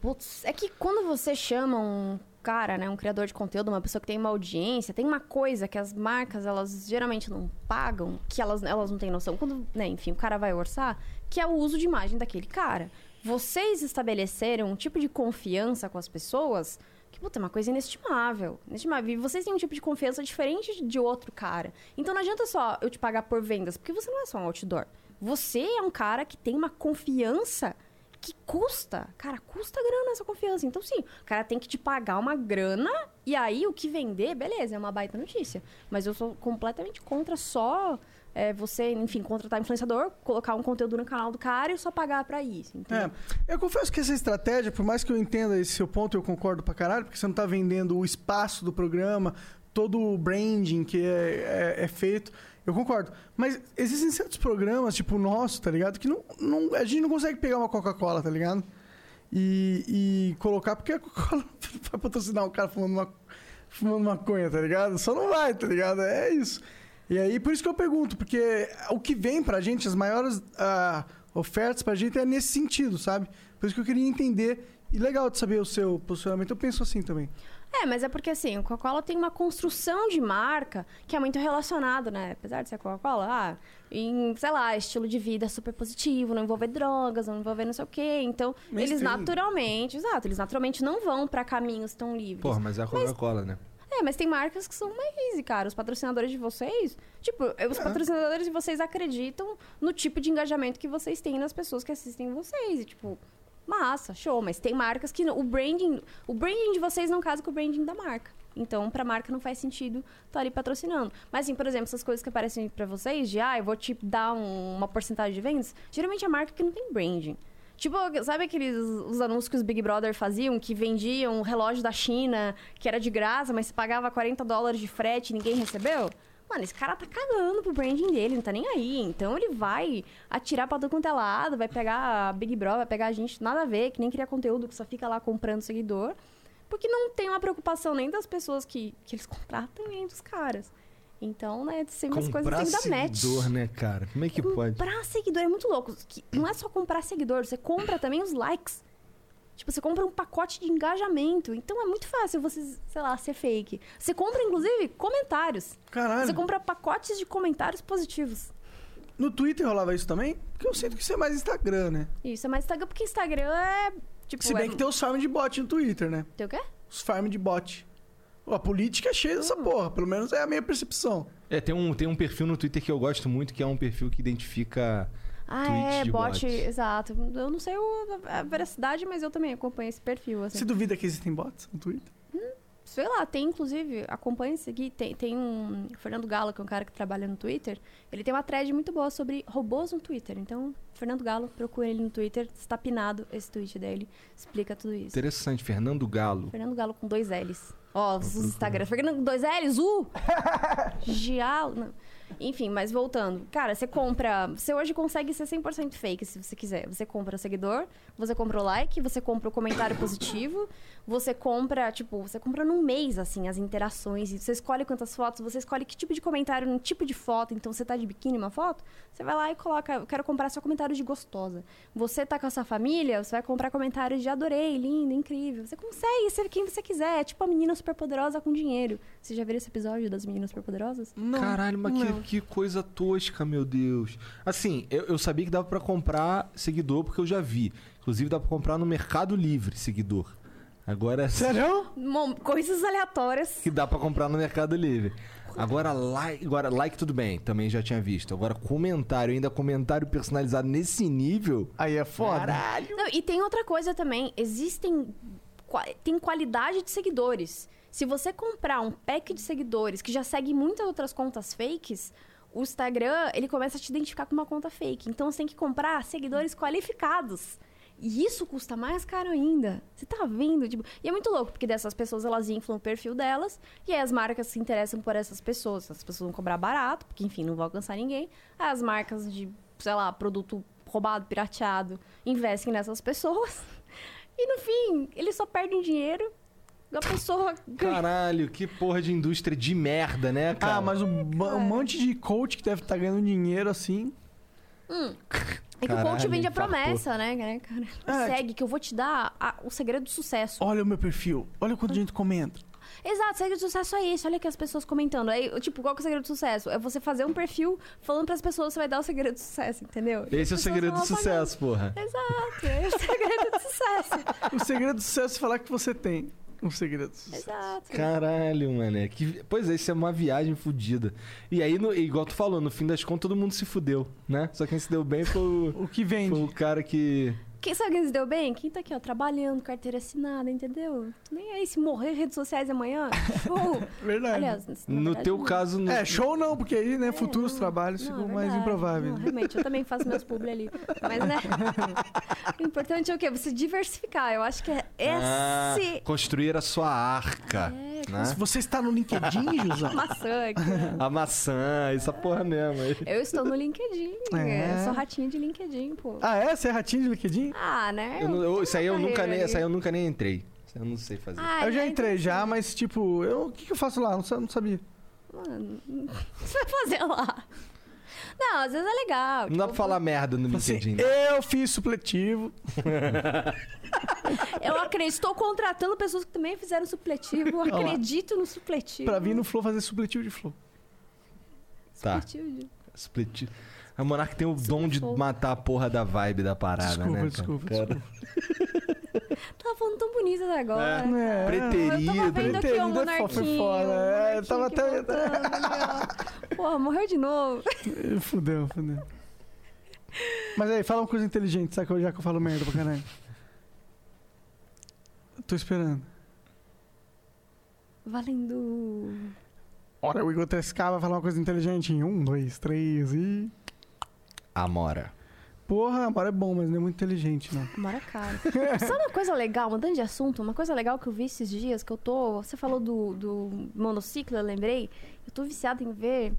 S3: Putz, é que quando você chama um cara, né, um criador de conteúdo, uma pessoa que tem uma audiência, tem uma coisa que as marcas, elas geralmente não pagam, que elas, elas não têm noção. Quando, né, enfim, o cara vai orçar, que é o uso de imagem daquele cara. Vocês estabeleceram um tipo de confiança com as pessoas que, puta, é uma coisa inestimável. Inestimável. E vocês têm um tipo de confiança diferente de outro cara. Então não adianta só eu te pagar por vendas, porque você não é só um outdoor. Você é um cara que tem uma confiança que custa, cara, custa grana essa confiança. Então, sim, o cara tem que te pagar uma grana e aí o que vender, beleza, é uma baita notícia. Mas eu sou completamente contra só é, você, enfim, contratar influenciador, colocar um conteúdo no canal do cara e só pagar pra isso. Entendeu?
S2: É, eu confesso que essa estratégia, por mais que eu entenda esse seu ponto, eu concordo pra caralho, porque você não tá vendendo o espaço do programa, todo o branding que é, é- é feito. Eu concordo. Mas existem certos programas, tipo o nosso, tá ligado? Que não, não- a gente não consegue pegar uma Coca-Cola, tá ligado? E, e colocar, porque a Coca-Cola vai patrocinar um cara fumando, uma, fumando maconha, tá ligado? Só não vai, tá ligado? É isso. E aí, por isso que eu pergunto, porque o que vem pra gente, as maiores ah, ofertas pra gente é nesse sentido, sabe? Por isso que eu queria entender. E legal de saber o seu posicionamento. Eu penso assim também.
S3: É, mas é porque assim, o Coca-Cola tem uma construção de marca que é muito relacionado, né? Apesar de ser Coca-Cola, ah, em, sei lá, estilo de vida super positivo, não envolver drogas, não envolver não sei o quê. Então, eles
S2: Mainstream.
S3: naturalmente, exato, eles naturalmente não vão pra caminhos tão livres.
S1: Porra, mas é a Coca-Cola, né?
S3: É, mas tem marcas que são mais easy, cara. Os patrocinadores de vocês, tipo, eh, os patrocinadores de vocês acreditam no tipo de engajamento que vocês têm nas pessoas que assistem vocês. E, tipo, massa, show. Mas tem marcas que não- o branding, o branding de vocês não casa com o branding da marca. Então, pra marca não faz sentido estar ali patrocinando. Mas, assim, por exemplo, essas coisas que aparecem pra vocês, de, ah, eu vou te dar um- uma porcentagem de vendas, geralmente é marca que não tem branding. Tipo, sabe aqueles os anúncios que os Big Brother faziam, que vendiam um relógio da China, que era de graça, mas você pagava 40 dólares de frete e ninguém recebeu? Mano, esse cara tá cagando pro branding dele, não tá nem aí. Então ele vai atirar pra todo quanto é lado, vai pegar a Big Brother, vai pegar a gente, nada a ver, que nem cria conteúdo, que só fica lá comprando seguidor. Porque não tem uma preocupação nem das pessoas que, que eles contratam, nem dos caras. Então, né, sempre as coisas
S1: Comprar
S3: têm que dar match.
S1: seguidor, né, cara? Como é que pode?
S3: Comprar seguidor é muito louco. Que não é só comprar seguidor, você compra também os likes. Tipo, você compra um pacote de engajamento. Então é muito fácil você, sei lá, ser fake. Você compra, inclusive, comentários.
S2: Caralho.
S3: Você compra pacotes de comentários positivos.
S2: No Twitter rolava isso também? Porque eu sinto que isso é mais Instagram, né?
S3: Isso é mais Instagram, porque Instagram é. Tipo,
S2: Se bem
S3: é...
S2: que tem os farm de bot no Twitter, né?
S3: Tem o quê?
S2: Os farm de bot. Pô, A política é cheia dessa porra. Pelo menos é a minha percepção.
S1: É, tem um, tem um perfil no Twitter que eu gosto muito, que é um perfil que identifica.
S3: Ah,
S1: Tweets
S3: é,
S1: de
S3: bot.
S1: bots.
S3: Exato. Eu não sei o- a veracidade, mas eu também acompanho esse perfil. Assim.
S2: Você duvida que existem bots no Twitter?
S3: Sei lá, tem inclusive, acompanha isso aqui, tem, tem um o Fernando Galo, que é um cara que trabalha no Twitter, ele tem uma thread muito boa sobre robôs no Twitter. Então, Fernando Galo, procura ele no Twitter, está pinado esse tweet dele, explica tudo isso.
S1: Interessante, Fernando Galo.
S3: Fernando Galo com dois L's. Ó, os Instagram. Fernando com dois L's, U! Gialo. Uh! não. Enfim, mas voltando. Cara, você compra. Você hoje consegue ser 100% fake se você quiser. Você compra seguidor, você compra o like, você compra o comentário positivo, você compra, tipo, você compra num mês, assim, as interações. e Você escolhe quantas fotos, você escolhe que tipo de comentário, um tipo de foto. Então você tá de biquíni uma foto, você vai lá e coloca. Eu quero comprar só comentário de gostosa. Você tá com a sua família, você vai comprar comentários de adorei, linda, incrível. Você consegue ser quem você quiser. É tipo a menina superpoderosa com dinheiro. Você já viu esse episódio das meninas superpoderosas?
S1: Caralho, mas que, que coisa tosca, meu Deus. Assim, eu, eu sabia que dava pra comprar seguidor porque eu já vi. Inclusive, dá pra comprar no Mercado Livre seguidor. Agora
S2: Sério?
S3: Bom, coisas aleatórias.
S1: que dá pra comprar no Mercado Livre. Agora like, agora like tudo bem, também já tinha visto. Agora comentário, ainda comentário personalizado nesse nível.
S2: Aí é foda.
S3: Não, e tem outra coisa também. Existem. qua- Tem qualidade de seguidores. Se você comprar um pack de seguidores que já segue muitas outras contas fakes, o Instagram ele começa a te identificar com uma conta fake. Então você tem que comprar seguidores qualificados. E isso custa mais caro ainda. Você tá vendo? Tipo... E é muito louco, porque dessas pessoas elas inflam o perfil delas, e aí as marcas se interessam por essas pessoas. As pessoas vão cobrar barato, porque enfim, não vão alcançar ninguém. Aí as marcas de, sei lá, produto roubado, pirateado, investem nessas pessoas. E no fim, eles só perdem dinheiro. A pessoa ganha.
S1: Caralho, que porra de indústria de merda, né, cara?
S2: Ah, mas um, ba- um monte de coach que deve estar ganhando dinheiro assim.
S3: É que o coach
S1: Caralho,
S3: vende a
S1: infartou.
S3: promessa, né, né, cara?
S2: É,
S3: segue, que eu vou te dar a- o segredo do sucesso.
S2: Olha o meu perfil, olha quanto gente comenta.
S3: Exato, segredo do sucesso é esse. Olha aqui as pessoas comentando. Aí, tipo, qual que é o segredo do sucesso? É você fazer um perfil falando pras pessoas que você vai dar o segredo do sucesso, entendeu?
S1: Esse
S3: E
S1: é o
S3: as pessoas
S1: segredo do
S3: vão apagando.
S1: sucesso, porra.
S3: Exato, é o segredo do sucesso.
S2: O segredo do sucesso é falar que você tem um segredo do sucesso.
S3: Exato.
S1: Caralho, mané. Que... Pois é, isso é uma viagem fodida. E aí, no- igual tu falou, no fim das contas todo mundo se fudeu, né? Só quem se deu bem foi o,
S2: O que
S1: foi o
S2: vende?
S1: cara que.
S3: Quem sabe quem se deu bem? Quem tá aqui, ó, trabalhando, carteira assinada, entendeu? Tô nem aí se morrer redes sociais amanhã. Show!
S2: Verdade.
S3: Aliás, na
S1: No
S3: verdade,
S1: teu
S3: não.
S1: caso. No...
S2: É, show não, porque aí, né,
S3: É,
S2: futuros
S3: não,
S2: trabalhos
S3: não, é
S2: ficam mais
S3: verdade.
S2: improváveis.
S3: Não,
S2: né?
S3: realmente, eu também faço meus publi ali. Mas, né? o importante é o quê? Você diversificar. Eu acho que é
S1: Ah,
S3: esse.
S1: construir a sua arca.
S3: É,
S1: né?
S2: Você está no LinkedIn, José?
S3: maçã aqui. né?
S1: A maçã, essa porra mesmo. aí.
S3: Eu estou no LinkedIn.
S2: É.
S3: Eu sou ratinho de LinkedIn, pô.
S2: ah, é? Você é ratinho de LinkedIn?
S3: Ah, né?
S1: Eu não- eu- isso aí eu
S3: Carreira
S1: nunca nem,
S3: ali.
S1: isso aí eu nunca nem entrei. Isso aí eu não sei fazer.
S3: Ah,
S2: eu já
S3: né?
S2: entrei já, mas tipo, eu- o que, que eu faço lá? Não, sa- não sabia.
S3: Mano, o que você vai fazer lá? Não, às vezes é legal.
S1: não dá pra
S3: tipo,
S1: falar merda no
S2: Assim,
S1: LinkedIn. né?
S2: eu fiz supletivo.
S3: Eu acredito, estou contratando pessoas que também fizeram supletivo. Eu
S2: Olha lá.
S3: acredito no supletivo.
S2: Pra vir no Flow fazer supletivo de Flow.
S1: Tá.
S3: Supletivo de-
S1: Split. A Monark tem o
S3: Super
S1: dom de
S3: fofo.
S1: matar a porra da vibe da parada,
S2: desculpa,
S1: né? cara?
S2: desculpa,
S1: Cara,
S2: desculpa.
S3: Tava falando tão bonita até agora.
S2: É.
S3: Eu tava
S1: Preterido.
S3: vendo aqui o
S2: Preterido é fofo e
S3: monarquinho.
S2: fora, é,
S3: o monarquinho
S2: tava
S3: que
S2: até-
S3: voltando ali, ó. Porra, morreu de novo.
S2: Fudeu, fudeu. Mas aí, fala uma coisa inteligente, sabe que eu já que eu falo merda pra caralho. Tô esperando.
S3: Valendo.
S2: Ora, o Igor 3K vai falar uma coisa inteligente em um, dois, três e.
S1: Amora.
S2: Porra, agora é bom, mas não é muito inteligente, não.
S3: Mora cara. Sabe uma coisa legal, mudando de assunto, uma coisa legal que eu vi esses dias, que eu tô. Você falou do, do monociclo, eu lembrei. Eu tô viciada em ver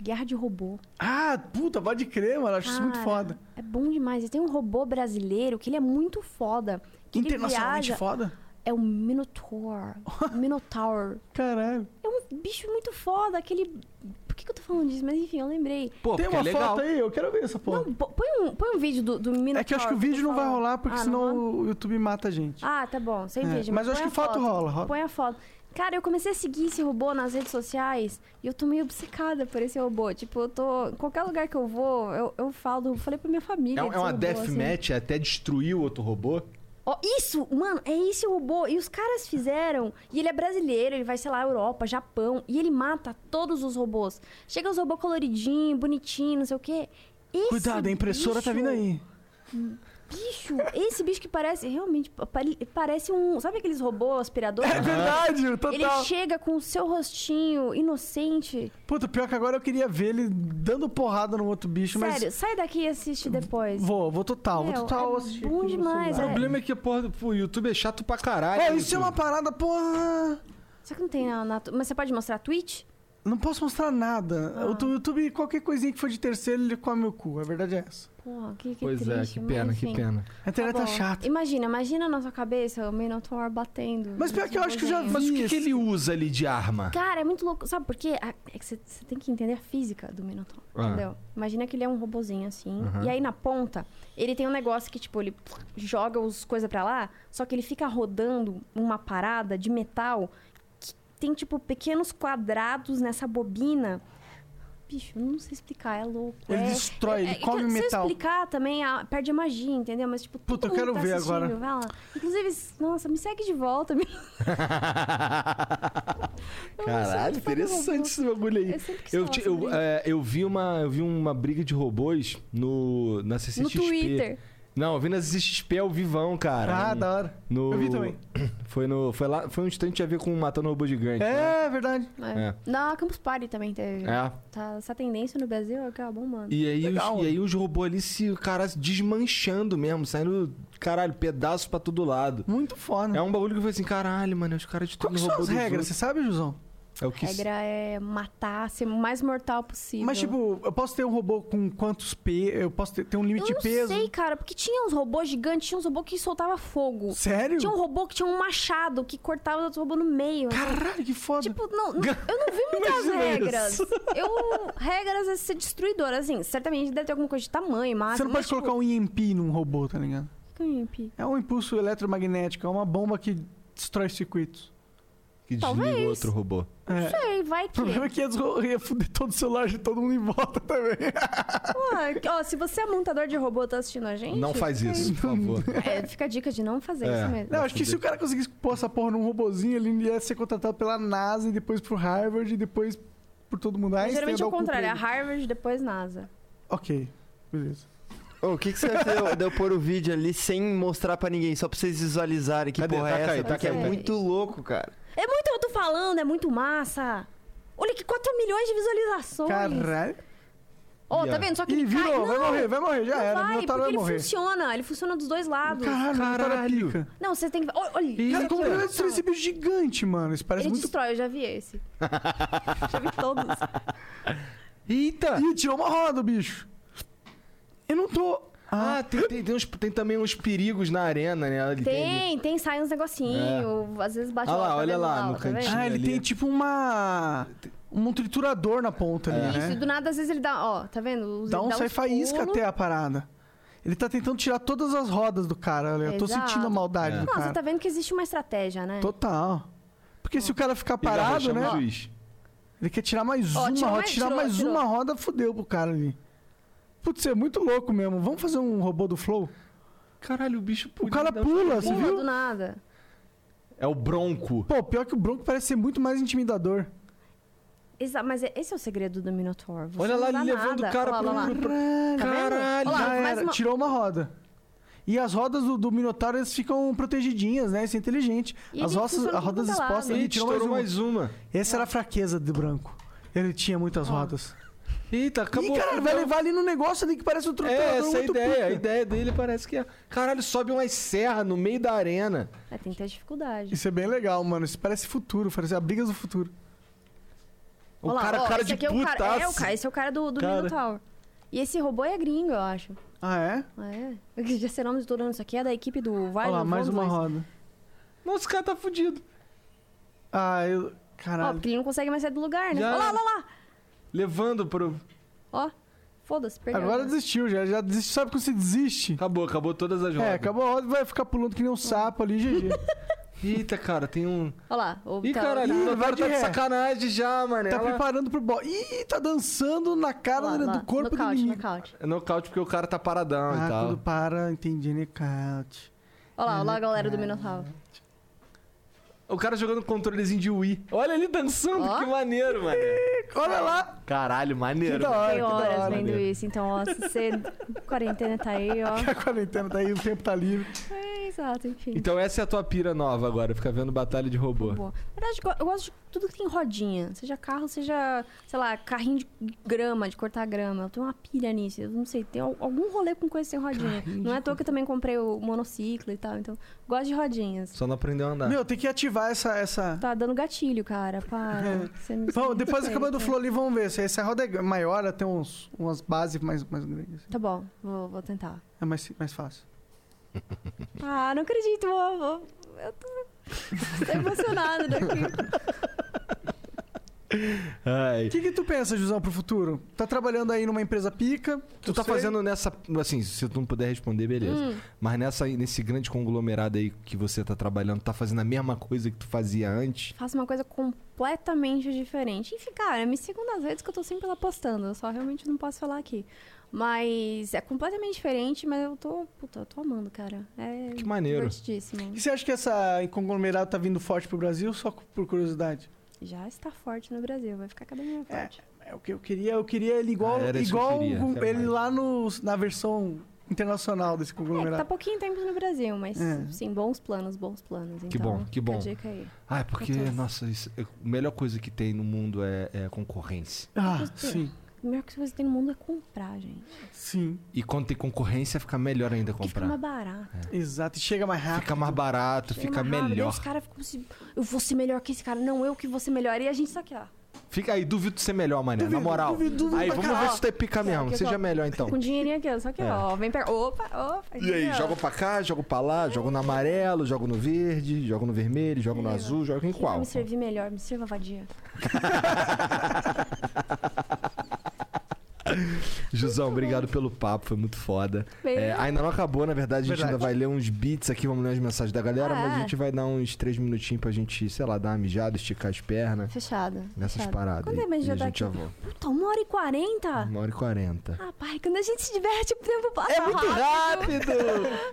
S3: Guerra de Robô.
S2: Ah, puta, pode crer, mano. Acho isso muito
S3: Cara,
S2: foda.
S3: É bom demais. E tem um robô brasileiro que ele é muito foda. Que ele
S2: Internacionalmente
S3: viaja-
S2: foda?
S3: É o Minotaur. Minotaur.
S2: Caralho.
S3: É um bicho muito foda, aquele. Por que, que eu tô falando disso? Mas enfim, eu lembrei.
S1: Pô,
S2: Tem
S1: porque
S2: uma
S1: é legal.
S2: foto aí, eu quero ver essa porra.
S3: Não, pô- põe um, põe um vídeo do, do Minotaur.
S2: é que eu acho que o vídeo não vai rolar, porque
S3: Ah, não
S2: senão
S3: rola?
S2: o YouTube mata a gente.
S3: Ah, tá bom, sem
S2: É,
S3: vídeo.
S2: mas eu acho
S3: põe
S2: que
S3: a
S2: foto rola, rola.
S3: Põe a foto. Cara, eu comecei a seguir esse robô nas redes sociais e eu tô meio obcecada por esse robô. Tipo, eu tô. em Qualquer lugar que eu vou, eu, eu falo. do- Falei pra minha família.
S1: É, um-
S3: desse
S1: é uma
S3: robô, assim.
S1: deathmatch até destruir o outro robô.
S3: Ó, isso, mano, é esse o robô. E os caras fizeram. E ele é brasileiro, ele vai, sei lá, Europa, Japão. E ele mata todos os robôs. Chega os robôs coloridinhos, bonitinhos, não sei o quê. Esse
S2: Cuidado, a impressora tá vindo
S3: bicho-
S2: aí.
S3: Bicho, esse bicho que parece, realmente, pare- parece um. Sabe aqueles robôs aspiradores?
S2: É verdade, total.
S3: Ele chega com o seu rostinho inocente.
S2: Puta, pior é que agora eu queria ver ele dando porrada no outro bicho,
S3: Sério, sai daqui e assiste depois.
S2: mas. Vou, vou total,
S3: Meu,
S2: vou total
S3: é
S2: assistir.
S3: bom
S2: aqui no meu
S3: demais,
S1: O
S2: celular.
S3: é.
S1: problema é que, porra, do- o YouTube é chato pra caralho.
S2: É, isso é uma
S1: YouTube.
S2: parada, porra.
S3: Só que não tem na, na- Mas você pode mostrar a Twitch?
S2: Não posso mostrar nada.
S3: Ah.
S2: O tu- YouTube, qualquer coisinha que for de terceiro, ele come o cu. A verdade é essa.
S3: Pô, que, que
S1: pois é,
S3: triste,
S1: que
S3: mas
S1: pena, que
S3: enfim.
S1: pena.
S2: A internet tá,
S3: bom.
S2: chata.
S3: Imagina, imagina na sua cabeça o Minotaur batendo.
S2: Mas pior que eu acho que eu já vi.
S1: Mas o que,
S2: esse-
S1: que ele usa ali de arma?
S3: Cara, é muito louco. Sabe por quê? A- É que você tem que entender a física do Minotaur,
S1: Ah.
S3: entendeu? Imagina que ele é um robozinho assim.
S1: Aham.
S3: E aí na ponta, ele tem um negócio que, tipo, ele joga os coisas pra lá, só que ele fica rodando uma parada de metal que tem, tipo, pequenos quadrados nessa bobina. Bicho, eu não sei explicar, é louco.
S2: Ele
S3: é-
S2: destrói, ele
S3: que
S2: come
S3: se
S2: metal.
S3: eu explicar também, a- perde a magia, entendeu? Mas, tipo,
S2: Puta,
S3: todo
S2: eu
S3: mundo
S2: quero
S3: tá
S2: ver
S3: assistindo,
S2: agora.
S3: vai lá. Inclusive, nossa, me segue de volta. Me... Eu não sei
S1: Caralho,
S3: onde foi que eu vou-
S1: interessante esse bagulho aí.
S3: Eu sempre assim, quis
S1: Eu,
S3: falar
S1: ti-
S3: sobre
S1: eu,
S3: isso.
S1: é, eu vi uma, eu vi uma briga de robôs no, na
S3: No
S1: CCXP.
S3: Twitter.
S1: Não, eu vi na CCXP ao vivão, cara.
S2: Ah, da hora.
S1: No-
S2: Eu vi também.
S1: Foi, no, foi, lá, foi um instante a ver com Matando Robô Gigante. né?
S2: É, verdade.
S3: É. Na Campus Party também teve.
S1: É.
S3: Tá, essa tendência no Brasil é acaba bombando.
S1: E aí,
S2: Legal.
S1: os, e aí os robôs ali se, cara, se desmanchando mesmo, saindo, caralho, pedaço pra todo lado.
S2: Muito foda.
S1: É um bagulho que eu falei assim, caralho, mano, os caras de
S2: Qual
S1: tudo
S2: que são as regras? Você sabe, Jusão?
S1: É o que
S3: A regra é matar, ser o mais mortal possível.
S2: Mas, tipo, eu posso ter um robô com quantos P? Eu posso ter, ter um
S3: eu
S2: limite
S3: não
S2: de peso?
S3: sei, cara, porque tinha uns robôs gigantes, tinha uns robôs que soltava fogo.
S2: Sério?
S3: Tinha um robô que tinha um machado que cortava os outros robôs no meio.
S2: Caralho, que foda.
S3: Tipo, não, não- eu não vi muitas
S2: Imagina
S3: regras.
S2: isso.
S3: Eu. Regras é ser destruidora, assim. Certamente deve ter alguma coisa de tamanho, mas.
S2: você
S3: tipo,
S2: não pode colocar um EMP num robô, tá ligado?
S3: um. Tipo,
S2: É um impulso eletromagnético, é uma bomba que destrói circuitos.
S1: que desliga o
S3: talvez.
S1: outro robô.
S2: É.
S3: sei, vai
S2: O
S3: que.
S2: problema é que ia desro- ia fuder todo o celular de todo mundo em volta também.
S3: Ué, ó, se você é montador de robô e tá assistindo a gente.
S1: Não faz isso, por favor.
S3: É, fica a dica de não fazer
S1: É.
S3: isso mesmo.
S2: Não, acho que
S1: fuder.
S2: se o cara conseguisse pôr essa porra num robozinho, ele ia ser contratado pela NASA e depois pro Harvard e depois por todo mundo. Ah,
S3: Mas
S2: Einstein,
S3: geralmente
S2: ia
S3: é
S2: dar
S3: o
S2: cu pra
S3: contrário, é
S2: ele.
S3: Harvard, depois NASA.
S2: Ok, beleza.
S5: Ô, o que, que você acha de eu- de eu pôr o vídeo ali sem mostrar pra ninguém, só pra vocês visualizarem que
S1: Cadê?
S5: porra é
S1: Taca
S5: essa?
S1: aí, taca
S5: porque
S3: aí,
S5: é
S3: taca aí.
S5: muito louco, cara.
S3: É muito eu tô falando, é muito massa. Olha que 4 milhões de visualizações.
S2: Caralho.
S3: Ó,
S1: Yeah.
S3: tá vendo? Só que
S2: Ih,
S3: ele cai-
S2: virou, vai
S3: Não,
S2: morrer, vai morrer, já
S3: não
S2: era.
S3: Vai,
S2: meu otário
S3: porque
S2: vai
S3: ele
S2: morrer. Ah,
S3: funciona, ele funciona dos dois lados.
S2: Caralho,
S1: Caralho.
S2: Caralho.
S3: Não, você tem que. Olha, olha
S2: é Cara, como é ele vai destruir esse
S3: ele
S2: bicho gigante, mano? Isso parece muito.
S3: destrói, eu já vi esse. já vi todos.
S1: Eita!
S2: Ih, tirou uma roda, bicho. Eu não tô. Ah,
S1: Ah, tem, tem, tem, uns- tem também uns perigos na arena, né? Ali
S3: Tem, tem, sai uns negocinhos, às vezes bate
S1: Ah lá,
S3: lá, tá
S1: olha
S3: vendo
S1: lá no
S3: ó, tá
S1: cantinho.
S3: vendo?
S2: ah, ele
S1: ali.
S2: tem tipo uma. Um triturador na ponta
S1: é?
S2: ali,
S3: É. Isso, e
S2: né?
S3: do nada, às vezes ele dá, ó, tá vendo? Os-
S2: Dá
S3: ele
S2: um sai
S3: uns
S2: faísca
S3: pulos.
S2: até a parada. Ele tá tentando tirar todas as rodas do cara. olha, Eu tô
S3: Exato.
S2: sentindo a maldade
S1: É.
S2: do
S3: Não,
S2: cara.
S3: você tá vendo que existe uma estratégia, né?
S2: Total. Porque se o cara ficar
S1: Ele arrocha
S2: parado,
S1: no
S2: né?
S1: Juiz.
S2: Ele quer tirar mais
S3: Ó,
S2: uma
S3: tirou
S2: roda.
S3: mais-
S2: Tirar
S3: tirou,
S2: mais
S3: tirou.
S2: uma roda, fudeu pro cara ali. Putz, é muito louco mesmo. Vamos fazer um robô do Flow?
S1: Caralho, o bicho
S2: O
S1: pula. um
S2: cara pula, você
S3: Pula
S2: viu?
S3: do nada.
S1: É o Bronco.
S2: Pô, pior que o Bronco parece ser muito mais intimidador.
S3: Exato, mas é- esse é o segredo do Minotaur. Você
S1: Olha
S3: não
S1: lá, ele
S3: dá
S1: levando
S3: nada.
S1: o cara
S3: Olha lá,
S2: Tá
S3: olha lá.
S1: pro...
S3: Olha
S1: Caralho!
S3: lá,
S2: Já
S3: mais
S2: era,
S3: uma-
S2: tirou uma roda. E as rodas do, do Minotauro elas ficam protegidinhas, né? Isso é inteligente.
S3: E
S2: As
S3: ele
S2: rodas,
S3: funciona
S2: as rodas
S3: pra todo lado.
S2: expostas, ele
S1: Eita,
S2: tirou mais um.
S1: estourou
S2: uma.
S1: mais uma.
S2: Essa era a fraqueza do branco. Ele tinha muitas rodas.
S1: Eita, acabou.
S2: Ih, caralho, vai levar ali no negócio ali que parece um
S1: É,
S2: triturador
S1: essa é a
S2: muito
S1: ideia. A
S2: pica.
S1: ideia dele parece que é. Caralho, sobe uma serra no meio da arena.
S3: É, tem que ter dificuldade.
S2: Isso é bem legal, mano. Isso parece futuro, parece a briga do futuro.
S1: O
S3: Olha lá,
S1: cara,
S3: ó,
S1: cara
S3: esse
S1: de
S3: aqui é o cara, é o
S1: putaço.
S3: cara- Esse é o cara do, do
S1: Cara.
S3: Minotaur. E esse robô é gringo, eu acho.
S2: Ah, é?
S3: É. Eu queria ser nome de todo mundo. Isso aqui é da equipe do
S2: Olha
S3: Vai
S2: lá, mais uma roda.
S1: Nossa, o cara tá fudido.
S2: Ah, eu.
S3: Ó,
S2: Caralho.
S3: porque ele não consegue mais sair do lugar, né?
S1: Já
S3: Olha lá, olha lá.
S1: Levando pro.
S3: Ó, foda-se, perdeu.
S2: Agora desistiu, já, já desistiu. Sabe quando você desiste?
S1: Acabou, acabou todas as rodas.
S2: É, acabou a roda vai ficar pulando que nem um sapo ali, GG.
S1: Eita, cara, tem um.
S3: Olha lá. o-
S1: Ih,
S3: tá-
S1: caralho,
S2: Ih,
S1: o
S2: vai
S1: Totoro
S2: de
S1: tá de
S2: ré.
S1: sacanagem já, mano.
S2: Tá
S1: Ela...
S2: preparando pro boss. Ih, tá dançando na cara
S3: Olha lá,
S2: do
S3: olha lá,
S2: corpo do
S3: nocaute,
S2: inimigo.
S3: nocaute.
S1: É nocaute porque o cara tá paradão e
S2: Ah,
S1: tal.
S2: quando para, entendi, né, nocaute.
S3: Olha lá, olha lá a galera do Minotaur.
S1: O cara jogando controlezinho de Wii. Olha ele dançando,
S3: Ó.
S1: que maneiro, mano.
S2: Olha lá!
S1: Caralho,
S2: Que
S1: maneiro.
S2: da hora, que
S3: Fiquei
S2: da
S3: horas né?
S2: hora.
S3: vendo isso. Então, ó, se você... Quarentena tá aí, ó.
S2: A quarentena tá aí, o tempo tá livre.
S3: É isso, Exato, enfim.
S1: Então essa é a tua pira nova agora, ficar vendo batalha de robô.
S3: Boa. Na verdade, eu gosto de tudo que tem rodinha. Seja carro, seja, sei lá, carrinho de grama, de cortar grama. Eu tenho uma pilha nisso. Eu não sei, tem al- algum rolê com coisa sem rodinha. não é à toa que eu também comprei o monociclo e tal. Então, gosto de rodinhas.
S1: Só não aprendeu a andar.
S2: Meu, tem que ativar essa. essa...
S3: Tá dando gatilho, cara. Para. Você me-
S2: Vamos, depois
S3: Sério,
S2: acabando do
S3: tá.
S2: Floli, vamos ver. Se essa roda é maior, ela tem uns, umas bases mais, mais grandes. assim.
S3: Tá bom, vou, vou tentar.
S2: É mais, mais fácil.
S3: Ah, não acredito, vou, vou- eu tô, tô emocionada daqui.
S1: Ai.
S2: O que, que tu pensa, Josão, pro futuro? Tá trabalhando aí numa empresa pica.
S1: Tu tá fazendo nessa. Assim, se tu não puder responder, beleza.
S3: Hum,
S1: Mas nessa, nesse grande conglomerado aí que você tá trabalhando, tá fazendo a mesma coisa que tu fazia antes.
S3: Faço uma coisa completamente diferente. Enfim, cara, é me sigam nas redes que eu tô sempre lá postando. Eu só realmente não posso falar aqui. Mas é completamente diferente, mas eu tô. Puta, eu tô amando, cara. É
S1: Que maneiro.
S3: divertidíssimo.
S2: E você acha que essa conglomerado tá vindo forte pro Brasil só por curiosidade?
S3: Já está forte no Brasil, vai ficar cada vez mais
S2: É.
S3: forte.
S2: É o que eu queria. Eu queria ele igual,
S1: Ah, era isso que eu
S2: igual
S1: queria,
S2: com-
S1: quero
S2: ele
S1: mais.
S2: lá no, na versão internacional desse
S3: É, que tá
S2: conglomerado.
S3: pouquinho tempo no Brasil, mas
S2: É.
S3: sim, bons planos, bons planos. Então,
S1: Que bom, que bom.
S3: fica a Dica aí.
S1: Ah, porque,
S3: Acontece.
S1: nossa, isso- é, a melhor coisa que tem no mundo é, é concorrência.
S2: Ah,
S3: Tudo bem.
S2: sim,
S3: A melhor coisa que você tem no mundo é comprar, gente.
S2: sim.
S1: E quando tem concorrência, fica melhor ainda
S3: Porque fica
S1: comprar.
S3: mais barato.
S1: É.
S2: Exato. E chega mais rápido.
S1: Fica mais barato, fica
S3: amarrado, daí
S1: melhor.
S3: Os caras ficam assim, eu vou ser melhor que esse cara, não, eu que vou ser melhor. E a gente tá aqui, ó,
S1: Fica aí, duvido de ser melhor, mané. Na
S2: Duvido,
S1: moral.
S2: duvido, duvido
S1: aí,
S2: pra
S1: vamos
S2: caralho.
S1: ver se tu é pica mesmo.
S3: que
S1: Seja
S3: eu-
S1: melhor então.
S3: com dinheirinho aqui, ó, só que,
S1: É.
S3: ó, vem pegar. Opa, opa.
S1: E aí,
S3: entendeu?
S1: jogo pra cá, jogo pra lá, jogo no amarelo, jogo no verde, jogo no vermelho, jogo no
S3: É.
S1: azul, jogo em
S3: Quem vai
S1: qual?
S3: me servir melhor? Me sirva vadia.
S1: Jusão, obrigado pelo papo, foi muito foda.
S3: Beijo.
S1: É, ainda não acabou, na verdade, a gente
S2: Verdade.
S1: ainda vai ler uns beats aqui, vamos ler as mensagens da galera,
S3: Ah,
S1: mas a
S3: é.
S1: gente vai dar uns três minutinhos pra gente, sei lá, dar uma mijada, esticar as pernas,
S3: Fechado.
S1: nessas
S3: fechado.
S1: paradas. e,
S3: Quando é mais
S1: e
S3: já
S1: a
S3: tá
S1: gente
S3: aqui?
S1: já volta.
S3: Puta, uma hora e quarenta?
S1: Uma hora e quarenta.
S3: Ah, pai, quando a gente se diverte, o tempo passa
S1: É muito rápido!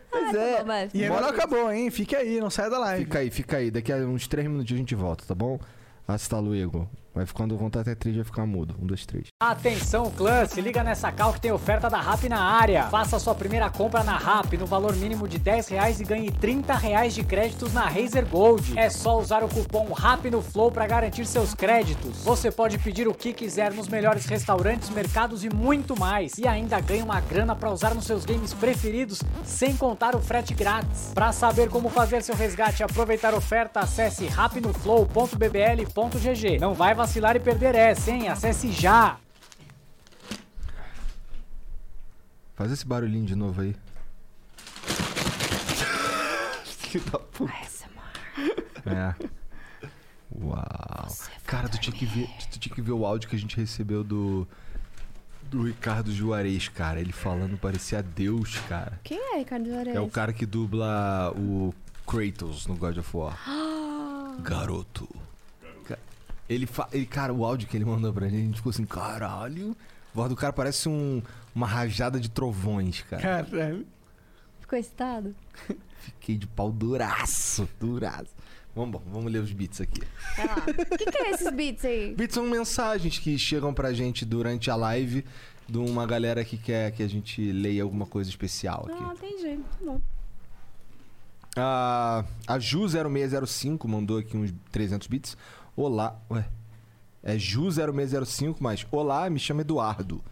S1: pois
S3: tá
S1: é.
S3: bom, vai.
S2: E agora acabou, hein? Fique aí, não saia da live.
S1: Fica aí, fica aí. Daqui a uns três minutinhos a gente volta, tá bom? Hasta luego. Vai ficando o contato até três, vai ficar mudo. Um, dois, três.
S4: Atenção, clã, se liga nessa cal que tem oferta da RAP na área. Faça sua primeira compra na RAP no valor mínimo de 10 reais e ganhe 30 reais de créditos na Razer Gold. É só usar o cupom RAP no Flow para garantir seus créditos. Você pode pedir o que quiser nos melhores restaurantes, mercados e muito mais. E ainda ganha uma grana para usar nos seus games preferidos, sem contar o frete grátis. Para saber como fazer seu resgate e aproveitar a oferta, acesse rapnoflow.bbl.gg. Não vai vacilar e perder essa, hein? Acesse já!
S1: Faz esse barulhinho de novo aí. que da puta.
S3: Ah, Essa, mano.
S1: É. Uau. Cara, tu tinha, que ver, tu- tu tinha que ver o áudio que a gente recebeu do. Do Ricardo Juarez, cara. Ele falando parecia Deus, cara.
S3: Quem é, Ricardo Juarez?
S1: É o cara que dubla o Kratos no God of War. Garoto. Ca- Ele, fa... ele, cara, o áudio que ele mandou pra gente, a gente ficou assim, caralho. A voz do cara parece um, uma rajada de trovões, cara.
S2: Caralho.
S3: Ficou excitado?
S1: Fiquei de pau duraço, duraço. Vamos, bom, vamos ler os beats aqui.
S3: Vai lá. O que, que é esses beats aí?
S1: Beats são mensagens que chegam pra gente durante a live de uma galera que quer que a gente leia alguma coisa especial
S3: Ah,
S1: aqui.
S3: entendi. Tá bom.
S1: A, a Ju0605 mandou aqui uns 300 bits. Olá, ué. É Ju0605, mas olá, me chama Eduardo.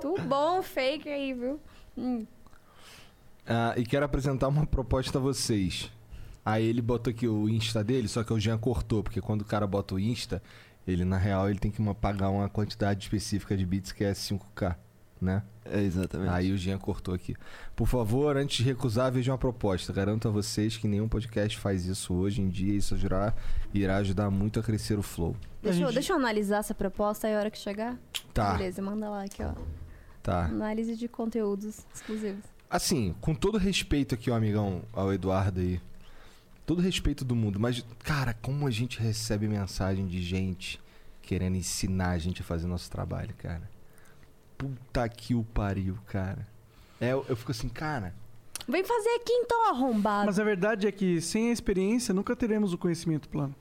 S3: Tu bom, fake aí, viu? Hum.
S1: Ah, e quero apresentar uma proposta a vocês. Aí ele botou aqui o Insta dele, só que o Jean cortou, porque quando o cara bota o Insta, ele na real ele tem que uma- pagar uma quantidade específica de bits que é 5K, né?
S5: É, exatamente.
S1: Aí o Jean cortou aqui. Por favor, antes de recusar, veja uma proposta. Garanto a vocês que nenhum podcast faz isso hoje em dia e isso irá, irá ajudar muito a crescer o flow.
S3: Deixa, eu,
S2: gente-
S3: deixa eu analisar essa proposta aí a hora que chegar.
S1: Tá,
S3: Beleza, manda lá aqui, ó.
S1: tá.
S3: Análise de conteúdos exclusivos.
S1: Assim, com todo respeito aqui, ó, amigão, ao Eduardo aí. Todo respeito do mundo, mas, cara, como a gente recebe mensagem de gente querendo ensinar a gente a fazer nosso trabalho, cara. Puta que o pariu, cara. É, eu, eu fico assim, cara.
S3: Vem fazer aqui então, arrombado.
S2: Mas a verdade é que sem a experiência nunca teremos o conhecimento plano.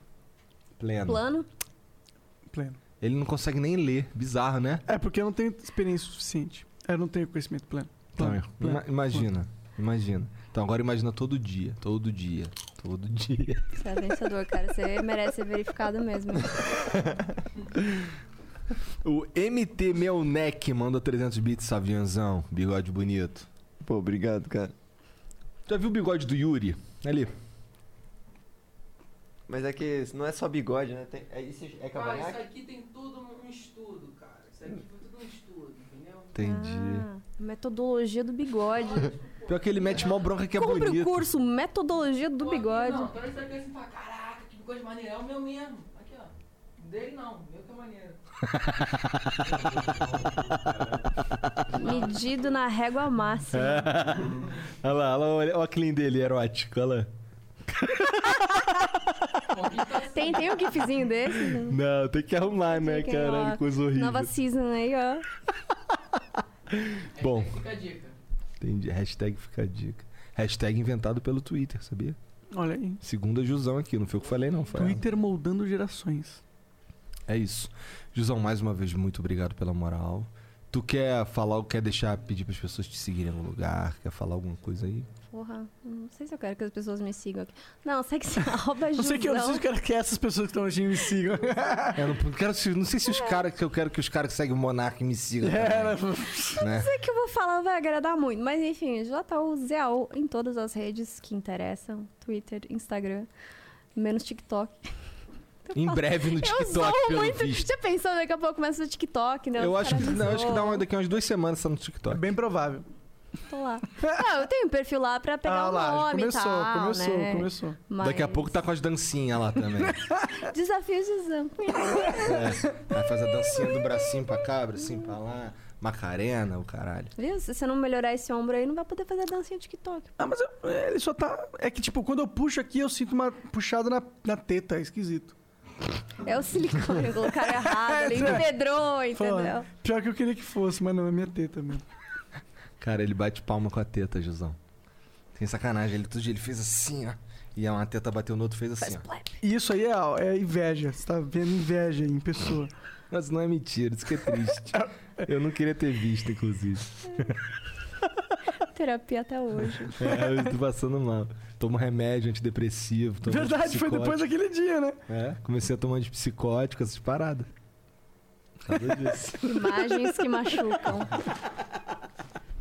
S1: Pleno.
S3: Plano.
S2: pleno.
S1: Ele não consegue nem ler. Bizarro, né?
S2: É porque eu não tenho experiência suficiente. Eu não tenho conhecimento pleno.
S1: Então,
S2: Plano,
S1: ima-
S2: pleno.
S1: imagina. Imagina. Então agora imagina todo dia, todo dia, todo dia.
S3: Você é vencedor, cara. Você merece ser verificado mesmo.
S1: O MT Meu Neck manda 300 bits, aviãozão. Bigode bonito.
S5: Pô, obrigado, cara.
S1: Já viu o bigode do Yuri? Ali.
S5: Mas é que não é só bigode, né? Tem- é, isso é
S6: Cara, isso
S5: cavanhaque?
S6: aqui tem tudo um estudo, cara. Isso aqui foi tudo um estudo, entendeu?
S1: Entendi.
S3: Ah, metodologia do bigode.
S1: Ah. Pior que ele mete mal bronca que é
S3: Compre o
S1: bonito.
S3: curso Metodologia do
S6: Pô, aqui Não,
S3: Bigode.
S6: então isso aqui assim, fala, caraca, que coisa maneira. É o meu mesmo. Aqui, ó. Dele não, meu que é maneiro.
S3: Medido na régua
S1: É.
S3: máxima.
S1: Olha lá, olha lá, olha, olha a clean dele, erótico, olha lá.
S6: então, assim,
S3: Tem, tem um gifzinho desse? né?
S1: Não, tem que arrumar, né,
S3: Tem, ó,
S1: caralho, coisa horrível.
S3: Nova season aí, ó.
S1: Bom,
S6: é, Fica a dica.
S1: entendi. Hashtag fica a dica. Hashtag inventado pelo Twitter, sabia?
S2: Olha aí.
S1: Segunda Jusão aqui, não foi o que eu falei, não. Foi ela.
S2: Twitter moldando gerações.
S1: É isso. Jusão, mais uma vez, muito obrigado pela moral. Tu quer falar, quer deixar, pedir para as pessoas te seguirem no lugar? Quer falar alguma coisa aí?
S3: Porra, não sei se eu quero que as pessoas me sigam aqui. Não, segue se arroba
S2: Não sei que eu não sei se eu quero que essas pessoas que estão assistindo me sigam.
S1: É, Eu não, quero, se- não sei se
S3: É.
S1: os caras que eu quero que os caras que seguem o Monark me sigam.
S2: É,
S1: também, né?
S3: Isso que eu vou falar vai agradar muito. Mas enfim, já tá o ZAO em todas as redes que interessam: Twitter, Instagram, menos TikTok.
S1: Em breve no
S3: eu sou
S1: TikTok, pelo
S3: muito.
S1: visto.
S3: Já pensou, daqui a pouco começa o TikTok, né?
S1: Eu
S3: Os
S1: acho que,
S3: caras
S1: não, eu acho que dá
S3: zoam.
S1: uma, daqui a umas duas semanas tá no TikTok.
S2: É bem provável.
S3: Tô lá. Não, eu tenho um perfil lá pra pegar
S2: ah
S3: o
S2: lá,
S3: nome
S2: começou,
S3: e tal,
S2: começou,
S3: né?
S2: começou.
S3: Mas-
S1: Daqui a pouco tá com as dancinhas lá também.
S3: Desafios de Zan.
S1: É, Aí faz a dancinha do bracinho pra cá, bracinho pra lá. Macarena, o caralho.
S3: Viu? Se você não melhorar esse ombro aí, não vai poder fazer dancinha de TikTok.
S2: Ah, mas eu- é, ele só tá. É que, tipo, quando eu puxo aqui, eu sinto uma puxada na, na teta, é esquisito.
S3: É o silicone, colocaram errado ali, empedrou, entendeu?
S2: Fala, Pior que eu queria que fosse, mas não, é minha teta mesmo.
S1: Cara, ele bate palma com a teta, Jusão. Tem sacanagem, ele todo dia ele fez assim, ó. E a uma teta bateu no outro fez assim,
S3: Faz
S1: ó.
S3: plap.
S2: E isso aí é, é inveja, você tá vendo inveja em pessoa.
S1: Mas não é mentira, isso que é triste. Eu não queria ter visto, inclusive.
S3: Terapia até hoje.
S1: É, eu tô passando mal. Tomo remédio antidepressivo. Tomo
S2: Verdade, foi depois
S1: antipsicótico.
S2: daquele dia, né?
S1: É, comecei a tomar antipsicótico, essas paradas. Por causa disso.
S3: Imagens que machucam.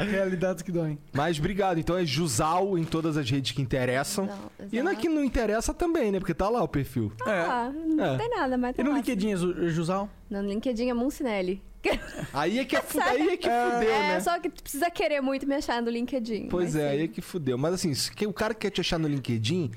S2: Realidades que doem.
S1: Mas obrigado, então é Jusal em todas as redes que interessam.
S3: Não,
S1: E na
S3: exato.
S1: que não interessa também, né? Porque tá lá o perfil.
S2: É.
S3: Ah, não
S1: É.
S3: tem nada, mas
S2: E
S3: tá
S2: no
S3: lá.
S2: LinkedIn, é Zu- Jusal?
S3: Não, no LinkedIn é Muncinelli.
S1: Aí é que, é fu- aí é que fudeu,
S3: é,
S1: né?
S3: só que tu precisa querer muito me achar no LinkedIn.
S1: Pois
S3: mas
S1: é, aí é
S3: sim.
S1: que fudeu. Mas assim, se que- o cara que quer te achar no LinkedIn,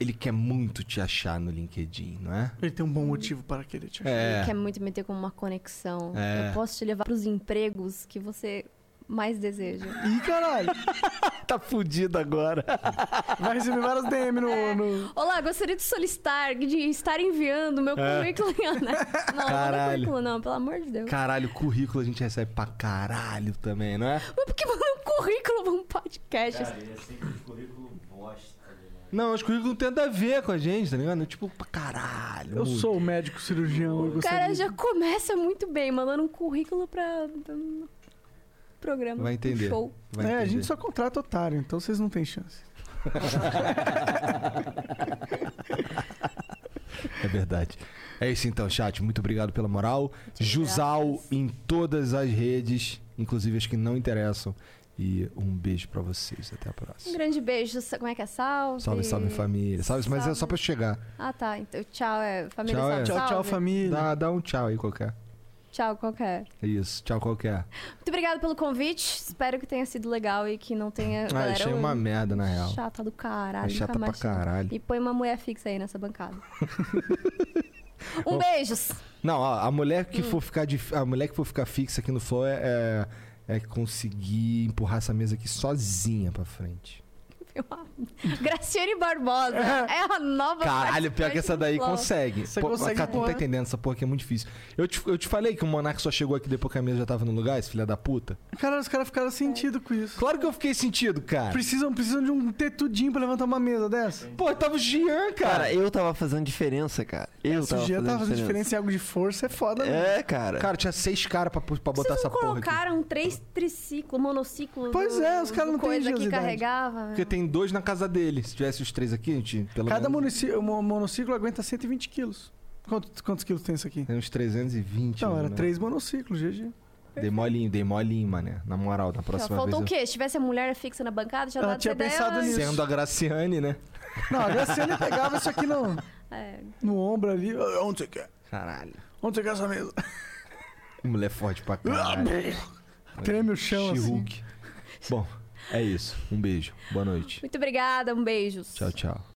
S1: ele quer muito te achar no LinkedIn, não é?
S2: Ele tem um bom motivo para querer te achar.
S1: É.
S3: Ele quer muito me ter como uma conexão.
S1: É.
S3: Eu posso te levar pros empregos que você mais deseja.
S2: Ih, caralho!
S1: Tá fudido agora.
S2: Vai receber várias DM no. no-
S3: Olá, gostaria de solicitar, de estar enviando meu
S1: É.
S3: currículo. Né? Não, não
S1: Caralho.
S3: meu currículo, não, pelo amor de Deus.
S1: Caralho, currículo a gente recebe pra caralho também, não é?
S3: Mas por que mandar um currículo pra um podcast?
S7: ia ser um currículo bosta.
S1: Não, os currículos não tem nada a ver com a gente, tá ligado? Tipo, pra caralho.
S2: Eu
S1: muito.
S2: sou o médico cirurgião. Eu
S3: o cara
S2: gostaria...
S3: já começa muito bem, mandando um currículo pra. pra um programa.
S1: Vai entender.
S3: um show.
S1: Vai
S2: é, a
S1: entender.
S2: gente só contrata otário, então vocês não têm chance.
S1: É verdade. É isso então, chat. Muito obrigado pela moral. Jusal em todas as redes, inclusive as que não interessam. E um beijo pra vocês. Até a
S3: Um
S1: próxima.
S3: grande beijo. sa- Como é que é? Salve.
S1: Salve, salve família. Salve, mas é
S3: Salve.
S1: só pra chegar.
S3: Ah, tá. Então, tchau, é. Família
S1: Tchau, é.
S3: salve,
S2: Tchau, tchau,
S3: salve.
S2: família.
S1: Dá, dá um tchau aí qualquer.
S3: Tchau, qualquer.
S1: É isso. Tchau qualquer.
S3: Muito obrigada pelo convite. Espero que tenha sido legal e que não tenha.
S1: Ah,
S3: galera, um
S1: achei uma merda, na real.
S3: Chata do caralho.
S1: É chata
S3: nunca
S1: pra
S3: mais chama.
S1: caralho.
S3: E põe uma mulher fixa aí nessa bancada. um beijo.
S1: Não, ó, a mulher que for ficar de, a mulher que for ficar fixa aqui no flow é, é, é conseguir empurrar essa mesa aqui sozinha pra frente.
S3: eu amo. Graciane Barbosa é a nova
S1: Caralho, pior que
S3: participante
S1: essa
S3: do
S1: daí
S3: Flow.
S1: consegue.
S2: Você
S1: Pô,
S2: consegue,
S1: cara, tu não tá
S2: porra.
S1: entendendo essa porra que é muito difícil. Eu te, eu te falei que o Monark só chegou aqui depois que a mesa já tava no lugar, esse filho da puta.
S2: Caralho, os caras ficaram sentido com isso.
S1: Claro que eu fiquei sentido,
S5: É.
S1: cara.
S2: Precisam, precisam de um tetudinho pra levantar uma mesa dessa.
S1: Pô, tava o Jean, cara.
S5: Cara, eu tava fazendo diferença, cara. Eu
S2: Se o
S5: tava
S2: dia
S5: fazendo
S2: tava fazendo
S5: diferença.
S2: diferença em algo de força, é foda, né?
S5: É, cara.
S1: Cara, tinha seis caras pra, pra botar
S3: Vocês
S1: essa
S3: não
S1: porra aqui.
S3: colocaram três triciclos, monociclos?
S2: Pois
S3: do-
S2: é, os caras
S3: do
S2: não têm
S3: coisa que
S2: engenhosidade.
S3: carregava.
S1: Porque tem dois na casa dele. Se tivesse os três aqui, a gente... Pelo
S2: Cada
S1: menos,
S2: monociclo, monociclo aguenta 120 quilos. Quantos, quantos quilos tem isso aqui?
S1: Tem uns 320.
S2: Não, era
S1: né?
S2: três monociclos, GG.
S1: Dei molinho, dei molinho, mané. Na moral, na
S3: Já
S1: próxima
S3: faltou o
S1: vez...
S3: quê? Se tivesse a mulher fixa na bancada, já
S2: Ela
S3: dava
S2: tinha
S3: ideia.
S2: pensado
S1: eu-
S2: nisso.
S1: Sendo a Graciane, né?
S2: Não, a Graciane pegava isso aqui no,
S3: É,
S2: no ombro ali. Ah, Onde você quer?
S1: Caralho.
S2: Onde você quer essa mesa?
S1: Mulher é forte pra caralho.
S2: Treme o Ah, chão assim.
S1: She-Hulk. Bom, é isso. Um beijo. Boa noite.
S3: Muito obrigada, um beijo.
S1: Tchau, tchau.